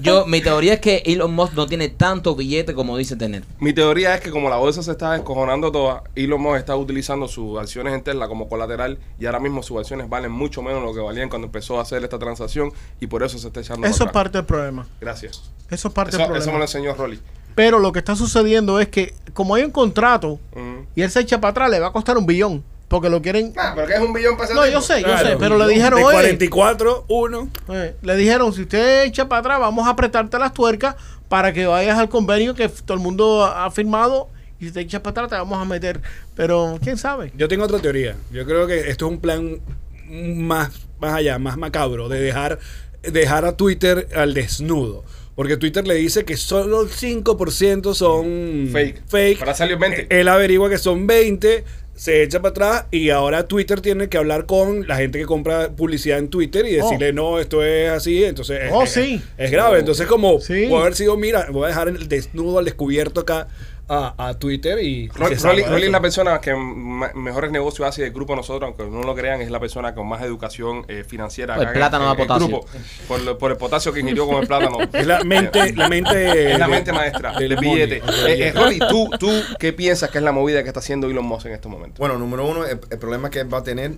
Speaker 2: Yo, mi teoría es que Elon Musk no tiene tanto billete como dice tener.
Speaker 1: Mi teoría es que como la bolsa se está descojonando toda, Elon Musk está utilizando sus acciones en Tesla como colateral y ahora mismo sus acciones valen mucho menos lo que valían cuando empezó a hacer esta transacción y por eso se está echando
Speaker 5: Eso es
Speaker 1: para atrás.
Speaker 5: parte del problema.
Speaker 1: Gracias.
Speaker 5: Eso es parte
Speaker 1: Eso,
Speaker 5: del
Speaker 1: eso me
Speaker 5: problema.
Speaker 1: lo enseñó Rolly.
Speaker 5: Pero lo que está sucediendo es que, como hay un contrato
Speaker 1: Mm.
Speaker 5: y él se echa para atrás, le va a costar un billón. Porque lo quieren.
Speaker 1: Ah, pero que es un billón para ese
Speaker 5: No,
Speaker 1: tipo.
Speaker 5: yo sé, yo
Speaker 4: Claro.
Speaker 5: sé. Pero le dijeron,
Speaker 4: De
Speaker 5: oye,
Speaker 4: 44, 1.
Speaker 5: eh, le dijeron, si usted echa para atrás, vamos a apretarte las tuercas para que vayas al convenio que f- todo el mundo ha ha firmado. Y si te echa para atrás, te vamos a meter. Pero quién sabe.
Speaker 4: Yo tengo otra teoría. Yo creo que esto es un plan más, más allá, más macabro, de dejar, dejar a Twitter al desnudo. Porque Twitter le dice que solo el 5% son
Speaker 1: Fake. Para salir 20.
Speaker 4: Eh, Él averigua que son 20, se echa para atrás y ahora Twitter tiene que hablar con la gente que compra publicidad en Twitter y decirle, no, esto es así. Entonces, es-
Speaker 5: Oh,
Speaker 4: es,
Speaker 5: sí.
Speaker 4: es grave. Entonces, como
Speaker 5: Sí.
Speaker 4: puede haber sido, mira, voy a dejar el desnudo al descubierto acá a, a Twitter y... y
Speaker 1: Rolly,
Speaker 4: se salva
Speaker 1: Rolly-
Speaker 4: de
Speaker 1: Rolly es
Speaker 4: eso.
Speaker 1: la persona que ma- mejores negocios hace del grupo nosotros, aunque no lo crean, es la persona con más educación eh, financiera.
Speaker 2: Por el
Speaker 1: acá
Speaker 2: plátano
Speaker 1: en-
Speaker 2: da
Speaker 1: en el
Speaker 2: potasio.
Speaker 1: por, lo- por el potasio que ingirió con el plátano. Eh,
Speaker 4: Es la mente, la eh, mente.
Speaker 1: Es la mente maestra del billete. Eh, eh, Rolly, ¿tú, ¿tú qué piensas que es la movida que está haciendo Elon Musk en este estos momentos?
Speaker 6: Bueno, número uno, el, el problema que él va a tener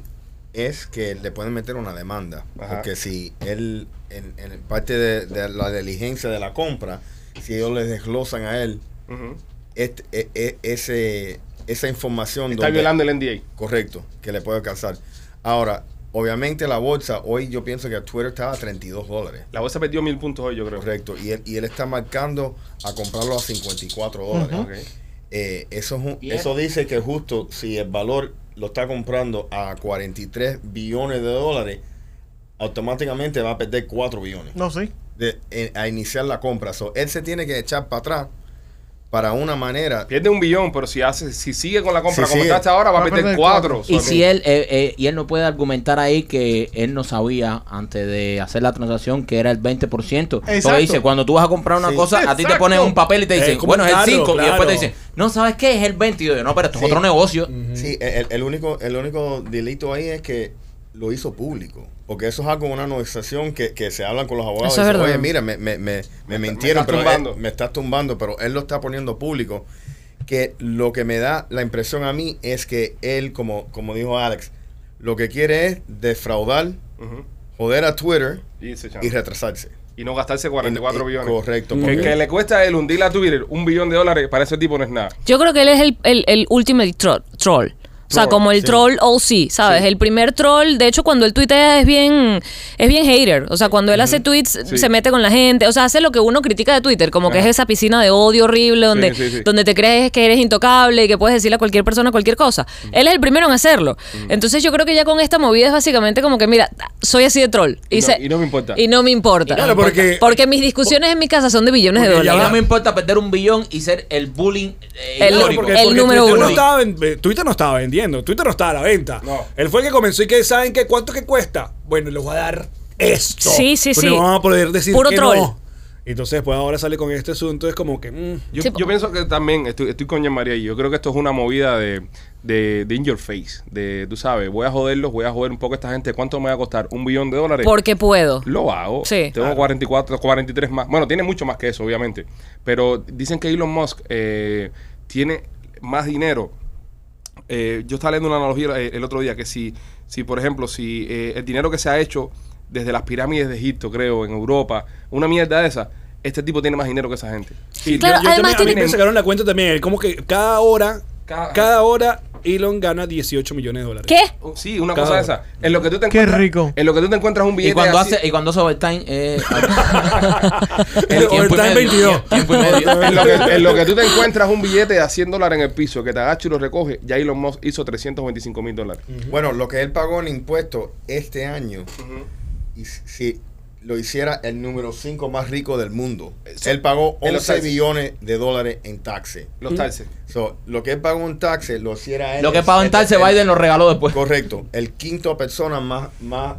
Speaker 6: es que le pueden meter una demanda.
Speaker 1: Ajá.
Speaker 6: Porque si él, en, en parte de, de la diligencia de la compra, si ellos le desglosan a él
Speaker 1: Ujú.
Speaker 6: este- e- e- ese, esa información...
Speaker 1: Está
Speaker 6: donde-
Speaker 1: violando el NDA.
Speaker 6: Correcto, que le puede alcanzar. Ahora, obviamente la bolsa, hoy yo pienso que Twitter estaba a 32 dólares.
Speaker 1: La bolsa perdió mil puntos hoy, yo creo.
Speaker 6: Correcto, y él, y él está marcando a comprarlo a 54 dólares.
Speaker 1: Ok.
Speaker 6: Eh, eso, es un-
Speaker 2: Bien.
Speaker 6: eso dice que justo si el valor lo está comprando a 43 billones de dólares, automáticamente va a perder 4 billones
Speaker 5: No sé.
Speaker 6: de- en- a iniciar la compra. So, él se tiene que echar para atrás para una manera.
Speaker 1: Pierde un billón, pero si hace, si sigue con la compra
Speaker 6: Si
Speaker 1: como
Speaker 6: sigue.
Speaker 1: está hasta ahora, va, a perder cuatro.
Speaker 2: Y
Speaker 1: O sea,
Speaker 2: si él eh, eh, y él no puede argumentar ahí que él no sabía antes de hacer la transacción que era el 20%.
Speaker 5: Exacto.
Speaker 2: Entonces dice, cuando tú vas a comprar una
Speaker 6: Sí.
Speaker 2: cosa, a ti te
Speaker 1: Exacto.
Speaker 2: ponen un papel y te
Speaker 4: Es
Speaker 2: dicen,
Speaker 4: como
Speaker 2: bueno,
Speaker 4: un
Speaker 2: es el
Speaker 4: carro,
Speaker 2: 5 y después te
Speaker 4: claro.
Speaker 2: dicen, no sabes qué es el 20 y yo, no, pero esto
Speaker 6: Sí. Mm.
Speaker 2: es otro negocio.
Speaker 6: Sí, el, el único, el único delito ahí es que lo hizo público. Porque eso es algo, una negociación que, que se hablan con los abogados.
Speaker 3: Eso es
Speaker 6: dicen,
Speaker 3: verdad.
Speaker 6: Oye, mira, me, me, me, me mintieron,
Speaker 1: estás
Speaker 6: pero él-
Speaker 1: tumbando".
Speaker 6: me estás tumbando, pero él lo está poniendo público. Que lo que me da la impresión a mí es que él, como, como dijo Alex, lo que quiere es defraudar,
Speaker 1: ujú.
Speaker 6: joder a Twitter
Speaker 1: Y se echa.
Speaker 6: y retrasarse.
Speaker 1: Y no gastarse 44
Speaker 6: Y- y-
Speaker 1: billones.
Speaker 6: Correcto.
Speaker 1: Que,
Speaker 6: porque-
Speaker 1: que le cuesta a él hundir a Twitter un billón de dólares, para ese tipo no es nada.
Speaker 3: Yo creo que él es el, el, el ultimate tro- troll. O sea,
Speaker 1: Troll,
Speaker 3: como el
Speaker 6: sí.
Speaker 3: troll OC, ¿sabes? El primer troll, de hecho, cuando él tuitea es bien, es bien hater. O sea, cuando él hace tweets,
Speaker 1: Sí.
Speaker 3: se mete con la gente. O sea, hace lo que uno critica de Twitter, como que es esa piscina de odio horrible donde,
Speaker 1: sí, sí.
Speaker 3: donde te crees que eres intocable y que puedes decirle a cualquier persona cualquier cosa. Él es el primero en hacerlo. Entonces yo creo que ya con esta movida es básicamente como que, mira, soy así de troll. Y,
Speaker 1: no- y no me importa.
Speaker 3: Y no me importa.
Speaker 4: Claro, porque-
Speaker 3: porque mis discusiones en mi casa son de billones de
Speaker 4: Porque
Speaker 3: dólares.
Speaker 4: ya
Speaker 2: Y
Speaker 4: Ahora-
Speaker 2: no me importa perder un billón y ser el bullying eh,
Speaker 3: El-
Speaker 4: Claro,
Speaker 2: histórico.
Speaker 4: porque-
Speaker 3: el
Speaker 4: porque
Speaker 3: número
Speaker 4: Twitter
Speaker 3: uno.
Speaker 4: No estaba ven- Twitter no estaba vendiendo, Twitter no estaba a la venta.
Speaker 1: No.
Speaker 4: Él fue el que comenzó y que saben que cuánto que cuesta. Bueno, les voy a dar esto.
Speaker 3: Sí, sí,
Speaker 4: Pero
Speaker 3: sí.
Speaker 4: No vamos a poder decir
Speaker 3: Puro
Speaker 4: que
Speaker 3: troll.
Speaker 4: no. Entonces, después ahora sale con este asunto, es como que. mm,
Speaker 1: Yo,
Speaker 3: Sí,
Speaker 1: yo
Speaker 3: po-
Speaker 1: pienso que también, estoy, estoy con Jean María y yo creo que esto es una movida de, de, de in your face. De, tú sabes, voy a joderlos, voy a joder un poco a esta gente. ¿Cuánto me va a costar? ¿Un billón de dólares?
Speaker 3: Porque puedo.
Speaker 1: Lo hago.
Speaker 3: Sí.
Speaker 1: Tengo 44, 43 más. Bueno, tiene mucho más que eso, obviamente. Pero dicen que Elon Musk eh, tiene más dinero. Eh, yo estaba leyendo una analogía eh, el otro día que si, si por ejemplo, si eh, el dinero que se ha hecho desde las pirámides de Egipto, creo, en Europa, una mierda de esa, este tipo tiene más dinero que esa gente.
Speaker 4: Sí,
Speaker 3: Claro,
Speaker 4: yo- yo
Speaker 3: además
Speaker 4: también- a mí
Speaker 3: tiene-
Speaker 4: me sacaron la cuenta también, como que cada hora,
Speaker 1: Cada-
Speaker 4: cada, hora Elon gana 18 millones de dólares.
Speaker 3: ¿Qué?
Speaker 1: Oh, Sí, una
Speaker 4: Cada
Speaker 1: cosa de
Speaker 4: hora.
Speaker 1: esa. En lo que tú te
Speaker 5: Qué
Speaker 1: encuentras,
Speaker 5: rico.
Speaker 1: En lo que tú te encuentras un billete
Speaker 2: Y cuando,
Speaker 1: así-
Speaker 2: hace, y cuando hace overtime, eh,
Speaker 4: El overtime 22.
Speaker 2: tiempo y medio.
Speaker 1: en, lo que, en lo que tú te encuentras un billete de 100 dólares en el piso que te agacha y lo recoge, ya Elon Musk hizo 325 mil dólares.
Speaker 6: Bueno, lo que él pagó en impuestos este año, y si- si lo hiciera el número 5 más rico del mundo,
Speaker 1: Eso-
Speaker 6: él pagó
Speaker 1: en los
Speaker 6: 11
Speaker 1: taxes.
Speaker 6: billones de dólares en taxes.
Speaker 1: Los taxes.
Speaker 6: So, lo que él pagó en taxes lo hiciera él.
Speaker 2: Lo que pagó en tal se
Speaker 4: Este,
Speaker 6: va
Speaker 2: Biden lo regaló después.
Speaker 6: Correcto, el quinto persona más, más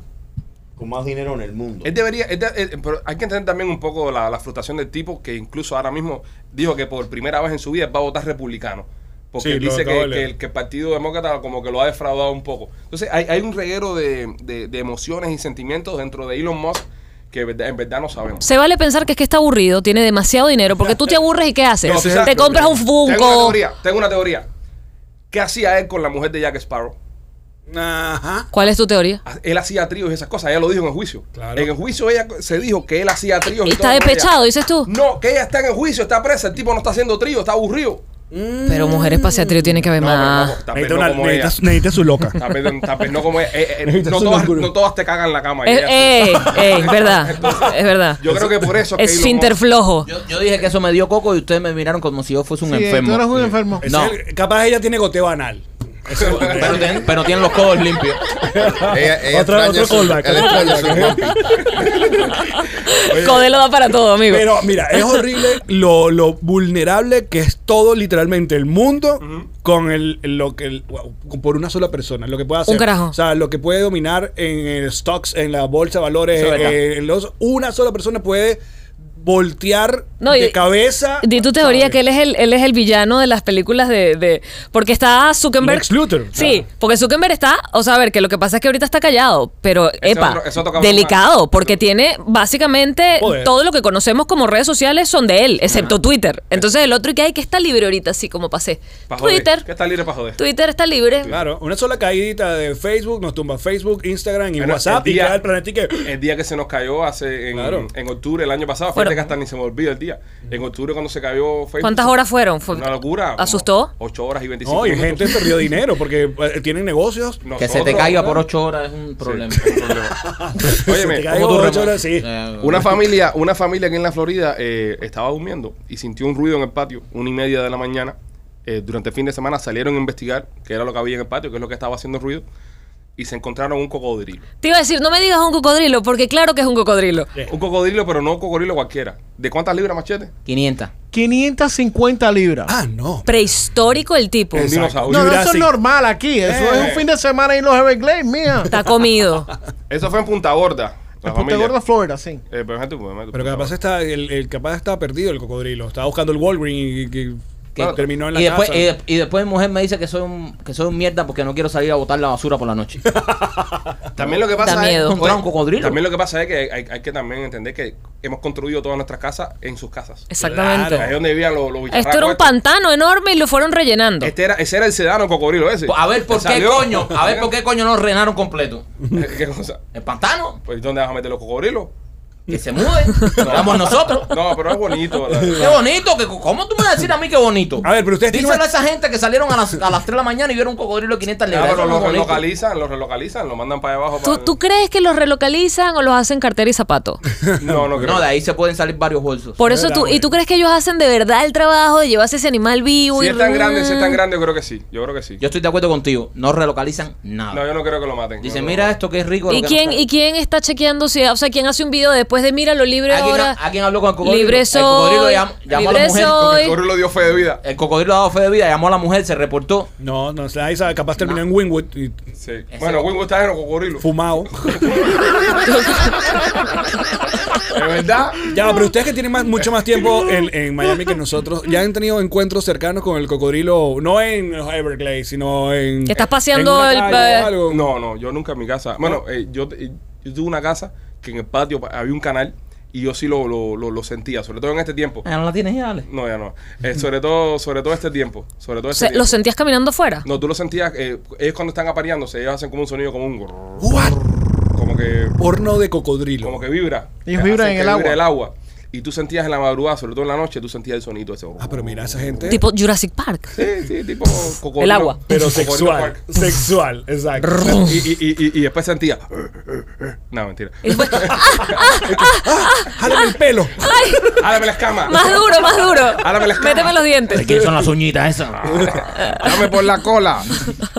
Speaker 6: con más dinero en el mundo.
Speaker 1: Él debería, él de- él- pero hay que entender también un poco la, la frustración del tipo que incluso ahora mismo dijo que por primera vez en su vida va a votar republicano. Porque
Speaker 4: Sí,
Speaker 1: él
Speaker 4: lo
Speaker 1: dice
Speaker 4: acabo
Speaker 1: que,
Speaker 4: de leer.
Speaker 1: que el, que el Partido Demócrata como que lo ha defraudado un poco. Entonces hay, hay un reguero de, de- de emociones y sentimientos dentro de Elon Musk que en verdad, en verdad no sabemos.
Speaker 3: Se vale pensar que es que está aburrido, tiene demasiado dinero, porque tú te aburres y ¿qué haces?
Speaker 1: No, tú sabes-
Speaker 3: te compras un
Speaker 1: Tengo una
Speaker 3: Funko.
Speaker 1: teoría, tengo una teoría. ¿Qué hacía él con la mujer de Jack Sparrow?
Speaker 4: Ajá.
Speaker 3: ¿Cuál es tu teoría?
Speaker 1: Él hacía tríos y esas cosas, ella lo dijo en el juicio.
Speaker 4: Claro.
Speaker 1: En el juicio ella se dijo que él hacía tríos.
Speaker 3: Y
Speaker 1: todo
Speaker 3: está
Speaker 1: con ella.
Speaker 3: despechado, dices tú.
Speaker 1: No, que ella está en el juicio, está presa, el tipo no está haciendo trío, está aburrido.
Speaker 3: Pero mujeres para trío tiene que haber
Speaker 1: Mm. No,
Speaker 3: Pues más.
Speaker 1: pero no, tal vez
Speaker 4: Necesita,
Speaker 1: no
Speaker 4: una-
Speaker 1: como ella.
Speaker 4: necesita- necesita su loca.
Speaker 1: Tal vez- tal vez no como ella. Eh, eh,
Speaker 4: Necesita
Speaker 1: no,
Speaker 4: su
Speaker 1: todas,
Speaker 4: locura.
Speaker 1: no todas te cagan en la cama. y
Speaker 3: Es
Speaker 1: ella
Speaker 3: ey, ey, eh, verdad,
Speaker 1: Entonces,
Speaker 3: es verdad.
Speaker 1: se- Yo creo que por eso que
Speaker 3: Es
Speaker 1: Elon
Speaker 3: finter
Speaker 1: Musk-
Speaker 3: flojo.
Speaker 2: Yo, yo dije que eso me dio coco y ustedes me miraron como si yo fuese un
Speaker 5: Sí,
Speaker 2: enfermo.
Speaker 5: Tú eres un enfermo.
Speaker 4: Ese
Speaker 2: No.
Speaker 4: es el- capaz ella tiene goteo anal. Eso-
Speaker 2: Pero, tienen, pero tienen los codos limpios.
Speaker 6: Ella- ella
Speaker 4: Otro-
Speaker 6: extraña
Speaker 4: otro
Speaker 6: su-
Speaker 4: callback. ¿eh?
Speaker 6: él extraña su papi.
Speaker 3: Codelo da para todo, amigo.
Speaker 4: Pero mira, es horrible lo, lo vulnerable que es todo literalmente el mundo con el lo que el- wow, con- por una sola persona, lo que puede hacer.
Speaker 3: carajo.
Speaker 4: O sea, lo que puede dominar en el stocks, en la bolsa de valores,
Speaker 2: Eso es verdad.
Speaker 4: eh, en los- una sola persona puede voltear
Speaker 3: No,
Speaker 4: de
Speaker 3: y-
Speaker 4: cabeza.
Speaker 3: Di tu teoría que él es el, él es el villano de las películas de, de- Porque está Zuckerberg.
Speaker 4: Lex Luthor.
Speaker 3: Sí,
Speaker 4: Ah.
Speaker 3: porque Zuckerberg está. O sea, a ver, que lo que pasa es que ahorita está callado, pero epa,
Speaker 1: otro- ese otro cabrón
Speaker 3: delicado,
Speaker 1: más.
Speaker 3: porque tiene básicamente
Speaker 4: Poder.
Speaker 3: todo lo que conocemos como redes sociales son de él, excepto Twitter. Entonces el otro que hay que está libre ahorita, así como pasé.
Speaker 1: pa' joder,
Speaker 3: Twitter.
Speaker 1: Que está libre para joder.
Speaker 3: Twitter está libre.
Speaker 4: Claro, una sola caídita de Facebook nos tumba Facebook, Instagram y
Speaker 1: Bueno,
Speaker 4: WhatsApp
Speaker 1: el
Speaker 4: y
Speaker 1: día-
Speaker 4: ya el planeta y que
Speaker 1: El día que se nos cayó hace en,
Speaker 4: Claro.
Speaker 1: en octubre el año pasado, fíjate
Speaker 3: Bueno.
Speaker 1: que hasta ni se me olvida el día. En octubre cuando se cayó Facebook.
Speaker 3: ¿Cuántas horas fueron? Fue-
Speaker 1: Una locura. como
Speaker 3: ¿Asustó?
Speaker 1: Ocho horas y 25
Speaker 4: no, y
Speaker 1: minutos.
Speaker 4: gente perdió dinero porque eh, tienen negocios.
Speaker 2: que se te
Speaker 1: Nosotros,
Speaker 2: caiga por
Speaker 1: ¿verdad?
Speaker 2: ocho horas es un
Speaker 1: Sí,
Speaker 2: problema.
Speaker 1: es un problema. Óyeme,
Speaker 4: Se te
Speaker 2: ¿Cómo
Speaker 4: cayó
Speaker 2: tú
Speaker 4: ocho
Speaker 2: remas?
Speaker 4: horas, sí.
Speaker 2: Eh,
Speaker 1: Una familia, una familia aquí en la Florida eh, estaba durmiendo y sintió un ruido en el patio, una y media de la mañana. Eh, durante el fin de semana salieron a investigar qué era lo que había en el patio, qué es lo que estaba haciendo ruido, y se encontraron un cocodrilo.
Speaker 3: Te iba a decir, no me digas un cocodrilo, porque claro que es un cocodrilo.
Speaker 4: Eh.
Speaker 1: Un cocodrilo, pero no un cocodrilo cualquiera. ¿De cuántas libras, machete?
Speaker 2: 500.
Speaker 5: 550 libras.
Speaker 4: Ah, no.
Speaker 3: Prehistórico el tipo.
Speaker 1: Un
Speaker 4: Exacto.
Speaker 1: dinosaurio.
Speaker 5: no, no, eso es
Speaker 4: Jurassic.
Speaker 5: normal aquí. Eso
Speaker 1: Eh.
Speaker 5: es un fin de semana en los Everglades, mía.
Speaker 3: Está comido.
Speaker 1: Eso fue en Punta Gorda. la
Speaker 5: En Punta
Speaker 1: familia.
Speaker 5: Gorda, Florida, sí.
Speaker 1: Eh, pero gente, pues,
Speaker 4: Pero capaz está, el, el capaz está perdido el cocodrilo. Estaba buscando el Walgreen y que
Speaker 2: Que-
Speaker 4: que terminó en la
Speaker 2: y después, eh,
Speaker 4: casa.
Speaker 2: Y, de- y después mi mujer me dice que soy un que soy un mierda porque no quiero salir a botar la basura por la noche.
Speaker 1: También lo que pasa
Speaker 3: Da
Speaker 1: es-
Speaker 3: miedo.
Speaker 2: Encontrar
Speaker 1: oye,
Speaker 2: un cocodrilo.
Speaker 1: También lo que pasa es que hay, hay que también entender que hemos construido todas nuestras casas en sus casas.
Speaker 3: Exactamente.
Speaker 1: Ahí es donde vivían los, los
Speaker 3: Esto era
Speaker 1: bicharracos
Speaker 3: un
Speaker 1: estos.
Speaker 3: pantano enorme y lo fueron rellenando.
Speaker 1: Este era, ese era el sedano cocodrilo ese.
Speaker 2: Pues, A ver por
Speaker 1: Te
Speaker 2: qué
Speaker 1: salió.
Speaker 2: coño, a ver por qué coño no renaron completo.
Speaker 1: ¿Qué cosa?
Speaker 2: El pantano,
Speaker 1: Pues ¿dónde vas a meter los cocodrilos?
Speaker 2: que se mude, lo damos nosotros.
Speaker 1: No, pero es bonito. la
Speaker 2: Qué
Speaker 1: verdad.
Speaker 2: bonito, que, ¿cómo tú me vas a decir a mí qué bonito?
Speaker 4: A ver, pero ustedes tienen
Speaker 2: Díselo a
Speaker 4: una-
Speaker 2: esa gente que salieron a las, a las 3 de la mañana y vieron un cocodrilo de 500
Speaker 1: Ah,
Speaker 2: libras.
Speaker 1: pero
Speaker 2: Eso no
Speaker 1: lo
Speaker 2: es bonito.
Speaker 1: relocalizan, lo relocalizan, lo mandan para abajo.
Speaker 3: ¿Tú,
Speaker 1: para-
Speaker 3: tú crees que los relocalizan o los hacen cartera y zapato?
Speaker 1: No, no creo.
Speaker 2: No, de ahí se pueden salir varios bolsos.
Speaker 3: Por eso tú, ¿y tú crees que ellos hacen de verdad el trabajo de llevarse ese animal vivo?
Speaker 1: si
Speaker 3: y
Speaker 1: es tan grande, si es tan
Speaker 3: re-
Speaker 1: grande, yo creo que sí. Yo creo que sí.
Speaker 2: Yo estoy de acuerdo contigo, no relocalizan
Speaker 1: No,
Speaker 2: nada.
Speaker 1: yo no creo que lo maten. No,
Speaker 2: Dicen,
Speaker 1: no,
Speaker 2: mira
Speaker 1: no.
Speaker 2: esto que es rico.
Speaker 3: ¿Y
Speaker 2: lo que
Speaker 3: quién,
Speaker 2: no
Speaker 3: ¿Y quién está chequeando si, o sea, quién hace un video después de mira lo libre
Speaker 2: ¿Alguien,
Speaker 3: ahora?
Speaker 2: alguien habló con el cocodrilo?
Speaker 3: Libre
Speaker 2: El cocodrilo
Speaker 3: soy,
Speaker 2: llam- llamó a la
Speaker 3: libre
Speaker 2: mujer.
Speaker 1: Porque
Speaker 3: soy.
Speaker 1: El cocodrilo dio fe de vida.
Speaker 2: El cocodrilo ha dado fe de vida, llamó a la mujer, se reportó.
Speaker 4: No, no, o sea, ahí sabe, capaz terminó en Winwood y
Speaker 1: Sí. Bueno, Wingo está en los cocodrilos.
Speaker 4: fumado.
Speaker 1: De verdad.
Speaker 4: ya, pero ustedes que tienen más, mucho más tiempo en, en Miami que nosotros, ya han tenido encuentros cercanos con el cocodrilo, no en los Everglades, sino en.
Speaker 3: Que estás paseando
Speaker 4: en una
Speaker 3: el-
Speaker 4: calle o algo.
Speaker 1: No, no, yo nunca en mi casa. Bueno, eh, yo, eh, yo tuve una casa que en el patio pa- había un canal Y yo sí lo, lo, lo- lo sentía, sobre todo en este tiempo.
Speaker 2: Ah, no la tienes ya, Ale.
Speaker 1: No, ya no. Eh, sobre todo sobre todo este tiempo. Sobre todo
Speaker 3: O
Speaker 1: este
Speaker 3: sea, ¿Lo
Speaker 1: tiempo.
Speaker 3: sentías caminando fuera?
Speaker 1: No, tú lo sentías. eh, ellos cuando están apareándose, ellos hacen como un sonido como un. grrr, Como que
Speaker 4: Porno de cocodrilo.
Speaker 1: como que vibra.
Speaker 5: Ellos
Speaker 1: Que
Speaker 5: vibran
Speaker 1: hacen
Speaker 5: en el
Speaker 1: que vibre
Speaker 5: agua.
Speaker 1: el agua. Y tú sentías en la madrugada, sobre todo en la noche, tú sentías el sonido ese.
Speaker 4: Ah, pero mira esa gente.
Speaker 3: Tipo Jurassic Park.
Speaker 1: Sí, sí, tipo cocodrilo.
Speaker 3: El agua.
Speaker 4: pero
Speaker 1: Cocodrilo
Speaker 4: sexual.
Speaker 1: Park.
Speaker 4: sexual, exacto.
Speaker 1: Y, y, y, y- y después sentía. No, mentira.
Speaker 3: Y después, ¡ah!
Speaker 4: Jálame el pelo.
Speaker 3: ¡Ay!
Speaker 1: Álame las camas.
Speaker 3: Más duro, más
Speaker 1: Ahora me las
Speaker 3: duro. Méteme los
Speaker 2: ¿De
Speaker 3: dientes.
Speaker 2: quién son las uñitas esas?
Speaker 1: Álame por la cola.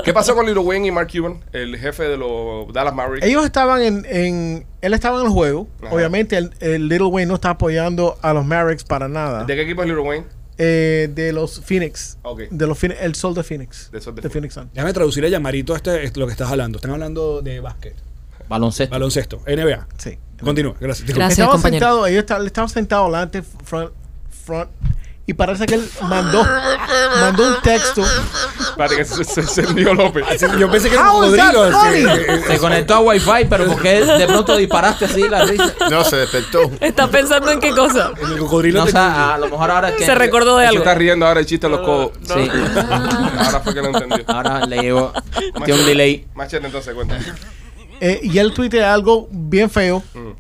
Speaker 1: ¿Qué pasó con Lil Wayne y Mark Cuban, el jefe de los Dallas Mavericks?
Speaker 5: Ellos estaban en, en- Él estaba en el juego.
Speaker 1: Ajá.
Speaker 5: Obviamente, el, el Little Wayne no está apoyando a los Mavericks para nada.
Speaker 1: ¿De qué equipo es Lil Wayne?
Speaker 5: Eh, de los Phoenix.
Speaker 1: Ok.
Speaker 5: De los Phoenix- el sol de Phoenix.
Speaker 1: Del Sol de
Speaker 5: de Phoenix. Sun.
Speaker 4: Déjame traducir a llamarito este, este- lo que estás hablando. Están hablando de básquet,
Speaker 2: Baloncesto.
Speaker 4: baloncesto, NBA.
Speaker 5: Sí.
Speaker 4: Continúa, gracias. Disculpa.
Speaker 3: Gracias,
Speaker 5: Estaban
Speaker 3: compañero.
Speaker 5: sentados, ellos estaban, estaban sentados delante, front, front, y parece que él mandó, mandó un texto.
Speaker 1: Espérate que se- se se encendió López.
Speaker 4: Yo pensé que era un
Speaker 5: How is that
Speaker 4: cocodrilo.
Speaker 5: funny?
Speaker 4: así.
Speaker 2: Se conectó a Wi-Fi, pero porque de pronto disparaste así la risa.
Speaker 6: No, se despertó.
Speaker 3: Está pensando en qué cosa.
Speaker 4: El cocodrilo.
Speaker 2: No, o
Speaker 4: te-
Speaker 2: sea, a lo mejor ahora es que.
Speaker 3: Se recordó de
Speaker 1: Se
Speaker 3: algo.
Speaker 1: está riendo ahora el chiste de los codos.
Speaker 2: Sí.
Speaker 1: Ahora fue que lo entendió.
Speaker 2: Ahora le llevo. Tiene un delay.
Speaker 1: Machete, entonces, cuenta.
Speaker 5: eh, y él tuitea algo bien feo
Speaker 4: Mm.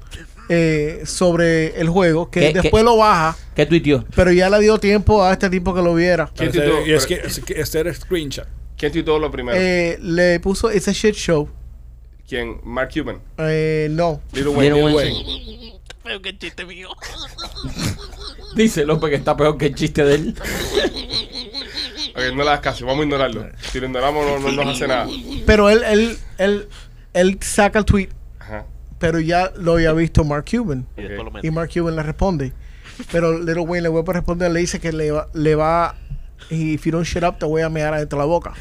Speaker 5: eh, sobre el juego, que
Speaker 2: ¿Qué-
Speaker 5: después
Speaker 2: qué?
Speaker 5: lo baja,
Speaker 2: ¿Qué tuiteó?
Speaker 5: pero ya le dio tiempo a este tipo que lo viera.
Speaker 1: ¿Quién
Speaker 4: Pero
Speaker 1: tuiteó?
Speaker 4: este- Y es que, es que este era screenshot.
Speaker 1: ¿Quién tuiteó lo primero?
Speaker 5: Eh, le puso It's a shit show.
Speaker 1: ¿Quién? Mark Cuban.
Speaker 5: Eh, no.
Speaker 1: Lil Wayne.
Speaker 2: Lil
Speaker 1: Lil
Speaker 2: Wayne.
Speaker 1: Wayne.
Speaker 7: Pero qué chiste mío.
Speaker 2: Dice López que está peor que el chiste de él.
Speaker 1: Ok, no le das caso, vamos a ignorarlo. Si lo ignoramos, no, no nos hace nada.
Speaker 5: Pero él, él, él, él saca el tweet,
Speaker 1: Ajá.
Speaker 5: pero ya lo había visto Mark Cuban.
Speaker 7: Y después lo meto.
Speaker 5: Y Mark Cuban le responde. Pero Little Wayne le vuelve a responder, le dice que le va, le va if you don't shut up, te voy a mear adentro de la boca.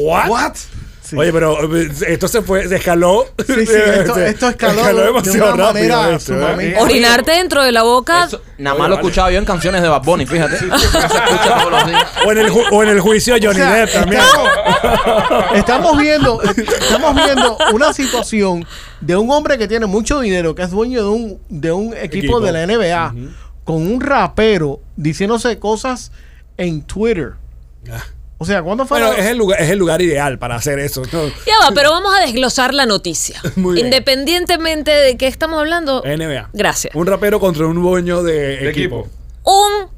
Speaker 4: What?
Speaker 5: Sí.
Speaker 4: Oye, este, pero eh, esto se fue, se escaló.
Speaker 5: Sí, sí, esto- esto escaló de una manera
Speaker 4: esto, ¿eh?
Speaker 5: sumamente-
Speaker 3: Orinarte dentro de la boca.
Speaker 2: Eso, nada más lo he escuchado yo en canciones de Bad Bunny, fíjate. Eso se escucha todos los días.
Speaker 4: O en el, ju- o en el juicio a Johnny
Speaker 5: O sea,
Speaker 4: Depp también.
Speaker 5: Estamos viendo, estamos viendo una situación de un hombre que tiene mucho dinero, que es dueño de un, de un equipo,
Speaker 4: Equipo.
Speaker 5: de la NBA, con un rapero diciéndose cosas en Twitter.
Speaker 4: Ah.
Speaker 5: O sea, ¿cuándo fue?
Speaker 4: Bueno,
Speaker 5: la-
Speaker 4: es el lugar, es el lugar ideal para hacer eso. ¿no?
Speaker 3: Ya va, pero vamos a desglosar la noticia.
Speaker 4: Muy bien.
Speaker 3: Independientemente de qué estamos hablando,
Speaker 4: NBA.
Speaker 3: Gracias.
Speaker 4: Un rapero contra un dueño de,
Speaker 1: De
Speaker 4: equipo.
Speaker 1: equipo.
Speaker 3: un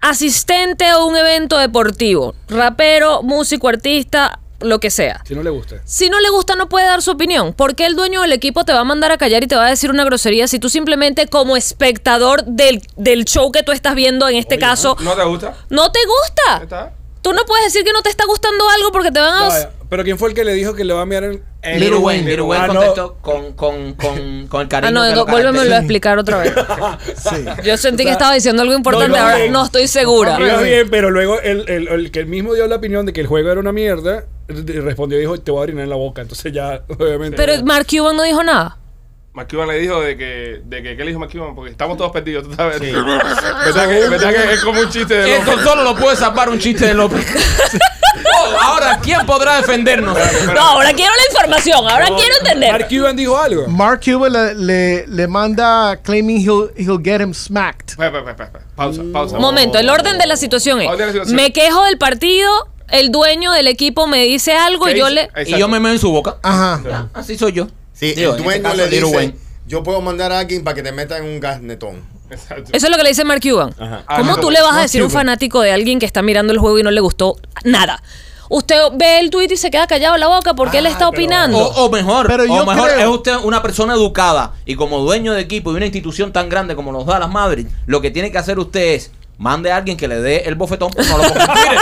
Speaker 3: asistente a un evento deportivo, rapero, músico, artista, lo que sea.
Speaker 4: Si no le gusta.
Speaker 3: Si no le gusta, no puede dar su opinión. porque el dueño del equipo te va a mandar a callar y te va a decir una grosería si tú simplemente, como espectador del, del show que tú estás viendo, en este caso,
Speaker 1: ¿No te gusta?
Speaker 3: no te
Speaker 1: Ahí
Speaker 3: gusta?
Speaker 1: está.
Speaker 3: Tú no puedes decir que no te está gustando algo porque te van a.
Speaker 4: Vaya, Pero ¿quién fue el que le dijo que le va a mirar el...
Speaker 2: Little Wayne, Little Wayne
Speaker 4: Ah, no.
Speaker 2: contestó con, con, con, con el cariño.
Speaker 3: Ah, no,
Speaker 2: que
Speaker 3: no
Speaker 2: lo
Speaker 3: vuélvemelo a
Speaker 2: caracteriza.
Speaker 3: explicar otra vez.
Speaker 5: Sí.
Speaker 3: Yo sentí que estaba diciendo algo importante,
Speaker 4: No, no,
Speaker 3: ahora
Speaker 4: bien.
Speaker 3: no estoy segura.
Speaker 4: Iba bien, pero luego el, el- el que mismo dio la opinión de que el juego era una mierda, r- respondió y dijo, te voy a orinar en la boca. Entonces ya, obviamente...
Speaker 3: Pero Mark Cuban no dijo nada.
Speaker 1: Mark Cuban le dijo de que, de que ¿qué le dijo Mark Cuban? Porque estamos todos perdidos, tú sabes. ¿Verdad, que, verdad que es como un chiste de loco?
Speaker 2: Esto solo lo puede salvar un chiste de López. Oh, ahora, ¿quién podrá defendernos?
Speaker 3: No, ahora quiero la información, ahora quiero entender.
Speaker 4: Mark Cuban dijo algo.
Speaker 5: Mark Cuban le, le- le manda claiming he'll, he'll get him smacked.
Speaker 1: Pa- pa- pa- pa- pa- Pausa, pausa.
Speaker 3: Momento, el orden de la situación
Speaker 1: Orden de la
Speaker 3: es:
Speaker 1: situación.
Speaker 3: me quejo del partido, el dueño del equipo me dice algo
Speaker 1: ¿Qué
Speaker 3: y yo
Speaker 1: hice?
Speaker 3: le.
Speaker 1: Exacto.
Speaker 2: Y yo me meo en su boca.
Speaker 5: Ajá.
Speaker 2: Ah, Así soy yo.
Speaker 6: Sí,
Speaker 2: Digo, en
Speaker 6: el
Speaker 2: este
Speaker 6: dueño
Speaker 2: caso,
Speaker 6: le
Speaker 2: Little
Speaker 6: dice,
Speaker 2: Wayne.
Speaker 6: yo puedo mandar a alguien para que te metan en un gasnetón.
Speaker 1: Exacto.
Speaker 3: Eso es lo que le dice Mark Cuban. ¿Cómo
Speaker 1: Ah,
Speaker 3: tú
Speaker 1: no.
Speaker 3: le vas a decir a un fanático de alguien que está mirando el juego y no le gustó nada? Usted ve el tweet y se queda callado la boca porque él está opinando.
Speaker 2: O, o mejor,
Speaker 5: Pero yo
Speaker 2: o mejor
Speaker 5: creo-
Speaker 2: es usted una persona educada y como dueño de equipo y una institución tan grande como los Dallas Mavericks, lo que tiene que hacer usted es mande a alguien que le dé el bofetón. pues No lo ponga en Twitter.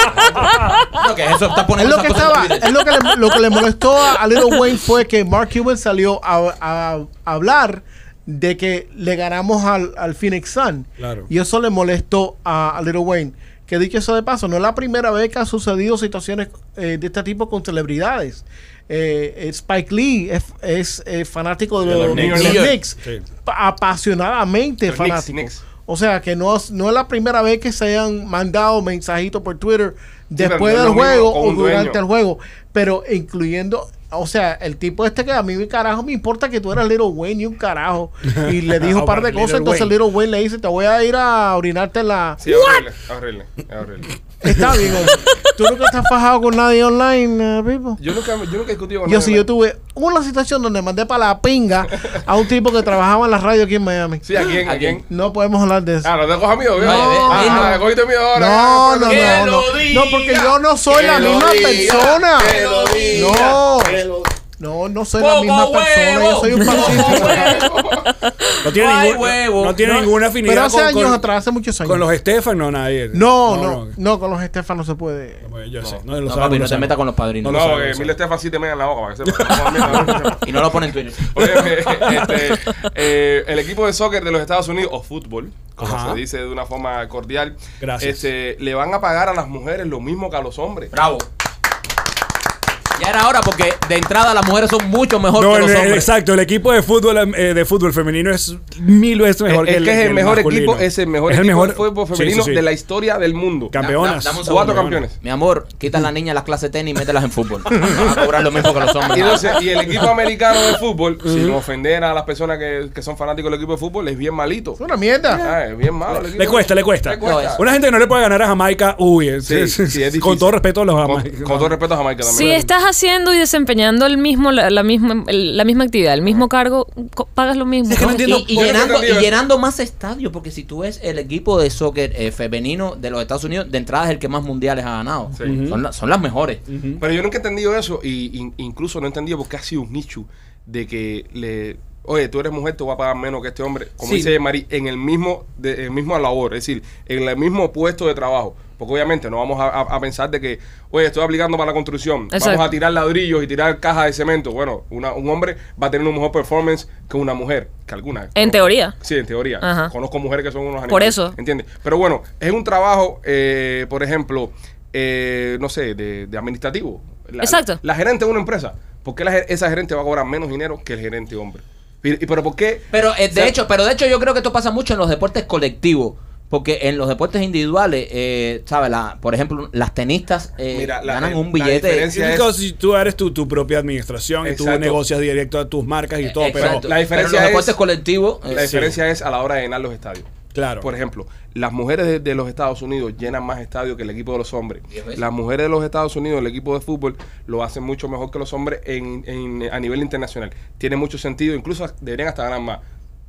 Speaker 2: No, que eso está
Speaker 5: Es
Speaker 2: poniendo
Speaker 5: lo que
Speaker 2: esas cosas en
Speaker 5: estaba,
Speaker 2: Twitter.
Speaker 5: es lo que le, lo que le molestó a, a Little Wayne fue que Mark Cuban salió a, a- a hablar de que le ganamos al, al Phoenix Sun.
Speaker 4: Claro.
Speaker 5: Y eso le molestó a, a Little Wayne. Que dicho eso de paso, no es la primera vez que ha sucedido situaciones eh, de este tipo con celebridades. Eh, eh, Spike Lee es, es, eh, fanático de, los,
Speaker 1: Knicks.
Speaker 5: de los
Speaker 2: New York.
Speaker 5: Knicks.
Speaker 4: Sí.
Speaker 5: Pa- apasionadamente
Speaker 1: Los Knicks,
Speaker 5: fanático.
Speaker 1: Knicks.
Speaker 5: O sea que no, es- no es la primera vez que se hayan mandado mensajitos por Twitter
Speaker 1: pero
Speaker 5: después
Speaker 1: no es
Speaker 5: del
Speaker 1: lo mismo
Speaker 5: juego
Speaker 1: con
Speaker 5: o
Speaker 1: un dueño.
Speaker 5: durante el juego, pero incluyendo O sea, el tipo este que a mí, carajo, me importa que tú eras Little Wayne y un carajo. Y le dijo un par de
Speaker 4: Little
Speaker 5: cosas, entonces
Speaker 4: Wayne.
Speaker 5: Little Wayne le dice, te voy a ir a orinarte en la...
Speaker 1: Sí, horrible, horrible, horrible.
Speaker 5: Está bien, oye. Tú nunca estás fajado con nadie online, eh, Pipo.
Speaker 1: Yo nunca, yo nunca he discutido con
Speaker 5: Yo
Speaker 1: nadie.
Speaker 5: sí, yo tuve una situación donde mandé para la pinga a un tipo que trabajaba en la radio aquí en Miami.
Speaker 1: Sí, ¿a quién? ¿A
Speaker 2: ¿A quién?
Speaker 1: quién?
Speaker 5: No podemos hablar de eso.
Speaker 1: Ah, no te cojas mío, ¿verdad?
Speaker 2: No, ve,
Speaker 1: ah,
Speaker 2: ve,
Speaker 1: ah,
Speaker 2: no.
Speaker 1: te cogiste mío ahora.
Speaker 5: No, no,
Speaker 1: Que
Speaker 5: no, no.
Speaker 1: lo
Speaker 5: No,
Speaker 1: diga,
Speaker 5: porque yo no soy
Speaker 1: que
Speaker 5: la
Speaker 1: lo
Speaker 5: misma
Speaker 1: diga,
Speaker 5: persona.
Speaker 1: que lo diga.
Speaker 5: No. No, no soy la
Speaker 1: Poco
Speaker 5: misma persona. Yo
Speaker 1: huevo,
Speaker 5: soy un
Speaker 1: poco
Speaker 5: parásito.
Speaker 1: huevo.
Speaker 4: No tiene,
Speaker 2: Ay,
Speaker 4: ningún-
Speaker 2: huevo.
Speaker 4: no tiene
Speaker 2: No.
Speaker 4: ninguna afinidad
Speaker 5: Pero hace
Speaker 4: con,
Speaker 5: años
Speaker 4: con-
Speaker 5: atrás, hace muchos años.
Speaker 4: con los Estefan, no, nadie.
Speaker 5: no, no, no, con los Estefan no se puede.
Speaker 4: Bueno, Yo sé, no, lo
Speaker 2: No,
Speaker 4: sabe,
Speaker 2: papi,
Speaker 4: lo
Speaker 2: no te
Speaker 4: sabe.
Speaker 2: metas con los
Speaker 1: No,
Speaker 2: padrinos.
Speaker 4: lo sabe,
Speaker 1: porque
Speaker 4: lo sabe.
Speaker 1: Mil Estefan sí te meten en la boca para que sepas.
Speaker 2: Y no lo ponen en Twitter.
Speaker 1: Oye, este, eh, el equipo de soccer de los Estados Unidos, o fútbol, como
Speaker 4: Ajá.
Speaker 1: se dice de una forma cordial,
Speaker 4: Gracias.
Speaker 1: este, le van a pagar a las mujeres lo mismo que a los hombres.
Speaker 2: Bravo. Ya era hora porque de entrada las mujeres son mucho mejor
Speaker 4: No,
Speaker 2: que los
Speaker 4: el- el-
Speaker 2: hombres.
Speaker 4: exacto, el equipo de fútbol eh, de fútbol femenino es mil veces mejor
Speaker 1: Eh, es que es el, mejor
Speaker 4: masculino.
Speaker 1: equipo, es el mejor
Speaker 4: Es
Speaker 1: equipo de fútbol
Speaker 4: sí,
Speaker 1: femenino
Speaker 4: sí, sí.
Speaker 1: de la historia del mundo.
Speaker 2: Da- da-
Speaker 4: Campeonas.
Speaker 2: dame un segundo.
Speaker 1: Cuatro campeones.
Speaker 2: Mi amor, quita a la niña las clases de tenis y mételas en fútbol. Van a cobrar lo mismo que los hombres.
Speaker 1: Y, entonces, y el equipo americano de fútbol, sin ofender a las personas que, que son fanáticos del equipo de fútbol, es bien malito.
Speaker 5: Es una mierda.
Speaker 1: Ah, es bien malo. el equipo.
Speaker 4: Le cuesta, le cuesta.
Speaker 1: Le cuesta.
Speaker 2: No, es-
Speaker 4: Una gente que no le puede ganar a Jamaica, uy, es-
Speaker 1: Sí,
Speaker 4: es-
Speaker 1: sí, es difícil.
Speaker 4: con todo respeto a los
Speaker 1: Con,
Speaker 4: jamaicanos.
Speaker 1: con todo respeto a Jamaica también.
Speaker 3: Si estás haciendo y desempeñando el mismo, la, la misma, el- la misma actividad, el mismo cargo, co- pagas lo mismo.
Speaker 2: No, y- y,
Speaker 1: Bueno,
Speaker 2: llenando,
Speaker 1: entendido.
Speaker 2: y llenando más estadios, porque si tú ves el equipo de soccer eh, femenino de los Estados Unidos, de entrada es el que más mundiales ha ganado.
Speaker 1: Sí.
Speaker 2: Son, la- son las mejores.
Speaker 1: Pero yo nunca he entendido eso y in- incluso no he entendido por qué ha sido un nicho de que le oye, tú eres mujer, te voy a pagar menos que este hombre, como
Speaker 4: Sí.
Speaker 1: dice Mari, en el mismo de, en el mismo labor, es decir, en el mismo puesto de trabajo. Porque obviamente no vamos a, a- a pensar de que, oye, estoy aplicando para la construcción,
Speaker 3: Exacto.
Speaker 1: vamos a tirar ladrillos y tirar cajas de cemento. Bueno, una- un hombre va a tener un mejor performance que una mujer, que alguna.
Speaker 3: En teoría.
Speaker 1: Sí, en teoría.
Speaker 3: Ajá.
Speaker 1: Conozco mujeres que son unos animales.
Speaker 3: Por eso.
Speaker 1: ¿Entiendes? Pero bueno, es un trabajo, eh, por ejemplo, eh, no sé, de, de administrativo. La-
Speaker 3: Exacto.
Speaker 1: La, la gerente de una empresa. ¿Por qué la ger- esa gerente va a cobrar menos dinero que el gerente hombre? Y, y- pero ¿por qué?
Speaker 2: Pero eh, de
Speaker 1: O sea,
Speaker 2: hecho, pero de hecho yo creo que esto pasa mucho en los deportes colectivos. Porque en los deportes individuales, eh, ¿sabes? La, por ejemplo, las tenistas eh,
Speaker 1: Mira, la-
Speaker 2: ganan
Speaker 1: la
Speaker 2: un billete.
Speaker 1: diferencia-
Speaker 4: Sí, because si tú eres tu, tu propia administración y
Speaker 1: Exacto. Eh,
Speaker 4: tú negocias directo a tus marcas y todo,
Speaker 2: Exacto.
Speaker 4: pero
Speaker 1: la diferencia
Speaker 2: en los
Speaker 1: es-
Speaker 2: deportes colectivos. eh,
Speaker 1: La diferencia es a la hora de llenar los estadios.
Speaker 4: claro.
Speaker 1: Por ejemplo, las mujeres de, de los Estados Unidos llenan más estadios que el equipo de los hombres.
Speaker 2: Diez veces.
Speaker 1: Las mujeres de los Estados Unidos, el equipo de fútbol, lo hacen mucho mejor que los hombres en, en- a nivel internacional. Tiene mucho sentido, incluso deberían hasta ganar más.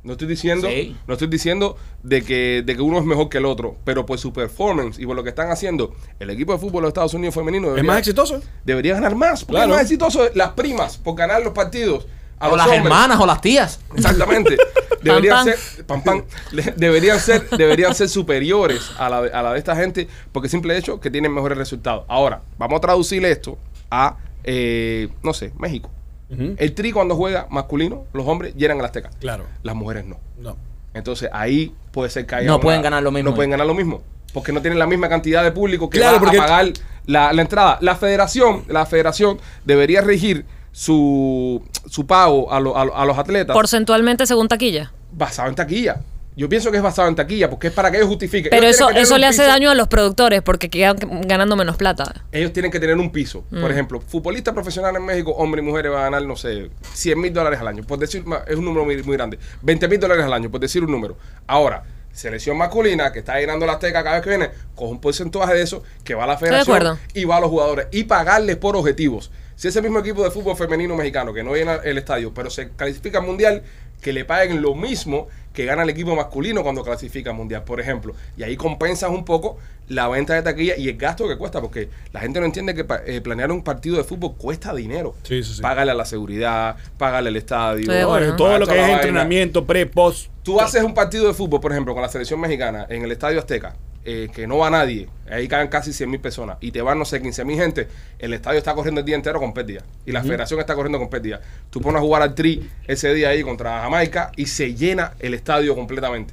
Speaker 1: No estoy diciendo,
Speaker 2: Sí.
Speaker 1: no estoy diciendo de que, de que uno es mejor que el otro, pero por su performance y por lo que están haciendo, el equipo de fútbol de los Estados Unidos femenino
Speaker 4: es
Speaker 1: debería,
Speaker 4: más exitoso.
Speaker 1: debería ganar más. Porque
Speaker 4: Claro.
Speaker 1: es más exitoso las primas por ganar los partidos. A
Speaker 2: o
Speaker 1: los
Speaker 2: las
Speaker 1: hombres.
Speaker 2: hermanas o las tías.
Speaker 1: Exactamente. Deberían
Speaker 3: Pam, pam.
Speaker 1: ser, pam, pam. Le- deberían ser, deberían ser superiores a la, de- a la de esta gente, porque simple hecho que tienen mejores resultados. Ahora, vamos a traducir esto a, eh, no sé, México.
Speaker 4: Ujú.
Speaker 1: El tri cuando juega masculino, los hombres llenan el Azteca.
Speaker 4: Claro.
Speaker 1: Las mujeres no.
Speaker 4: No.
Speaker 1: Entonces ahí puede ser que haya
Speaker 2: No
Speaker 1: una-
Speaker 2: pueden ganar lo mismo.
Speaker 1: No pueden ganar lo mismo. Porque no tienen la misma cantidad de público que
Speaker 4: Claro,
Speaker 1: va
Speaker 4: porque-
Speaker 1: a pagar la, la entrada. La federación, la federación debería regir su, su pago a, lo- a lo- a los atletas
Speaker 3: Porcentualmente según taquilla.
Speaker 1: basado en taquilla. Yo pienso que es basado en taquilla porque es para que ellos justifiquen.
Speaker 3: Pero
Speaker 1: Ellos
Speaker 3: eso,
Speaker 1: tienen que tener
Speaker 3: eso
Speaker 1: un
Speaker 3: le hace
Speaker 1: piso-
Speaker 3: daño a los productores porque quedan ganando menos plata.
Speaker 1: Ellos tienen que tener un piso.
Speaker 3: Mm.
Speaker 1: Por ejemplo, futbolista profesional en México, hombre y mujeres, va a ganar, no sé, 100 mil dólares al año. Por decir, ma- es un número muy, muy grande. 20 mil dólares al año, por decir un número. Ahora, selección masculina que está llenando la teca cada vez que viene, coge un porcentaje de eso que va a la federación
Speaker 3: acuerdo.
Speaker 1: y va a los jugadores y pagarles por objetivos. Si ese mismo equipo de fútbol femenino mexicano que no llena el estadio, pero se clasifica al mundial, que le paguen lo mismo que gana el equipo masculino cuando clasifica al mundial, por ejemplo. Y ahí compensas un poco la venta de taquilla y el gasto que cuesta, porque la gente no entiende que pa- eh, planear un partido de fútbol cuesta dinero.
Speaker 4: Sí, sí, sí.
Speaker 1: Págale a la seguridad, págale al estadio.
Speaker 3: Estoy de
Speaker 4: No,
Speaker 3: acuerdo.
Speaker 4: de
Speaker 3: Bueno.
Speaker 4: todo
Speaker 1: Ah,
Speaker 4: lo
Speaker 1: toda
Speaker 4: que
Speaker 1: la
Speaker 4: es
Speaker 1: vaina.
Speaker 4: entrenamiento, pre, post.
Speaker 1: Tú haces un partido de fútbol, por ejemplo, con la selección mexicana en el Estadio Azteca, eh, que no va nadie, ahí caen casi 100 mil personas y te van, no sé, 15 mil gente, el estadio está corriendo el día entero con pérdida y la federación está corriendo con pérdida. Tú pones a jugar al Tri ese día ahí contra Jamaica y se llena el estadio completamente.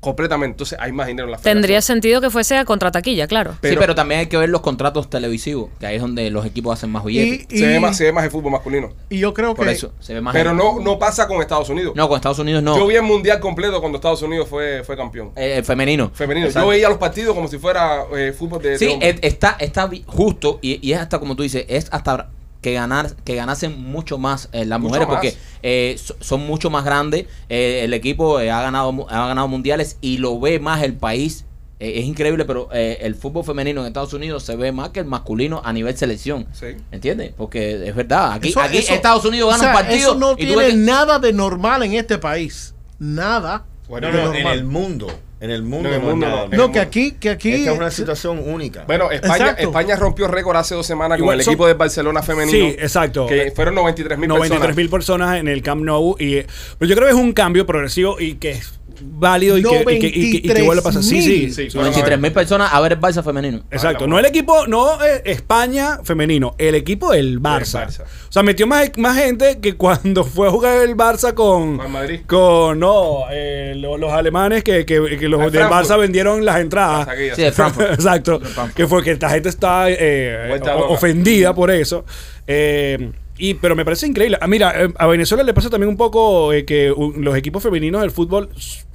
Speaker 1: Completamente. Entonces hay más dinero en la federación.
Speaker 3: Tendría sentido que fuese a contrataquilla, claro.
Speaker 1: Pero-
Speaker 2: sí, pero también hay que ver los contratos televisivos, que ahí es donde los equipos hacen más billetes.
Speaker 1: se, ve más, se ve más el fútbol masculino.
Speaker 5: Y yo creo
Speaker 2: Por
Speaker 5: que
Speaker 2: eso, se ve más.
Speaker 1: Pero no, no pasa con Estados Unidos.
Speaker 2: No, con Estados Unidos no.
Speaker 1: Yo vi el mundial completo cuando Estados Unidos fue, fue campeón.
Speaker 2: Eh, el femenino.
Speaker 1: Femenino.
Speaker 2: Exacto.
Speaker 1: Yo veía los partidos como si fuera eh, fútbol de. de
Speaker 2: Sí,
Speaker 1: hombre.
Speaker 2: es- está, está bi- justo y, y es hasta como tú dices, es hasta que ganar que ganasen mucho más eh, las
Speaker 1: Mucho
Speaker 2: mujeres
Speaker 1: más.
Speaker 2: porque eh, so- son mucho más grandes eh, el equipo eh, ha ganado mu- ha ganado mundiales y lo ve más el país Eh, es increíble pero eh, el fútbol femenino en Estados Unidos se ve más que el masculino a nivel selección
Speaker 1: Sí.
Speaker 2: ¿entiendes? porque es verdad aquí
Speaker 5: Eso-
Speaker 2: aquí
Speaker 5: eso-
Speaker 2: Estados Unidos gana
Speaker 5: o sea,
Speaker 2: un partido
Speaker 5: Eso no
Speaker 2: y tú ves
Speaker 5: tiene
Speaker 2: que-
Speaker 5: nada de normal en este país. Nada.
Speaker 1: Bueno,
Speaker 5: de
Speaker 1: no,
Speaker 6: en el mundo. En el mundo.
Speaker 1: No, en el
Speaker 6: es
Speaker 1: mundo
Speaker 6: nada.
Speaker 1: no.
Speaker 5: No, que aquí, que aquí.
Speaker 6: Esta es una situación única.
Speaker 1: Bueno, España,
Speaker 5: Exacto.
Speaker 1: España rompió récord hace dos semanas con
Speaker 4: Igual
Speaker 1: el
Speaker 4: son-
Speaker 1: equipo de Barcelona femenino.
Speaker 4: Sí, exacto.
Speaker 1: Que fueron 93 mil personas.
Speaker 4: 93 mil personas en el Camp Nou. Y, eh, pero yo creo que es un cambio progresivo y que es válido y que, y que, y que- y que vuelve a pasar. Sí, sí.
Speaker 5: 93.000.
Speaker 1: Sí, Ah, fueron
Speaker 2: 93 mil personas a ver el Barça femenino
Speaker 4: Exacto, no el equipo, no eh, España femenino, el equipo del Barça.
Speaker 1: Del Barça.
Speaker 4: O sea, metió más, más gente que cuando fue a jugar el Barça con.
Speaker 1: Con Madrid.
Speaker 4: con, no, eh, lo- los alemanes que, que- que los
Speaker 1: Al
Speaker 4: del
Speaker 1: Frankfurt.
Speaker 4: Barça vendieron las entradas.
Speaker 1: Hasta aquí,
Speaker 2: sí de Frankfurt
Speaker 4: Exacto. Que fue que la gente está eh,
Speaker 1: Vuelta
Speaker 4: o-
Speaker 1: loca.
Speaker 4: ofendida por eso. Eh, y, pero me parece increíble. Ah, Mira, eh, a Venezuela le pasa también un poco eh, que uh, los equipos femeninos del fútbol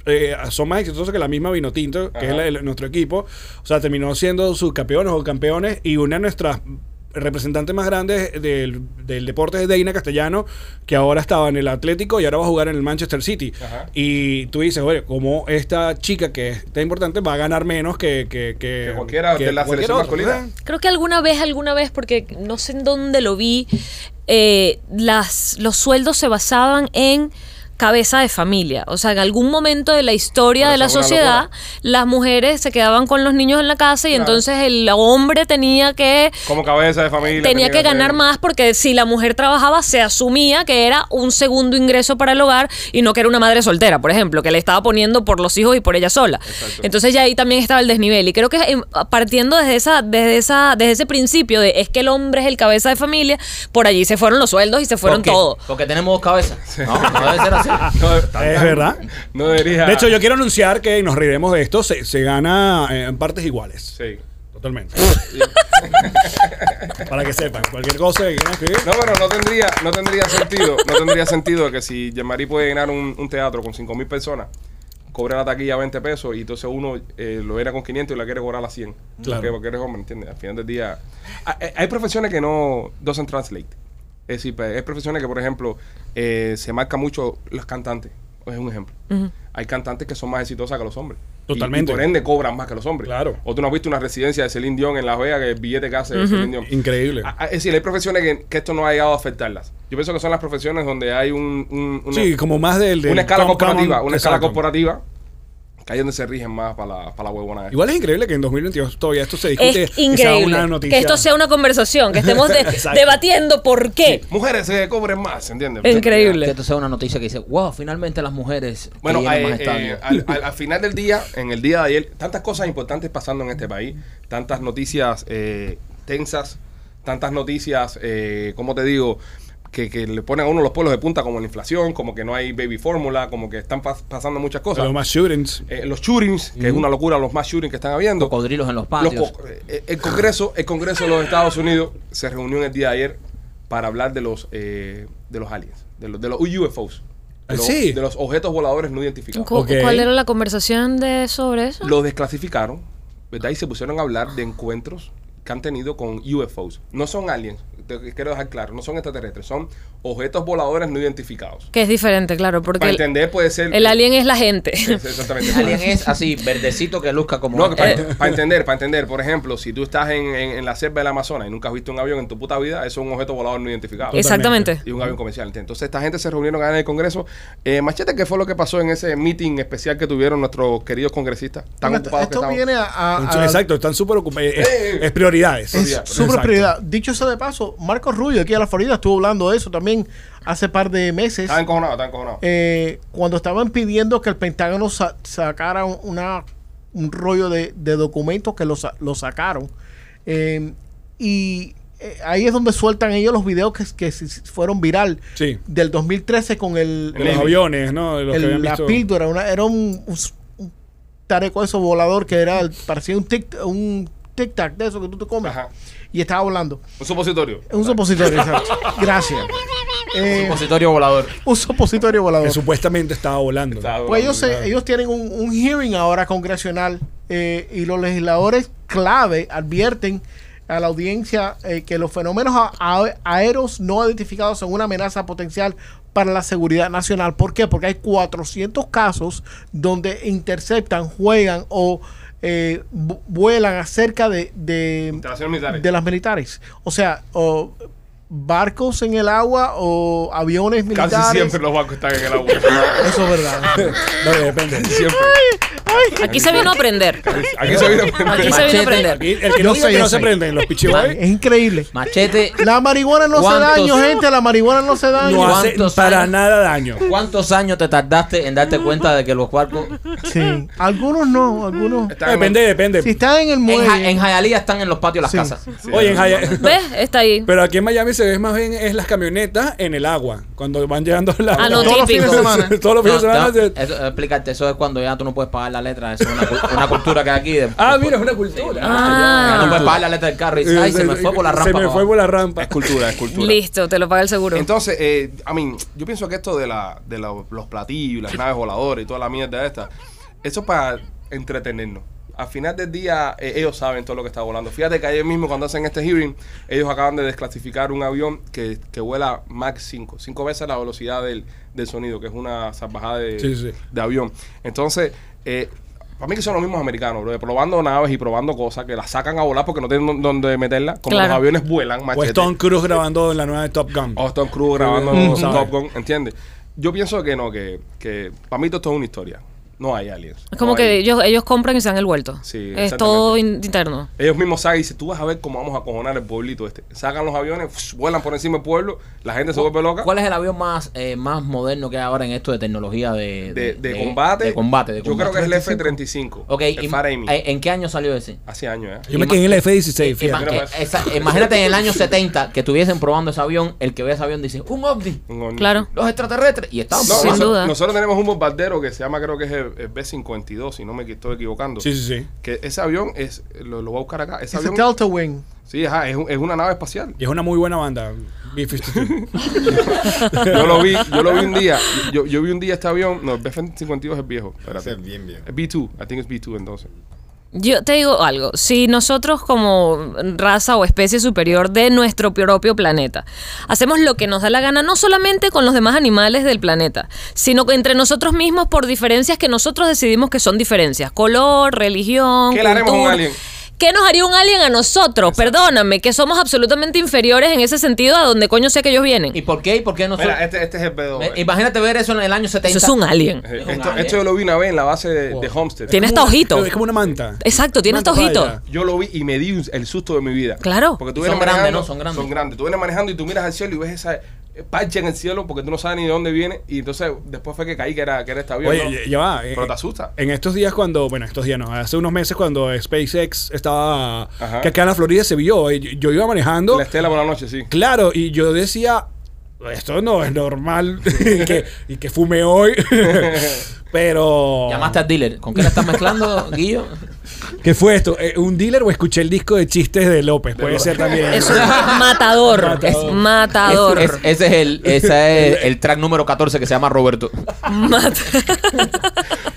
Speaker 4: eh, son más exitosos que la misma Vinotinto, que
Speaker 1: Ajá.
Speaker 4: es la- el- nuestro equipo. O sea, terminó siendo subcampeones o campeones y una de nuestras representantes más grandes del, del deporte es Deina Castellano, que ahora estaba en el Atlético y ahora va a jugar en el Manchester City.
Speaker 1: Ajá.
Speaker 4: Y tú dices, oye, como esta chica que es tan importante va a ganar menos que, que, que,
Speaker 1: Que cualquiera de la
Speaker 4: cualquier
Speaker 1: selección
Speaker 4: otro, ¿eh?
Speaker 1: masculina.
Speaker 4: ¿verdad?
Speaker 3: Creo que alguna vez, alguna vez, porque no sé en dónde lo vi, eh, las, los sueldos se basaban en cabeza de familia. O sea, en algún momento de la historia
Speaker 1: Bueno,
Speaker 3: de la
Speaker 1: eso es una
Speaker 3: sociedad,
Speaker 1: locura.
Speaker 3: las mujeres se quedaban con los niños en la casa y
Speaker 1: Claro.
Speaker 3: entonces el hombre tenía que
Speaker 1: Como cabeza de familia.
Speaker 3: tenía que ganar
Speaker 1: ser-
Speaker 3: más porque si la mujer trabajaba se asumía que era un segundo ingreso para el hogar y no que era una madre soltera, por ejemplo, que le estaba poniendo por los hijos y por ella sola. Entonces ya ahí también estaba el desnivel y creo que em, partiendo desde esa desde esa desde ese principio de es que el hombre es el cabeza de familia, por allí se fueron los sueldos y se fueron
Speaker 2: Porque-
Speaker 3: todos.
Speaker 2: porque tenemos dos cabezas no, no debe ser así
Speaker 1: No,
Speaker 4: Ah, Es verdad.
Speaker 1: no debería.
Speaker 4: De hecho, yo quiero anunciar que nos reiremos de esto. Se, se gana eh, en partes iguales.
Speaker 1: Sí.
Speaker 4: Totalmente. Para que sepan, cualquier cosa que quieran escribir.
Speaker 1: No, pero no tendría, no tendría sentido. No tendría sentido que si Yamari puede llenar un, un teatro con 5 mil personas, cobra la taquilla 20 pesos y entonces uno eh, lo era con 500 y la quiere cobrar a 100.
Speaker 4: Claro.
Speaker 1: Porque, porque eres hombre, ¿entiendes? Al final del día. Hay, hay- hay profesiones que no. Doesn't translate. Es decir, pues, hay profesiones que, por ejemplo, eh, se marca mucho los cantantes. Es un ejemplo. Hay cantantes que son más exitosas que los hombres. Y-
Speaker 4: Totalmente.
Speaker 1: Y, por ende cobran más que los hombres.
Speaker 4: Claro.
Speaker 1: O tú no has visto una residencia de Celine Dion en La Vega que el billete que hace Celine Dion.
Speaker 4: Increíble.
Speaker 1: Ah, ah, Es decir, hay profesiones que, que esto no ha llegado a afectarlas. Yo pienso que son las profesiones donde hay un, un- una,
Speaker 4: sí, como más del. del
Speaker 1: una escala
Speaker 4: com-
Speaker 1: corporativa.
Speaker 4: common-
Speaker 1: una escala
Speaker 4: exacto.
Speaker 1: corporativa que ahí es donde se rigen más para la, para la huevona. esta.
Speaker 4: Igual es increíble que en 2022 todavía esto se discute.
Speaker 3: Es
Speaker 4: y sea
Speaker 3: increíble
Speaker 4: una noticia.
Speaker 3: que esto sea una conversación, que estemos de-
Speaker 4: Exacto.
Speaker 3: debatiendo por qué.
Speaker 1: Mujeres se cobren más, ¿entiendes?
Speaker 3: Increíble.
Speaker 2: que esto sea una noticia que dice wow finalmente las mujeres que
Speaker 1: Bueno,
Speaker 2: llenan
Speaker 1: eh,
Speaker 2: más
Speaker 1: eh,
Speaker 2: estadios".
Speaker 1: al, al- al final del día, en el día de ayer, tantas cosas importantes pasando en este país, tantas noticias eh, tensas, tantas noticias, eh, ¿cómo te digo? Que, que le ponen a uno los pueblos de punta, como la inflación, como que no hay baby fórmula, como que están pas- pasando muchas cosas.
Speaker 4: Los más shootings.
Speaker 1: Eh, los shootings, que es una locura los más shootings que están habiendo.
Speaker 2: cocodrilos en
Speaker 1: Los
Speaker 2: los patios
Speaker 1: co- eh, el Congreso, el Congreso de los Estados Unidos se reunió en el día de ayer para hablar de los eh, de los aliens, de los, de los UFOs, de
Speaker 4: Ah,
Speaker 1: los,
Speaker 4: sí.
Speaker 1: de los objetos voladores no identificados.
Speaker 3: Cu-
Speaker 4: Ok.
Speaker 3: ¿Cuál era la conversación de sobre eso?
Speaker 1: Los desclasificaron, ¿verdad? Y se pusieron a hablar de encuentros que han tenido con UFOs. No son aliens, te quiero dejar claro, no son extraterrestres, son objetos voladores no identificados.
Speaker 3: que es diferente, claro, porque
Speaker 1: Para
Speaker 3: el-
Speaker 1: entender puede ser
Speaker 3: el alien es la gente.
Speaker 1: Es- exactamente.
Speaker 2: Alien es así verdecito que luzca como
Speaker 1: No, que para,
Speaker 2: Eh,
Speaker 1: para entender, para entender, por ejemplo, si tú estás en, en- en la selva del Amazonas y nunca has visto un avión en tu puta vida, eso es un objeto volador no identificado.
Speaker 3: Exactamente.
Speaker 1: Y un avión comercial. Entonces, esta gente se reunieron acá en el Congreso. Eh, machete, ¿qué fue lo que pasó en ese meeting especial que tuvieron nuestros queridos congresistas? Tan
Speaker 5: Esto,
Speaker 1: ocupados que
Speaker 5: esto
Speaker 1: estaban.
Speaker 5: viene a. a- a-
Speaker 4: Exacto, están súper ocupados. Es,
Speaker 1: Eh, eh.
Speaker 4: es prioridades.
Speaker 5: Ah, Es
Speaker 1: Exacto.
Speaker 5: súper prioridad. Dicho sea de paso, Marco Rubio, aquí a la Florida, estuvo hablando de eso también hace par de meses.
Speaker 1: Estaban encojonados, estaban encojonados.
Speaker 5: eh, cuando estaban pidiendo que el Pentágono sa- sacara un- una, un rollo de, de documentos que lo, sa- lo sacaron. Eh, y eh, ahí es donde sueltan ellos los videos que, que se- se fueron viral
Speaker 4: Sí.
Speaker 5: del 2013 con el,
Speaker 4: De los
Speaker 1: Navy.
Speaker 4: aviones, ¿no? De los
Speaker 5: el-
Speaker 4: que habían
Speaker 5: la
Speaker 4: visto.
Speaker 5: píldora. una- era un, un, un tareco eso volador que era el- parecía un tic, un tic tac de eso que tú te comes.
Speaker 1: Ajá.
Speaker 5: Y estaba volando.
Speaker 1: Un supositorio.
Speaker 5: Un supositorio, exacto. Gracias. Eh,
Speaker 2: supositorio volador
Speaker 5: un supositorio volador.
Speaker 4: Que supuestamente estaba volando.
Speaker 1: Estaba-
Speaker 5: Pues ellos, se- ellos tienen un, un hearing ahora congresional eh, y los legisladores clave advierten a la audiencia eh, que los fenómenos a- a- aéreos no identificados son una amenaza potencial para la seguridad nacional. ¿Por qué? Porque hay 400 casos donde interceptan, juegan o eh, vu- vuelan acerca de, de,
Speaker 1: Instalaciones militares.
Speaker 5: de las militares. O sea, o barcos en el agua o aviones militares.
Speaker 1: Casi siempre los barcos están en el agua.
Speaker 5: Eso es verdad.
Speaker 4: No, depende.
Speaker 1: siempre.
Speaker 3: Aquí se vino a aprender.
Speaker 1: Aquí se viene.
Speaker 3: Aquí se vino a
Speaker 2: Machete.
Speaker 3: aprender.
Speaker 4: Aquí, el que no
Speaker 5: Yo
Speaker 4: diga
Speaker 5: sé,
Speaker 4: que
Speaker 5: yo
Speaker 4: no se
Speaker 5: sé.
Speaker 4: prenden los pichiboy.
Speaker 5: Es increíble.
Speaker 2: Machete,
Speaker 5: La marihuana no hace
Speaker 2: ¿Cuántos?
Speaker 5: daño, gente. La marihuana no hace daño.
Speaker 4: No hace
Speaker 2: ¿Cuántos
Speaker 4: para
Speaker 2: años?
Speaker 4: nada daño.
Speaker 2: ¿cuántos años te tardaste en darte cuenta de que los barcos
Speaker 5: Sí. Algunos no, algunos.
Speaker 1: Están en-
Speaker 4: Eh, Depende, depende.
Speaker 5: Si están en el
Speaker 2: en, Ja-
Speaker 5: muelle.
Speaker 2: en Hialeah están en los patios de
Speaker 5: Sí.
Speaker 2: las casas?
Speaker 1: Sí,
Speaker 4: Oye, en
Speaker 1: no,
Speaker 4: Jaya-
Speaker 3: ¿Ves? Está ahí.
Speaker 4: Pero aquí en Miami se ve más bien es las camionetas en el agua, cuando van llegando las
Speaker 3: Ah, no,
Speaker 5: Todos los fines de
Speaker 3: típico.
Speaker 5: semana.
Speaker 4: todos los
Speaker 2: No,
Speaker 4: fines de semana.
Speaker 2: no,
Speaker 4: se-
Speaker 2: eso, explícate, eso es cuando ya tú no puedes pagar la letra, eso es una, cu- una cultura que hay aquí. de-
Speaker 4: Ah, mira, es una cultura.
Speaker 2: Ya no
Speaker 3: Ah,
Speaker 2: puedes pagar la letra del carro y dices, ay, se me fue por la rampa.
Speaker 4: Eh, Se me
Speaker 2: para
Speaker 4: fue
Speaker 2: abajo".
Speaker 4: por la rampa.
Speaker 1: Es cultura, es cultura.
Speaker 3: listo, te lo paga el seguro.
Speaker 1: Entonces, eh, I mean, yo pienso que esto de, la, de la- los platillos y las naves voladoras y toda la mierda esta, eso es para entretenernos. Al final del día, eh, ellos saben todo lo que está volando. Fíjate que ayer mismo, cuando hacen este hearing, ellos acaban de desclasificar un avión que, que vuela Mach 5, cinco veces la velocidad del, del sonido, que es una salvajada de,
Speaker 4: Sí, sí.
Speaker 1: de avión. Entonces, eh, para mí que son los mismos americanos, bro, probando naves y probando cosas que las sacan a volar porque no tienen dó- dónde meterlas. Como
Speaker 3: Claro.
Speaker 1: los aviones vuelan,
Speaker 4: O
Speaker 1: machete.
Speaker 4: es Pues, Tom Cruise grabando la nueva de Top Gun.
Speaker 1: O Tom Cruise grabando
Speaker 4: Ujú.
Speaker 1: Top Gun, ¿entiendes? Yo pienso que no, que, que para mí todo esto es una historia. No hay aliens.
Speaker 3: es como
Speaker 1: no
Speaker 3: que
Speaker 1: hay-
Speaker 3: ellos, ellos compran y se dan el vuelto.
Speaker 1: Sí,
Speaker 3: es todo in-
Speaker 1: exactamente.
Speaker 3: interno.
Speaker 1: Ellos mismos saben y dicen, tú vas a ver cómo vamos a cojonar el pueblito este. Sacan los aviones, fush, vuelan por encima del pueblo, la gente se vuelve loca.
Speaker 2: ¿Cuál es el avión más, eh, más moderno que hay ahora en esto de tecnología de,
Speaker 1: De, de combate.
Speaker 2: De combate, de
Speaker 1: Yo creo
Speaker 2: combate?
Speaker 1: que es el F-35.
Speaker 2: Ok,
Speaker 1: el
Speaker 2: y-
Speaker 1: Farami.
Speaker 2: ¿en en qué año salió ese?
Speaker 1: Hace años, ¿eh?
Speaker 4: Yo me quedé en el F-16,
Speaker 2: Ima-
Speaker 4: fíjate.
Speaker 1: Mira,
Speaker 2: eh,
Speaker 1: pues.
Speaker 2: esa- imagínate en el año 70 que estuviesen probando ese avión, el que ve ese avión dice, un ovni,
Speaker 1: Un ovni.
Speaker 3: Claro.
Speaker 2: los extraterrestres, y estaban
Speaker 1: No,
Speaker 3: Sin
Speaker 2: probando.
Speaker 1: nosotros,
Speaker 3: duda.
Speaker 1: nosotros tenemos un bombardero que se llama, creo que es el, el B-52, si no me estoy equivocando.
Speaker 4: Sí, sí, sí.
Speaker 1: Que ese avión es, lo, lo voy a buscar acá. Ese
Speaker 5: Es el
Speaker 1: avión,
Speaker 5: Delta Wing.
Speaker 1: sí, ajá, es, un- es una nave espacial.
Speaker 4: Y es una muy buena banda. B-52.
Speaker 1: Yo lo vi, yo lo vi un día. Yo, yo vi un día este avión. No, el B-52 es viejo. Espérate.
Speaker 6: Ese es bien bien.
Speaker 1: Es B2. I think it's B2 entonces.
Speaker 3: Yo te digo algo, si nosotros como raza o especie superior de nuestro propio planeta hacemos lo que nos da la gana, no solamente con los demás animales del planeta, sino que entre nosotros mismos por diferencias que nosotros decidimos que son diferencias, color, religión,
Speaker 1: ¿Qué le haremos a un
Speaker 3: cultura.
Speaker 1: alien?
Speaker 3: ¿Qué nos haría un alien a nosotros? Perdóname, que somos absolutamente inferiores en ese sentido a donde coño sea que ellos vienen.
Speaker 2: ¿Y por qué? ¿Y por qué no son-
Speaker 1: Mira, este, este es el B2.
Speaker 2: Eh, Imagínate ver eso en el año 70.
Speaker 3: Eso es un alien.
Speaker 1: Eh,
Speaker 2: un
Speaker 1: esto,
Speaker 2: alien.
Speaker 1: esto yo lo vi una vez en la base de, de Homestead.
Speaker 3: Tiene
Speaker 2: este
Speaker 3: hasta ojitos.
Speaker 4: Es como una manta.
Speaker 3: Exacto, tiene hasta
Speaker 4: Manta
Speaker 3: ojitos.
Speaker 4: raya.
Speaker 1: Yo lo vi y me di un- el susto de mi vida.
Speaker 3: Claro.
Speaker 1: Porque tú
Speaker 2: Y
Speaker 1: vienes
Speaker 2: son grandes,
Speaker 1: manejando-
Speaker 2: ¿no? Son grandes.
Speaker 1: Son grandes. Tú vienes manejando y tú miras al cielo y ves esa eh, parche en el cielo porque tú no sabes ni de dónde viene. Y entonces después fue que caí que era, que era este avión.
Speaker 4: Oye,
Speaker 1: ¿no?
Speaker 4: ya- ya va. eh,
Speaker 1: Pero te asusta.
Speaker 4: En estos días cuando, bueno, estos días no, hace unos meses cuando SpaceX estaba,
Speaker 1: Ajá.
Speaker 4: que acá en la Florida se vio, y yo, yo iba manejando,
Speaker 1: La estela por la noche, sí.
Speaker 4: claro, y yo decía, esto no es normal, y, que, y que fume hoy, pero...
Speaker 2: Llamaste al dealer. ¿Con qué la estás mezclando, Guillo?
Speaker 4: ¿Qué fue esto? Eh, ¿Un dealer o escuché el disco de chistes de López? Puede
Speaker 1: López.
Speaker 4: ser también.
Speaker 3: Eso es matador. Es matador.
Speaker 2: Es- es- ese es, el, ese es el track número 14 que se llama Roberto.
Speaker 3: Mata-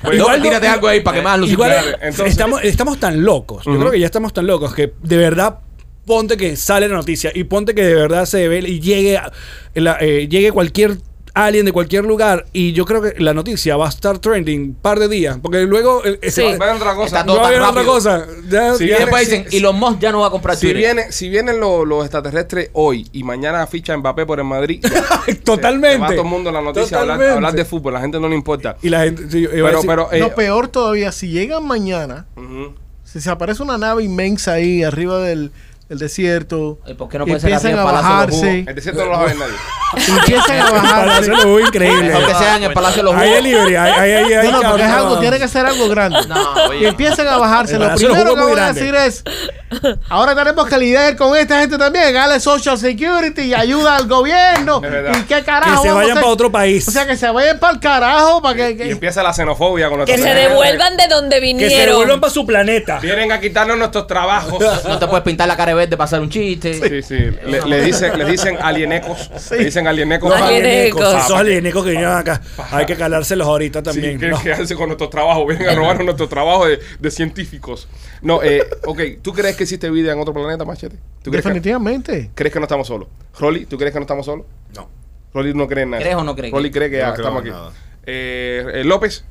Speaker 1: Oye,
Speaker 2: no,
Speaker 4: igual-
Speaker 2: tírate algo ahí
Speaker 1: eh,
Speaker 2: para que más
Speaker 4: Igual eh,
Speaker 1: Claro, entonces-
Speaker 4: estamos, estamos tan locos. Yo creo que ya estamos tan locos que de verdad ponte que sale la noticia y ponte que de verdad se ve y llegue, a- la- eh, llegue cualquier alien de cualquier lugar y yo creo que la noticia va a estar trending un par de días porque luego eh, eh,
Speaker 3: Sí.
Speaker 4: se va-
Speaker 1: Va a haber otra cosa.
Speaker 2: Está
Speaker 4: no
Speaker 2: todo
Speaker 4: va a
Speaker 2: tan
Speaker 4: haber otra
Speaker 2: rápido.
Speaker 4: cosa. Ya-
Speaker 1: Si
Speaker 2: Y
Speaker 4: ya-
Speaker 1: viene-
Speaker 2: después
Speaker 1: si-
Speaker 2: dicen, Elon Musk ya no va a comprar
Speaker 1: Si,
Speaker 2: Twitter.
Speaker 1: viene, si vienen los, los extraterrestres hoy y mañana ficha Mbappé por el Madrid, ya.
Speaker 4: Totalmente.
Speaker 1: Se va todo el mundo la noticia a hablar, a hablar de
Speaker 4: Totalmente.
Speaker 1: fútbol. La gente no le importa.
Speaker 4: y la gente sí, iba a
Speaker 1: pero,
Speaker 4: decir-
Speaker 1: pero, eh,
Speaker 5: No, peor todavía, si llegan mañana,
Speaker 1: ujú.
Speaker 5: si se aparece una nave inmensa ahí arriba del, del desierto,
Speaker 2: ¿Y por qué no
Speaker 5: y
Speaker 2: puede ser
Speaker 5: empiezan
Speaker 2: arriba
Speaker 5: a
Speaker 2: del Palacio de los
Speaker 5: bajarse,
Speaker 1: El desierto no lo va a ver nadie.
Speaker 5: y empiezan a
Speaker 4: para
Speaker 5: bajarse.
Speaker 4: hacer lo increíble.
Speaker 2: Aunque sea en el Palacio de los
Speaker 4: Ahí es
Speaker 2: Jugos.
Speaker 4: libre, ahí ahí ahí.
Speaker 5: No, no, porque es
Speaker 4: cabrón.
Speaker 5: algo, tiene que ser algo grande.
Speaker 2: No,
Speaker 7: Oye,
Speaker 5: Y empiezan a bajarse.
Speaker 4: El
Speaker 5: Lo
Speaker 4: brazo lo
Speaker 5: primero que
Speaker 4: jugó muy
Speaker 5: van a
Speaker 4: grande.
Speaker 5: decir es: Ahora tenemos que lidiar con esta gente también. Dale Social Security y ayuda al gobierno.
Speaker 1: Es verdad.
Speaker 5: ¿Y qué
Speaker 4: que
Speaker 5: carajo?
Speaker 4: se
Speaker 5: vamos a
Speaker 4: vayan
Speaker 5: hacer?
Speaker 4: para otro país.
Speaker 5: O sea, que se vayan para el carajo. Para que, que-
Speaker 1: Y empieza la xenofobia con los
Speaker 3: que se
Speaker 1: extraterrestres.
Speaker 3: devuelvan de donde
Speaker 4: que se devuelvan
Speaker 3: vinieron.
Speaker 4: para su planeta.
Speaker 1: Vienen a quitarnos nuestros trabajos.
Speaker 2: No te puedes pintar la cara de verde para hacer un chiste.
Speaker 1: Sí, sí. Le, le dicen, les dicen alienecos. Le dicen dicen alieneco.
Speaker 3: Los alienecos.
Speaker 4: alienecos, Esos alienecos que vinieron acá. Hay que calárselos ahorita también.
Speaker 1: Sí, que
Speaker 4: ¿no?
Speaker 1: quedarse con nuestro trabajo, vienen a robar nuestro trabajo de, de científicos. No, eh, ok, ¿tú crees que existe vida en otro planeta, Machete? ¿Tú crees que,
Speaker 5: Definitivamente.
Speaker 1: crees que no estamos solos? Rolly, ¿tú crees que no estamos solos?
Speaker 6: No.
Speaker 1: Rolly no cree en nada.
Speaker 2: ¿Crees o no crees?
Speaker 1: Rolly cree que
Speaker 6: No
Speaker 1: ah,
Speaker 6: creo
Speaker 1: estamos
Speaker 6: en
Speaker 1: aquí.
Speaker 6: nada.
Speaker 1: Eh, eh, López,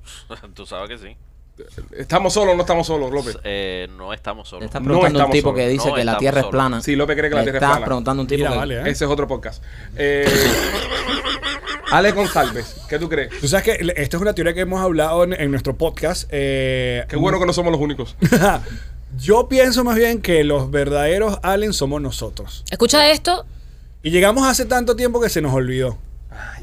Speaker 7: Tú sabes que sí.
Speaker 1: ¿estamos solos o no estamos solos, López?
Speaker 7: Eh, no estamos
Speaker 2: Le
Speaker 7: solos.
Speaker 2: estás
Speaker 1: No
Speaker 2: preguntando a
Speaker 1: estamos
Speaker 2: un tipo que
Speaker 1: solos.
Speaker 2: dice
Speaker 7: No
Speaker 2: que la
Speaker 7: estamos
Speaker 2: Tierra es
Speaker 7: solos.
Speaker 2: plana.
Speaker 1: Sí, López cree que la
Speaker 2: Le
Speaker 1: Tierra es
Speaker 2: estás
Speaker 1: plana.
Speaker 2: preguntando a un tipo
Speaker 4: Mira,
Speaker 2: que...
Speaker 4: vale, ¿eh?
Speaker 1: Ese es otro podcast. Eh, Alex González, ¿qué tú crees?
Speaker 4: Tú sabes que le- esta es una teoría que hemos hablado en, en nuestro podcast. eh,
Speaker 1: Qué bueno que no somos los únicos.
Speaker 4: Yo pienso más bien que los verdaderos aliens somos nosotros.
Speaker 3: Escucha esto.
Speaker 4: Y llegamos hace tanto tiempo que se nos olvidó
Speaker 1: Ah,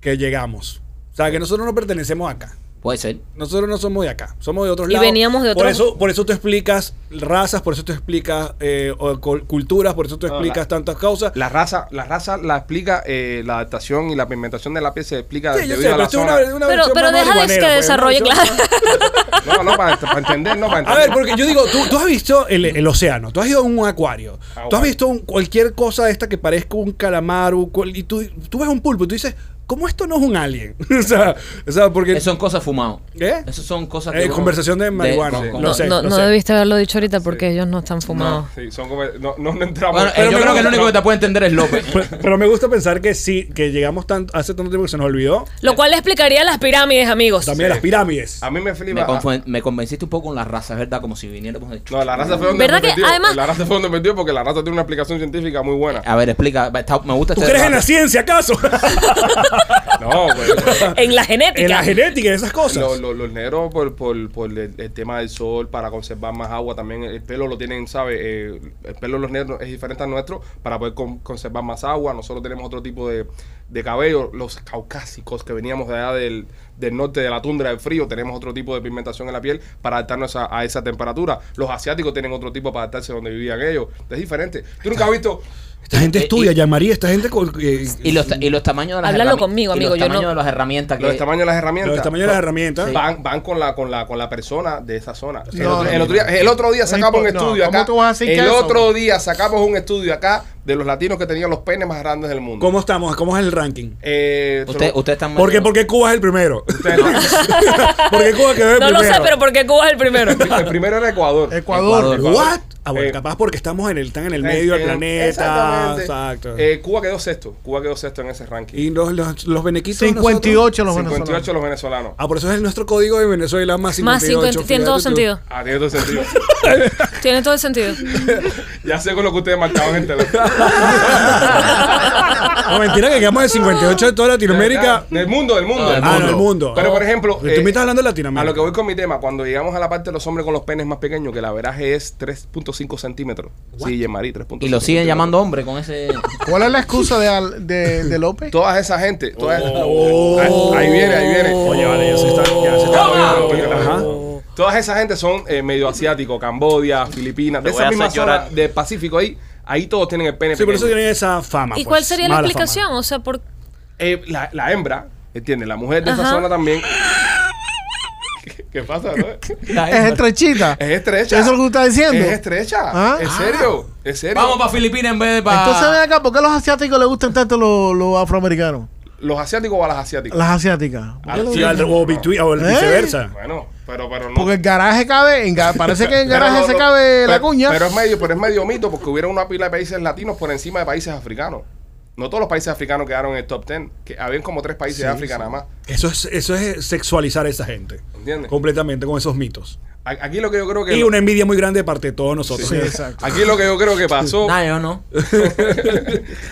Speaker 4: que llegamos. O sea, que nosotros no pertenecemos acá.
Speaker 2: Puede ser.
Speaker 4: Nosotros no somos de acá, somos de otros
Speaker 3: Y
Speaker 4: lados.
Speaker 3: veníamos de
Speaker 4: Por
Speaker 3: otros-
Speaker 4: eso, por eso tú explicas razas, por eso tú explicas eh, o col- culturas, por eso tú
Speaker 1: No,
Speaker 4: explicas
Speaker 1: la-
Speaker 4: tantas causas.
Speaker 1: La raza, la raza la explica, eh, la adaptación y la pigmentación de la piel se explica
Speaker 4: Sí, yo
Speaker 1: debido
Speaker 4: sé,
Speaker 1: a
Speaker 4: pero
Speaker 1: la
Speaker 4: esto es
Speaker 1: zona.
Speaker 4: una, una
Speaker 3: Pero-
Speaker 4: versión
Speaker 3: pero
Speaker 4: más
Speaker 3: deja de
Speaker 4: marihuanera,
Speaker 3: que
Speaker 4: pues,
Speaker 3: desarrolle,
Speaker 4: una versión más-
Speaker 1: No, no, para, para entender, no, para
Speaker 4: A
Speaker 1: entender.
Speaker 4: ver, porque yo digo, tú, tú has visto el, el océano, tú has ido a un acuario,
Speaker 1: Ah,
Speaker 4: tú has visto un- cualquier cosa esta que parezca un calamar un cual- y tú, tú ves un pulpo y tú dices, ¿cómo esto no es un alien? o, sea, o sea, porque...
Speaker 2: Esas son cosas fumadas.
Speaker 4: ¿Eh?
Speaker 2: Esas son cosas
Speaker 4: Eh, conversación de marihuana,
Speaker 2: con-
Speaker 1: sí.
Speaker 2: con-
Speaker 4: Lo
Speaker 3: No,
Speaker 4: sé,
Speaker 3: no,
Speaker 4: lo
Speaker 3: no
Speaker 4: sé.
Speaker 3: debiste haberlo dicho ahorita porque ellos no están fumados.
Speaker 1: No, sí, son como, no, no, no entramos.
Speaker 2: Bueno, eh,
Speaker 1: Pero
Speaker 2: yo
Speaker 1: me
Speaker 2: creo que el
Speaker 1: gusta-
Speaker 2: único
Speaker 1: no.
Speaker 2: que te puede entender es López.
Speaker 4: Pero, pero me gusta pensar que sí, que llegamos tanto, hace tanto tiempo que se nos olvidó.
Speaker 3: Lo cual le explicaría las pirámides, amigos.
Speaker 4: También las pirámides.
Speaker 1: A mí me
Speaker 2: me,
Speaker 1: flipa.
Speaker 2: confu- me convenciste un poco con la raza, ¿verdad? Como si viniéramos de...
Speaker 1: No, la raza fue donde
Speaker 3: ¿Verdad
Speaker 1: me
Speaker 3: que
Speaker 1: metió.
Speaker 3: además-
Speaker 1: La raza fue donde me metió porque la raza tiene una aplicación científica muy buena.
Speaker 2: A ver, explica. Va, está- me gusta
Speaker 4: ¿Tú
Speaker 2: este
Speaker 4: crees en la
Speaker 2: debate.
Speaker 4: ciencia acaso?
Speaker 1: No, pues.
Speaker 3: En la genética.
Speaker 4: en la genética, en esas cosas.
Speaker 1: Lo- lo- los negros por, por, por el, el tema del sol, para conservar más agua también, el pelo lo tienen, ¿sabes? Eh, el pelo de los negros es diferente al nuestro para poder con- conservar más agua. Nosotros tenemos otro tipo de, de cabello. Los caucásicos que veníamos de allá del, del norte, de la tundra, del frío, tenemos otro tipo de pigmentación en la piel para adaptarnos a, a esa temperatura. Los asiáticos tienen otro tipo para adaptarse donde vivían ellos. Es diferente. ¿Tú nunca has visto?
Speaker 4: esta gente
Speaker 2: Eh,
Speaker 4: estudia,
Speaker 2: y-
Speaker 4: llamaría esta gente con, eh,
Speaker 2: Y los, ta- y los tamaños de las
Speaker 3: Háblalo
Speaker 2: herrami-
Speaker 3: conmigo,
Speaker 2: y
Speaker 3: amigo,
Speaker 2: Los
Speaker 3: yo
Speaker 2: tamaños
Speaker 3: no-
Speaker 2: de las herramientas que...
Speaker 1: Los tamaños de las herramientas.
Speaker 4: Eh, los tamaños de las herramientas.
Speaker 1: Van, van con, la, con, la, con la persona de esa zona. El,
Speaker 5: No,
Speaker 1: otro,
Speaker 5: no,
Speaker 1: el otro día, el otro día sacamos un
Speaker 5: No, ¿cómo
Speaker 1: estudio acá.
Speaker 5: tú vas a decir
Speaker 1: El
Speaker 5: que eso?
Speaker 1: otro día sacamos un estudio acá de los latinos que tenían los penes más grandes del mundo.
Speaker 4: ¿Cómo estamos? ¿Cómo es el ranking?
Speaker 1: Eh,
Speaker 2: Usted,
Speaker 1: solo-
Speaker 2: usted está
Speaker 4: ¿Por qué, por qué Cuba es el primero?
Speaker 1: ustedes no.
Speaker 4: ¿Por qué Cuba quedó el
Speaker 3: no
Speaker 4: primero?
Speaker 3: lo sé, pero porque Cuba es el primero.
Speaker 1: el primero era Ecuador.
Speaker 5: Ecuador.
Speaker 2: Ecuador.
Speaker 4: ¿What? Ah, bueno,
Speaker 1: Eh,
Speaker 4: capaz porque estamos en el, están en el medio del
Speaker 1: Eh,
Speaker 4: planeta.
Speaker 1: exactamente.
Speaker 4: Exacto.
Speaker 1: Eh, Cuba quedó sexto. Cuba quedó sexto en ese ranking.
Speaker 4: y los, los, los benequitos.
Speaker 5: 58 los
Speaker 1: 58
Speaker 5: venezolanos.
Speaker 1: los venezolanos.
Speaker 4: Ah, por eso es nuestro código de Venezuela más 58.
Speaker 3: Más 50. Tiene todo
Speaker 4: fíjate tú.
Speaker 3: sentido.
Speaker 1: Ah, tiene todo sentido.
Speaker 3: Tiene todo el sentido.
Speaker 1: ya sé con lo que ustedes marcaban en el teléfono.
Speaker 4: No, mentira que quedamos en 58 de toda Latinoamérica.
Speaker 1: Del mundo, del mundo.
Speaker 2: Ah, del
Speaker 4: Ah, no, el mundo.
Speaker 1: Pero por ejemplo.
Speaker 4: Tú
Speaker 1: eh,
Speaker 4: me estás hablando de
Speaker 1: A
Speaker 4: Latinoamérica.
Speaker 1: lo que voy con mi tema, cuando llegamos a la parte de los hombres con los penes más pequeños, que el averaje es 3.5 centímetros. Sí, Yemari, 3.5.
Speaker 2: Y lo siguen
Speaker 1: centímetros.
Speaker 2: llamando hombre con ese...
Speaker 5: ¿Cuál es la excusa de, Al- de, de López?
Speaker 1: Toda esa gente. toda esa-
Speaker 4: Oh.
Speaker 1: ahí, ahí viene, ahí viene.
Speaker 4: Oye, vale, ya se está, ya se está poniendo. Ajá.
Speaker 1: Todas esas gente son eh, medio asiático, Cambodia, Filipinas, de
Speaker 7: Te voy a
Speaker 1: esa misma
Speaker 7: hacer
Speaker 1: zona
Speaker 7: llorar.
Speaker 1: del Pacífico ahí. Ahí todos tienen el pene
Speaker 4: Sí, por eso
Speaker 1: pequeño.
Speaker 4: tienen esa fama.
Speaker 3: ¿Y
Speaker 4: pues,
Speaker 3: cuál sería la
Speaker 4: mala
Speaker 3: explicación?
Speaker 4: fama.
Speaker 3: O sea, por...
Speaker 1: Eh, la, la hembra, ¿entiendes? La mujer de esa
Speaker 3: Ajá.
Speaker 1: zona también. ¿Qué, qué pasa, no?
Speaker 5: Es estrechita.
Speaker 1: Es estrecha.
Speaker 5: ¿Eso es lo que tú estás diciendo?
Speaker 1: Es estrecha.
Speaker 5: Ah.
Speaker 1: ¿En serio? ¿En serio?
Speaker 2: Vamos para Filipinas en vez de para...
Speaker 5: Entonces ven acá, ¿por qué a los asiáticos les gustan tanto los, los afroamericanos?
Speaker 1: ¿Los asiáticos o a las asiáticas?
Speaker 5: Las asiáticas.
Speaker 1: Ah,
Speaker 5: ¿Por qué les
Speaker 4: Sí,
Speaker 5: gustan?
Speaker 4: al- o, between- o el
Speaker 5: ¿Eh?
Speaker 4: viceversa.
Speaker 1: Bueno, pero, pero no.
Speaker 5: Porque el garaje cabe, en, ga- parece que en el
Speaker 1: Pero
Speaker 5: garaje
Speaker 1: no,
Speaker 5: se
Speaker 1: no,
Speaker 5: cabe la
Speaker 1: pero-
Speaker 5: cuña.
Speaker 1: Pero es medio, pero es medio mito porque hubiera una pila de países latinos por encima de países africanos. No todos los países africanos quedaron en el top 10. Que habían como tres países de África nada más.
Speaker 4: Eso es, eso es sexualizar a esa gente.
Speaker 1: ¿Entiendes?
Speaker 4: Completamente con esos mitos.
Speaker 1: A- Aquí lo que yo creo que.
Speaker 4: Y una envidia muy grande de parte de todos nosotros.
Speaker 5: Sí, exacto.
Speaker 1: Aquí lo que yo creo que pasó.
Speaker 2: Nah, yo no.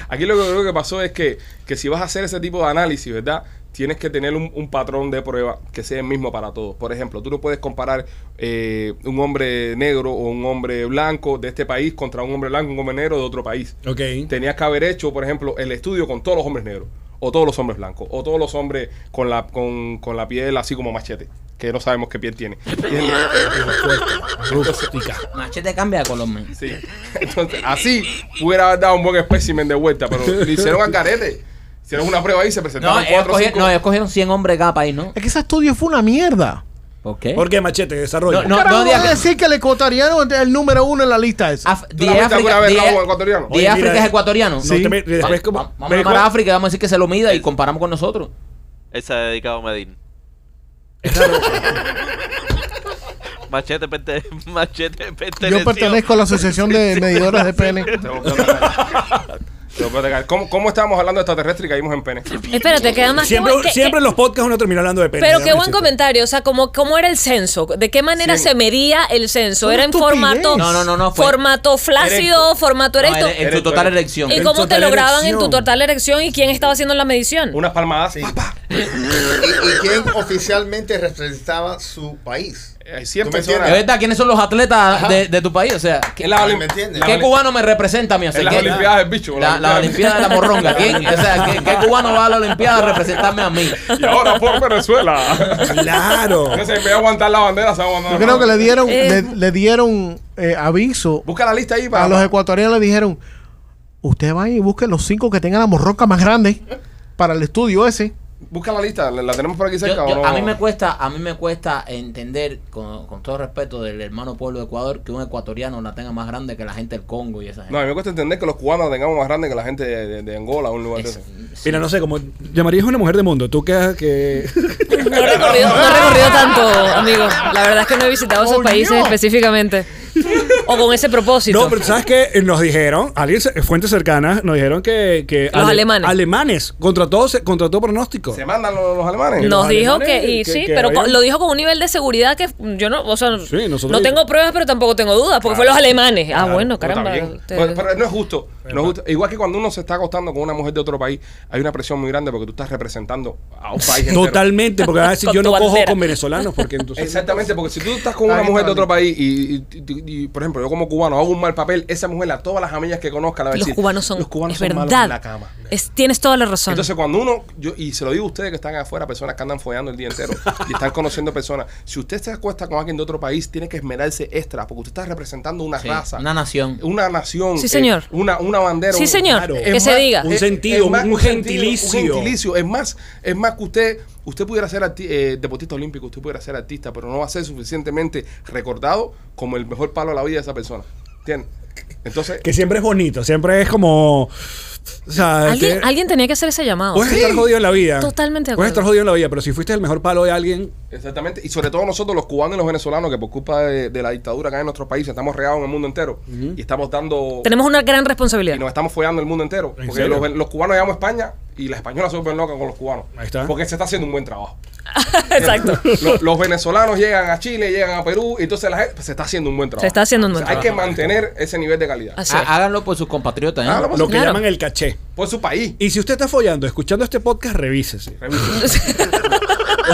Speaker 1: aquí lo que yo creo que pasó es que, que si vas a hacer ese tipo de análisis, ¿verdad? Tienes que tener un, un patrón de prueba que sea el mismo para todos. Por ejemplo, tú no puedes comparar eh, un hombre negro o un hombre blanco de este país contra un hombre blanco, un hombre negro de otro país.
Speaker 4: Ok.
Speaker 1: tenías que haber hecho, por ejemplo, el estudio con todos los hombres negros, o todos los hombres blancos, o todos los hombres con la, con, con la piel así como machete, que no sabemos qué piel tiene.
Speaker 4: Rústica.
Speaker 2: Machete cambia de color, man.
Speaker 1: Sí. Entonces, así pudiera haber dado un buen espécimen de vuelta, pero le hicieron al carete. Hicieron una prueba ahí y se presentaron
Speaker 2: No, ellos
Speaker 1: cuatro o
Speaker 2: cogieron,
Speaker 1: cinco.
Speaker 2: no, ellos cogieron 100 hombres de cada país, ¿no?
Speaker 5: Es que ese estudio fue una mierda.
Speaker 2: ¿Por qué?
Speaker 4: ¿Por qué, Machete? Desarrollo.
Speaker 2: No, no.
Speaker 5: Carajo,
Speaker 2: diga
Speaker 5: vas a
Speaker 2: que-
Speaker 5: decir que el ecuatoriano es el número uno en la lista esa.
Speaker 2: Af-
Speaker 1: ¿Tú la
Speaker 2: Die
Speaker 1: viste alguna
Speaker 2: África-
Speaker 1: vez,
Speaker 2: Die-
Speaker 1: Cabo, ecuatoriano?
Speaker 2: Die
Speaker 4: Oye,
Speaker 2: África
Speaker 4: mira,
Speaker 2: es ecuatoriano.
Speaker 4: No, te me- después como-
Speaker 2: Va- vamos a
Speaker 4: me
Speaker 2: llamar
Speaker 4: recuerda-
Speaker 2: a África, vamos a decir que se lo mida y comparamos con nosotros.
Speaker 7: Él se ha dedicado a medir. machete, perte- machete, perteneció.
Speaker 5: Yo pertenezco a la Asociación de Medidoras de Pene.
Speaker 1: Te voy a pegar. Te voy a pegar. ¿Cómo, ¿Cómo estábamos hablando de extraterrestre y caímos en pene?
Speaker 3: Espérate, queda más
Speaker 4: Siempre,
Speaker 3: qué-
Speaker 4: siempre en los podcasts uno termina hablando de pene.
Speaker 3: Pero
Speaker 4: ya
Speaker 3: qué
Speaker 4: me
Speaker 3: buen
Speaker 4: hiciste.
Speaker 3: comentario, o sea, ¿cómo, cómo era el censo? ¿De qué manera
Speaker 1: Siempre.
Speaker 3: se medía el censo?
Speaker 5: Una
Speaker 3: ¿Era en
Speaker 5: estupidez.
Speaker 3: formato
Speaker 2: No, no, no, no, fue-
Speaker 3: formato flácido,
Speaker 1: Erecto.
Speaker 3: formato
Speaker 2: No,
Speaker 3: erecto?
Speaker 2: en- en tu
Speaker 1: Erecto,
Speaker 2: total
Speaker 1: erecto.
Speaker 2: erección.
Speaker 3: ¿Y
Speaker 4: en
Speaker 3: cómo te
Speaker 4: total
Speaker 3: lo graban en tu
Speaker 4: erección.
Speaker 3: total erección y quién estaba haciendo la medición?
Speaker 1: Unas palmadas.
Speaker 6: Sí.
Speaker 1: pa, pa.
Speaker 6: ¿Y quién oficialmente representaba su país?
Speaker 1: Eh, cien
Speaker 6: ¿Tú
Speaker 1: personas.
Speaker 6: me
Speaker 2: Es
Speaker 6: entiendes?
Speaker 2: verdad, ¿quiénes son los atletas de, de tu país? O sea, ¿qué,
Speaker 1: En la
Speaker 6: ¿Me
Speaker 1: olim-
Speaker 6: entiendes?
Speaker 1: la
Speaker 2: qué
Speaker 1: olim-
Speaker 2: cubano me representa a mí? O sea,
Speaker 1: En las
Speaker 2: ¿qué-
Speaker 1: Olimpiadas del bicho.
Speaker 2: La, la Olimpiada de la Morronga. ¿Quién? O sea, ¿qué, qué cubano va a la Olimpiada a representarme a mí?
Speaker 1: Y ahora por Venezuela.
Speaker 4: Claro.
Speaker 1: Entonces, en vez de aguantar la bandera, se va a
Speaker 5: Yo
Speaker 1: aguantar la
Speaker 5: creo que le
Speaker 1: bandera.
Speaker 5: dieron,
Speaker 3: Eh.
Speaker 5: le, le dieron eh, aviso
Speaker 1: Busca la lista ahí para.
Speaker 5: a los ecuatorianos, le dijeron, usted va y busque los cinco que tengan la morroca más grande para el estudio ese.
Speaker 1: Busca la lista. ¿La, la tenemos por aquí
Speaker 2: Yo-
Speaker 1: cerca o
Speaker 2: yo-
Speaker 1: no?
Speaker 2: a mí me cuesta a mí me cuesta entender con, con todo respeto del hermano pueblo de Ecuador que un ecuatoriano la tenga más grande que la gente del Congo y esa gente
Speaker 1: No, a mí me cuesta entender que los cubanos la tengamos más grande que la gente de, de- de Angola o un lugar de
Speaker 2: Es-
Speaker 1: ese.
Speaker 4: Mira, no sé, como llamarías a una mujer de mundo. Tú que. que...
Speaker 3: No he recorrido, no he recorrido tanto, amigo. La verdad es que no he visitado esos
Speaker 5: Oh,
Speaker 3: países
Speaker 5: no.
Speaker 3: específicamente. O con ese propósito.
Speaker 4: No, pero ¿sabes que Nos dijeron, alguien, se- fuentes cercanas, nos dijeron que. que
Speaker 3: Los alemanes.
Speaker 4: Alemanes, contra todo, se- contra todo pronóstico.
Speaker 1: ¿Se mandan los, los alemanes?
Speaker 4: No.
Speaker 3: Nos
Speaker 4: los
Speaker 3: dijo
Speaker 4: alemanes
Speaker 3: que, y
Speaker 4: que-
Speaker 3: sí,
Speaker 4: que
Speaker 3: pero co-
Speaker 4: vayan.
Speaker 3: lo dijo con un nivel de seguridad que yo no, o sea,
Speaker 4: Sí, nosotros-
Speaker 3: no tengo pruebas, pero tampoco tengo dudas, porque fue los alemanes. Ah, bueno,
Speaker 1: Pero está
Speaker 3: caramba.
Speaker 1: bien.
Speaker 3: te-
Speaker 1: Pero, pero no es justo. no es justo. Igual que cuando uno se está acostando con una mujer de otro país, hay una presión muy grande porque tú estás representando a un país entero.
Speaker 4: Totalmente, porque van a decir,
Speaker 3: Con
Speaker 4: yo
Speaker 3: tu
Speaker 4: no cojo
Speaker 3: bandera.
Speaker 4: con venezolanos, porque entonces.
Speaker 1: Exactamente, porque si tú estás con una
Speaker 5: Ahí
Speaker 1: mujer
Speaker 5: está.
Speaker 1: de otro país y, y- y- y, por ejemplo, yo como cubano hago un mal papel, esa mujer a todas las amigas que conozca la va a
Speaker 3: los
Speaker 1: decir,
Speaker 3: cubanos son,
Speaker 1: los cubanos
Speaker 3: es
Speaker 1: son
Speaker 3: verdad.
Speaker 1: malos en la cama.
Speaker 3: Es- tienes toda la razón.
Speaker 1: Entonces cuando uno, yo, y se lo digo a ustedes que están afuera, personas que andan follando el día entero y están conociendo personas, si usted se acuesta con alguien de otro país, tiene que esmerarse extra, porque usted está representando una
Speaker 2: Sí,
Speaker 1: raza, una,
Speaker 2: una nación
Speaker 1: nación, eh,
Speaker 3: Sí, señor.
Speaker 1: una, una bandera.
Speaker 3: sí,
Speaker 1: un-
Speaker 3: señor,
Speaker 4: claro.
Speaker 3: que
Speaker 1: Es
Speaker 3: se
Speaker 1: más,
Speaker 3: diga.
Speaker 4: Un
Speaker 1: es-
Speaker 4: sentido,
Speaker 1: es más,
Speaker 4: un
Speaker 1: sentido, un
Speaker 4: gentilicio.
Speaker 1: gentilicio. Es más, es más que usted, usted pudiera ser arti- eh, deportista olímpico, usted pudiera ser artista, pero no va a ser suficientemente recordado como el mejor palo a la vida de esa persona. ¿Entiendes? Entonces,
Speaker 4: Que siempre es bonito, siempre es como. O sea,
Speaker 3: Alguien,
Speaker 4: que-
Speaker 3: alguien tenía que hacer ese llamado.
Speaker 4: Puedes estar jodido en la vida.
Speaker 3: Totalmente de
Speaker 4: Puedes
Speaker 3: acuerdo.
Speaker 4: estar jodido en la vida, pero si fuiste el mejor palo de alguien.
Speaker 1: exactamente, y sobre todo nosotros los cubanos y los venezolanos, que por culpa de, de la dictadura acá en nuestros países estamos regados en el mundo entero y estamos dando...
Speaker 3: Tenemos una gran
Speaker 1: y
Speaker 3: responsabilidad.
Speaker 1: nos estamos follando el mundo entero.
Speaker 4: ¿En
Speaker 1: Porque
Speaker 4: serio?
Speaker 1: los, los cubanos llegamos a España y las españolas se vuelven locas con los cubanos.
Speaker 4: Ahí está.
Speaker 1: Porque se está haciendo un buen trabajo.
Speaker 3: Exacto.
Speaker 1: Los, los venezolanos llegan a Chile, llegan a Perú, y entonces la gente pues, se está haciendo un buen trabajo.
Speaker 3: Se está haciendo un
Speaker 1: O sea,
Speaker 3: buen
Speaker 1: Hay que mantener ese nivel de calidad.
Speaker 3: Así es.
Speaker 2: Há- háganlo por sus compatriotas ¿eh?
Speaker 1: Háganlo por
Speaker 4: Lo que
Speaker 3: Pues Claro.
Speaker 4: llaman el caché.
Speaker 1: Por su país.
Speaker 4: Y si usted está follando, escuchando este podcast, revísese.
Speaker 1: Revisa.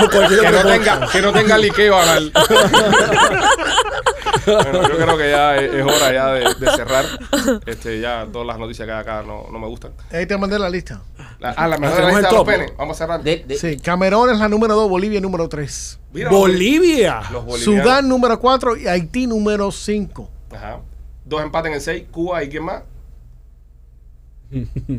Speaker 4: O cualquier
Speaker 1: Que no
Speaker 4: otro podcast.
Speaker 1: tenga, que no tenga liqueo anal. bueno, yo creo que ya es, es hora ya de, de cerrar. Este, ya todas las noticias que hay acá no, no me gustan.
Speaker 5: Ahí te mandé la lista.
Speaker 1: La- ah, la mejor
Speaker 4: Hacemos
Speaker 1: lista
Speaker 4: el
Speaker 1: de los
Speaker 4: top.
Speaker 1: penes. Vamos a cerrar.
Speaker 2: De- eh, de-
Speaker 5: Sí, Camerún es la número dos, Bolivia número tres.
Speaker 1: Mira,
Speaker 4: Bolivia.
Speaker 1: Los bolivianos.
Speaker 5: Sudán número cuatro y Haití número cinco.
Speaker 1: Ajá. Dos empates en el 6, Cuba y quién más.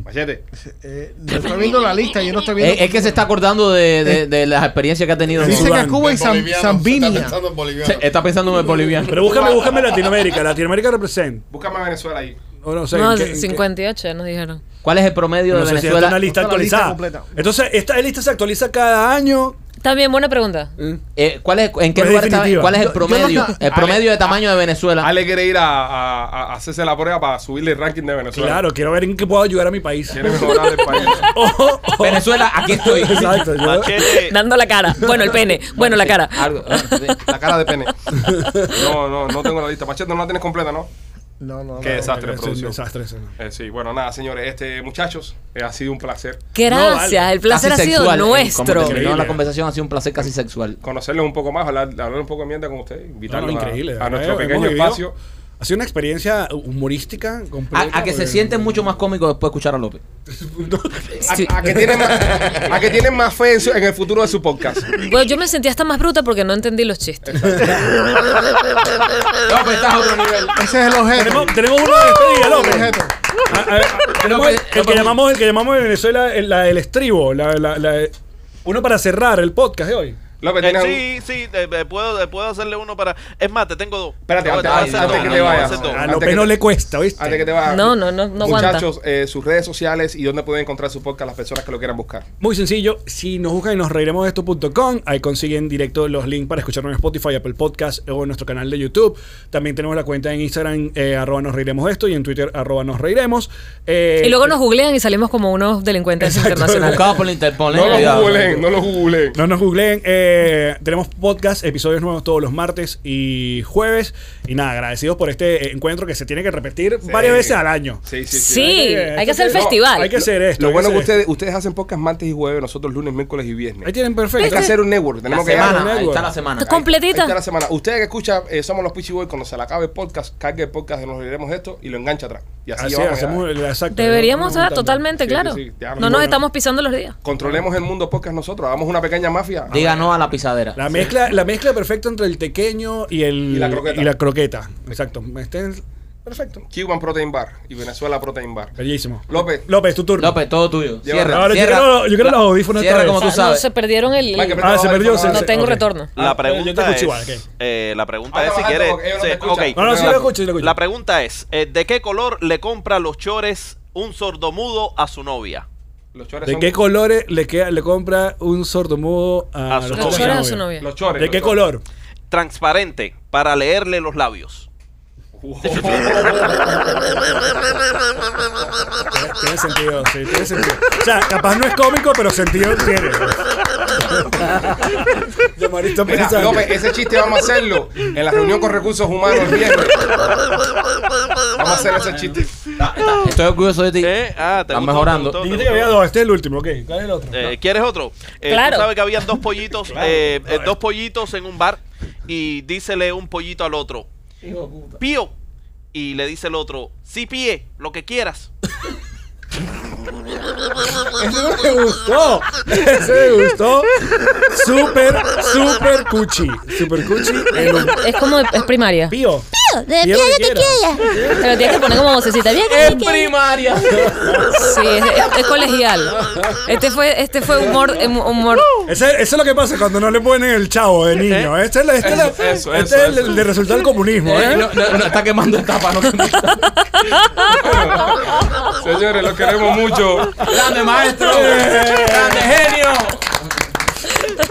Speaker 1: Machete.
Speaker 5: Eh, no estoy viendo la lista, yo no estoy viendo.
Speaker 2: Eh, es, es que se está acordando de, de- de las experiencias que ha tenido en
Speaker 5: Dice
Speaker 2: Sudán.
Speaker 5: que Cuba y
Speaker 6: Del
Speaker 5: Zam-
Speaker 6: boliviano, se
Speaker 5: Zambinia.
Speaker 6: está pensando en boliviano.
Speaker 2: Se- está pensando en el boliviano
Speaker 4: Pero búscame, búscame Latinoamérica. Latinoamérica represent.
Speaker 1: Búscame a Venezuela ahí.
Speaker 4: O no sé,
Speaker 3: No,
Speaker 4: ¿en qué- en qué-
Speaker 3: 58 nos dijeron.
Speaker 2: ¿cuál es el promedio
Speaker 4: No
Speaker 2: de
Speaker 4: sé si
Speaker 2: Venezuela
Speaker 4: esta es una lista
Speaker 5: Busca la lista
Speaker 4: actualizada.
Speaker 5: completa.
Speaker 4: Entonces, esta lista se actualiza cada año.
Speaker 3: También buena pregunta.
Speaker 2: Eh, ¿cuál es, ¿en qué
Speaker 4: Pues
Speaker 2: lugar está,
Speaker 4: definitiva.
Speaker 2: cuál es
Speaker 5: Yo-
Speaker 2: el
Speaker 5: yo
Speaker 2: promedio
Speaker 5: no-
Speaker 2: el promedio de tamaño de Venezuela
Speaker 1: Ale quiere ir a, a- a hacerse la prueba para subirle el ranking de Venezuela.
Speaker 4: Claro, quiero ver en qué puedo ayudar a mi país.
Speaker 1: Quiere mejorar el país.
Speaker 4: Ojo, ojo.
Speaker 2: Venezuela aquí estoy
Speaker 4: Exacto. yo-
Speaker 7: Machete,
Speaker 3: Dando la cara. Bueno, el pene. Bueno, la cara.
Speaker 2: Algo-
Speaker 1: La cara de pene. No, no, no tengo la lista. Machete, no la tienes completa, ¿no?
Speaker 5: No, no, no.
Speaker 1: Qué desastre,
Speaker 4: Es un
Speaker 1: producción.
Speaker 4: desastre eso, ¿no?
Speaker 1: Eh, sí, bueno, nada, señores. Este, muchachos, eh, ha sido un placer
Speaker 3: Gracias.
Speaker 4: No, vale.
Speaker 3: El placer ha
Speaker 2: Casi
Speaker 3: sido
Speaker 2: sexual, eh, como
Speaker 3: nuestro.
Speaker 2: terminó
Speaker 4: Increíble.
Speaker 2: la conversación ha sido un placer casi sexual
Speaker 1: conocerlos un poco más, hablar, hablar un poco de mierda con ustedes.
Speaker 4: No,
Speaker 1: Invitarlos
Speaker 4: no,
Speaker 1: a-
Speaker 4: increíble.
Speaker 1: a, nuestro
Speaker 4: Hemos
Speaker 1: pequeño
Speaker 4: vivido-
Speaker 1: espacio.
Speaker 4: Ha sido una experiencia humorística completa.
Speaker 2: a, a que se
Speaker 4: porque-
Speaker 2: sienten mucho más cómicos después de escuchar a López
Speaker 3: Sí.
Speaker 1: A, a que tienen más, a que tienen más fe en, su- en el futuro de su podcast.
Speaker 3: Bueno, yo me sentía hasta más bruta porque no entendí los chistes.
Speaker 2: López estás a otro nivel
Speaker 5: Ese es el objeto.
Speaker 4: Tenemos, tenemos uno de despedida, López.
Speaker 5: El objeto.
Speaker 4: Ah, ah, ah, tenemos el, el que llamamos, el que llamamos en Venezuela el, la- el estribo, la, la- la- uno para cerrar el podcast de hoy.
Speaker 1: López,
Speaker 7: Eh,
Speaker 1: ¿tienes algún-
Speaker 7: sí, sí, eh, eh, puedo, eh, puedo hacerle uno para. Es más, te tengo dos.
Speaker 1: Espérate,
Speaker 7: No,
Speaker 1: antes,
Speaker 7: te voy a
Speaker 1: antes-
Speaker 7: hacer
Speaker 1: antes
Speaker 7: dos,
Speaker 1: que
Speaker 7: no,
Speaker 1: te
Speaker 7: voy a
Speaker 1: vayas.
Speaker 7: hacer dos.
Speaker 4: A
Speaker 1: Antes
Speaker 4: López
Speaker 1: que
Speaker 4: no
Speaker 1: te-
Speaker 4: le cuesta, ¿viste?
Speaker 1: Antes que te vayas.
Speaker 3: No, no, no, no aguanta.
Speaker 1: Muchachos, eh, sus redes sociales y dónde pueden encontrar su podcast las personas que lo quieran buscar.
Speaker 4: Muy sencillo, si nos buscan en nosreiremosdeesto.com, ahí consiguen directo los links para escucharnos en Spotify, Apple Podcast o en nuestro canal de YouTube. También tenemos la cuenta en Instagram, eh, arroba nos reiremos de esto, y en Twitter, arroba nos reiremos. Eh,
Speaker 3: Y luego nos googlean y salimos como unos delincuentes internacionales.
Speaker 2: Buscado por la Interpol.
Speaker 1: No
Speaker 2: eh,
Speaker 1: lo
Speaker 2: cuidado.
Speaker 1: googleen, no lo googleen.
Speaker 4: No nos googleen. eh, tenemos podcast, episodios nuevos todos los martes y jueves. Y nada, agradecidos por este eh, encuentro que se tiene que repetir varias veces al año.
Speaker 1: Sí, sí, sí.
Speaker 3: Sí, hay que hacer el
Speaker 1: No,
Speaker 3: festival.
Speaker 4: Hay que hacer esto.
Speaker 1: Lo
Speaker 4: hay
Speaker 1: bueno es que
Speaker 4: hacer
Speaker 1: ustedes, ustedes hacen podcast martes y jueves, nosotros lunes, miércoles y
Speaker 4: esto. Ahí
Speaker 1: viernes.
Speaker 4: tienen
Speaker 1: Hay que
Speaker 3: Este
Speaker 4: perfecto.
Speaker 1: hacer un network.
Speaker 2: Este- La
Speaker 1: Tenemos que
Speaker 4: ganar
Speaker 2: semana,
Speaker 4: el
Speaker 2: ahí está
Speaker 4: network.
Speaker 2: la semana.
Speaker 1: Ahí está
Speaker 3: Completita.
Speaker 1: la semana. Usted que escucha eh, Somos los Pichi Boys, cuando se le acabe el podcast, cargue el podcast de Nos Reiremos de Esto y lo engancha atrás. Y así,
Speaker 4: Así,
Speaker 1: vamos,
Speaker 4: hacemos
Speaker 1: ya.
Speaker 4: el exacto.
Speaker 3: Deberíamos
Speaker 4: Vamos
Speaker 3: estar totalmente,
Speaker 1: Sí,
Speaker 3: claro.
Speaker 1: sí, sí, ya,
Speaker 3: No
Speaker 1: bueno.
Speaker 3: nos estamos pisando los días.
Speaker 1: Controlemos el mundo podcast nosotros, hagamos una pequeña mafia.
Speaker 2: Diga no a la pisadera.
Speaker 4: La mezcla, la mezcla perfecta entre el tequeño y el
Speaker 1: Y la croqueta.
Speaker 4: y la croqueta. Exacto. Este es perfecto.
Speaker 1: Cuban Protein Bar y Venezuela Protein Bar.
Speaker 4: Bellísimo.
Speaker 1: López.
Speaker 4: López, tu turno.
Speaker 2: López, todo tuyo.
Speaker 1: Lleva-
Speaker 2: Cierra,
Speaker 4: Ahora yo
Speaker 2: cierra.
Speaker 4: quiero, yo quiero los audífonos
Speaker 2: Cierra
Speaker 4: otra vez.
Speaker 2: como tú
Speaker 3: Ah, no,
Speaker 2: sabes.
Speaker 3: se perdieron el.
Speaker 1: Mike,
Speaker 4: Ah, se perdió, se-
Speaker 3: No
Speaker 4: se-
Speaker 3: tengo
Speaker 4: ok.
Speaker 3: retorno.
Speaker 4: Ah,
Speaker 7: La
Speaker 4: yo te
Speaker 7: pregunta
Speaker 4: escucho
Speaker 7: es.
Speaker 4: igual, ok.
Speaker 7: eh, la pregunta
Speaker 1: Ah,
Speaker 7: es si
Speaker 1: bajando,
Speaker 7: quiere.
Speaker 1: porque ellos no
Speaker 7: sí,
Speaker 1: te escuchan.
Speaker 7: ok.
Speaker 4: No, no, sí lo escucho, sí lo escucho.
Speaker 7: La pregunta es: eh, ¿de qué color le compra los chores un sordomudo a su novia?
Speaker 1: Los chores
Speaker 4: ¿De
Speaker 1: son-
Speaker 4: qué colores le, queda, le compra un sordomudo a,
Speaker 7: A su
Speaker 4: la
Speaker 7: novia.
Speaker 3: Los
Speaker 7: novio.
Speaker 3: choras a su novia.
Speaker 1: Los chores.
Speaker 4: ¿De
Speaker 1: los
Speaker 4: qué
Speaker 1: chores.
Speaker 4: color?
Speaker 7: Transparente, para leerle los labios.
Speaker 4: Tiene sentido, sí, tiene sentido. O sea, capaz no es cómico, pero sentido tiene. Ya Marito
Speaker 1: Mira, eh,
Speaker 4: pensando.
Speaker 1: López, ese chiste vamos a hacerlo en la reunión con recursos humanos el viernes. Vamos a hacer ese chiste.
Speaker 2: Está- está- Estoy orgulloso de ti.
Speaker 7: Eh, ah, te
Speaker 2: Están
Speaker 7: gustó,
Speaker 2: mejorando.
Speaker 7: te gustó, te
Speaker 4: Dijiste que
Speaker 7: gustó.
Speaker 4: había dos, este es el último, ok. ¿Cuál es el otro?
Speaker 7: Eh, ¿Quieres otro? Eh,
Speaker 3: Claro.
Speaker 7: Tú sabes que habían dos pollitos, eh, eh, dos pollitos en un bar y dícele un pollito al otro, pío, y le dice el otro, sí píe, lo que quieras.
Speaker 4: ¡Ese Este me gustó! ¡Ese me gustó! Súper, súper cuchi. Súper cuchi. El
Speaker 3: Es como es primaria.
Speaker 4: pío.
Speaker 8: De pie
Speaker 4: Pío lo
Speaker 8: yo
Speaker 4: que
Speaker 8: te
Speaker 4: quieras.
Speaker 8: quiero.
Speaker 3: Pero tienes que poner como vocecita. Bien, bien, bien.
Speaker 2: primaria.
Speaker 3: Sí, es, es- es colegial. Este fue, este fue humor, em- humor.
Speaker 4: Ese- eso es lo que pasa cuando no le ponen el chavo de niño. Este es, la- este es la-
Speaker 1: ¿Eh? Eso, eso, eso,
Speaker 4: este es el,
Speaker 1: eso.
Speaker 4: el de resultado del comunismo, ¿eh?
Speaker 2: no, no, no, está quemando etapa, no quemando etapa.
Speaker 1: Señores, los queremos mucho.
Speaker 2: Grande maestro.
Speaker 1: ¡Eh!
Speaker 2: Grande genio.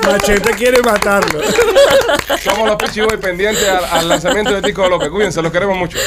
Speaker 4: Machete quiere matarlo.
Speaker 1: Somos los Pichi Boys pendientes al, al lanzamiento de Tico López. Cuídense, los queremos mucho.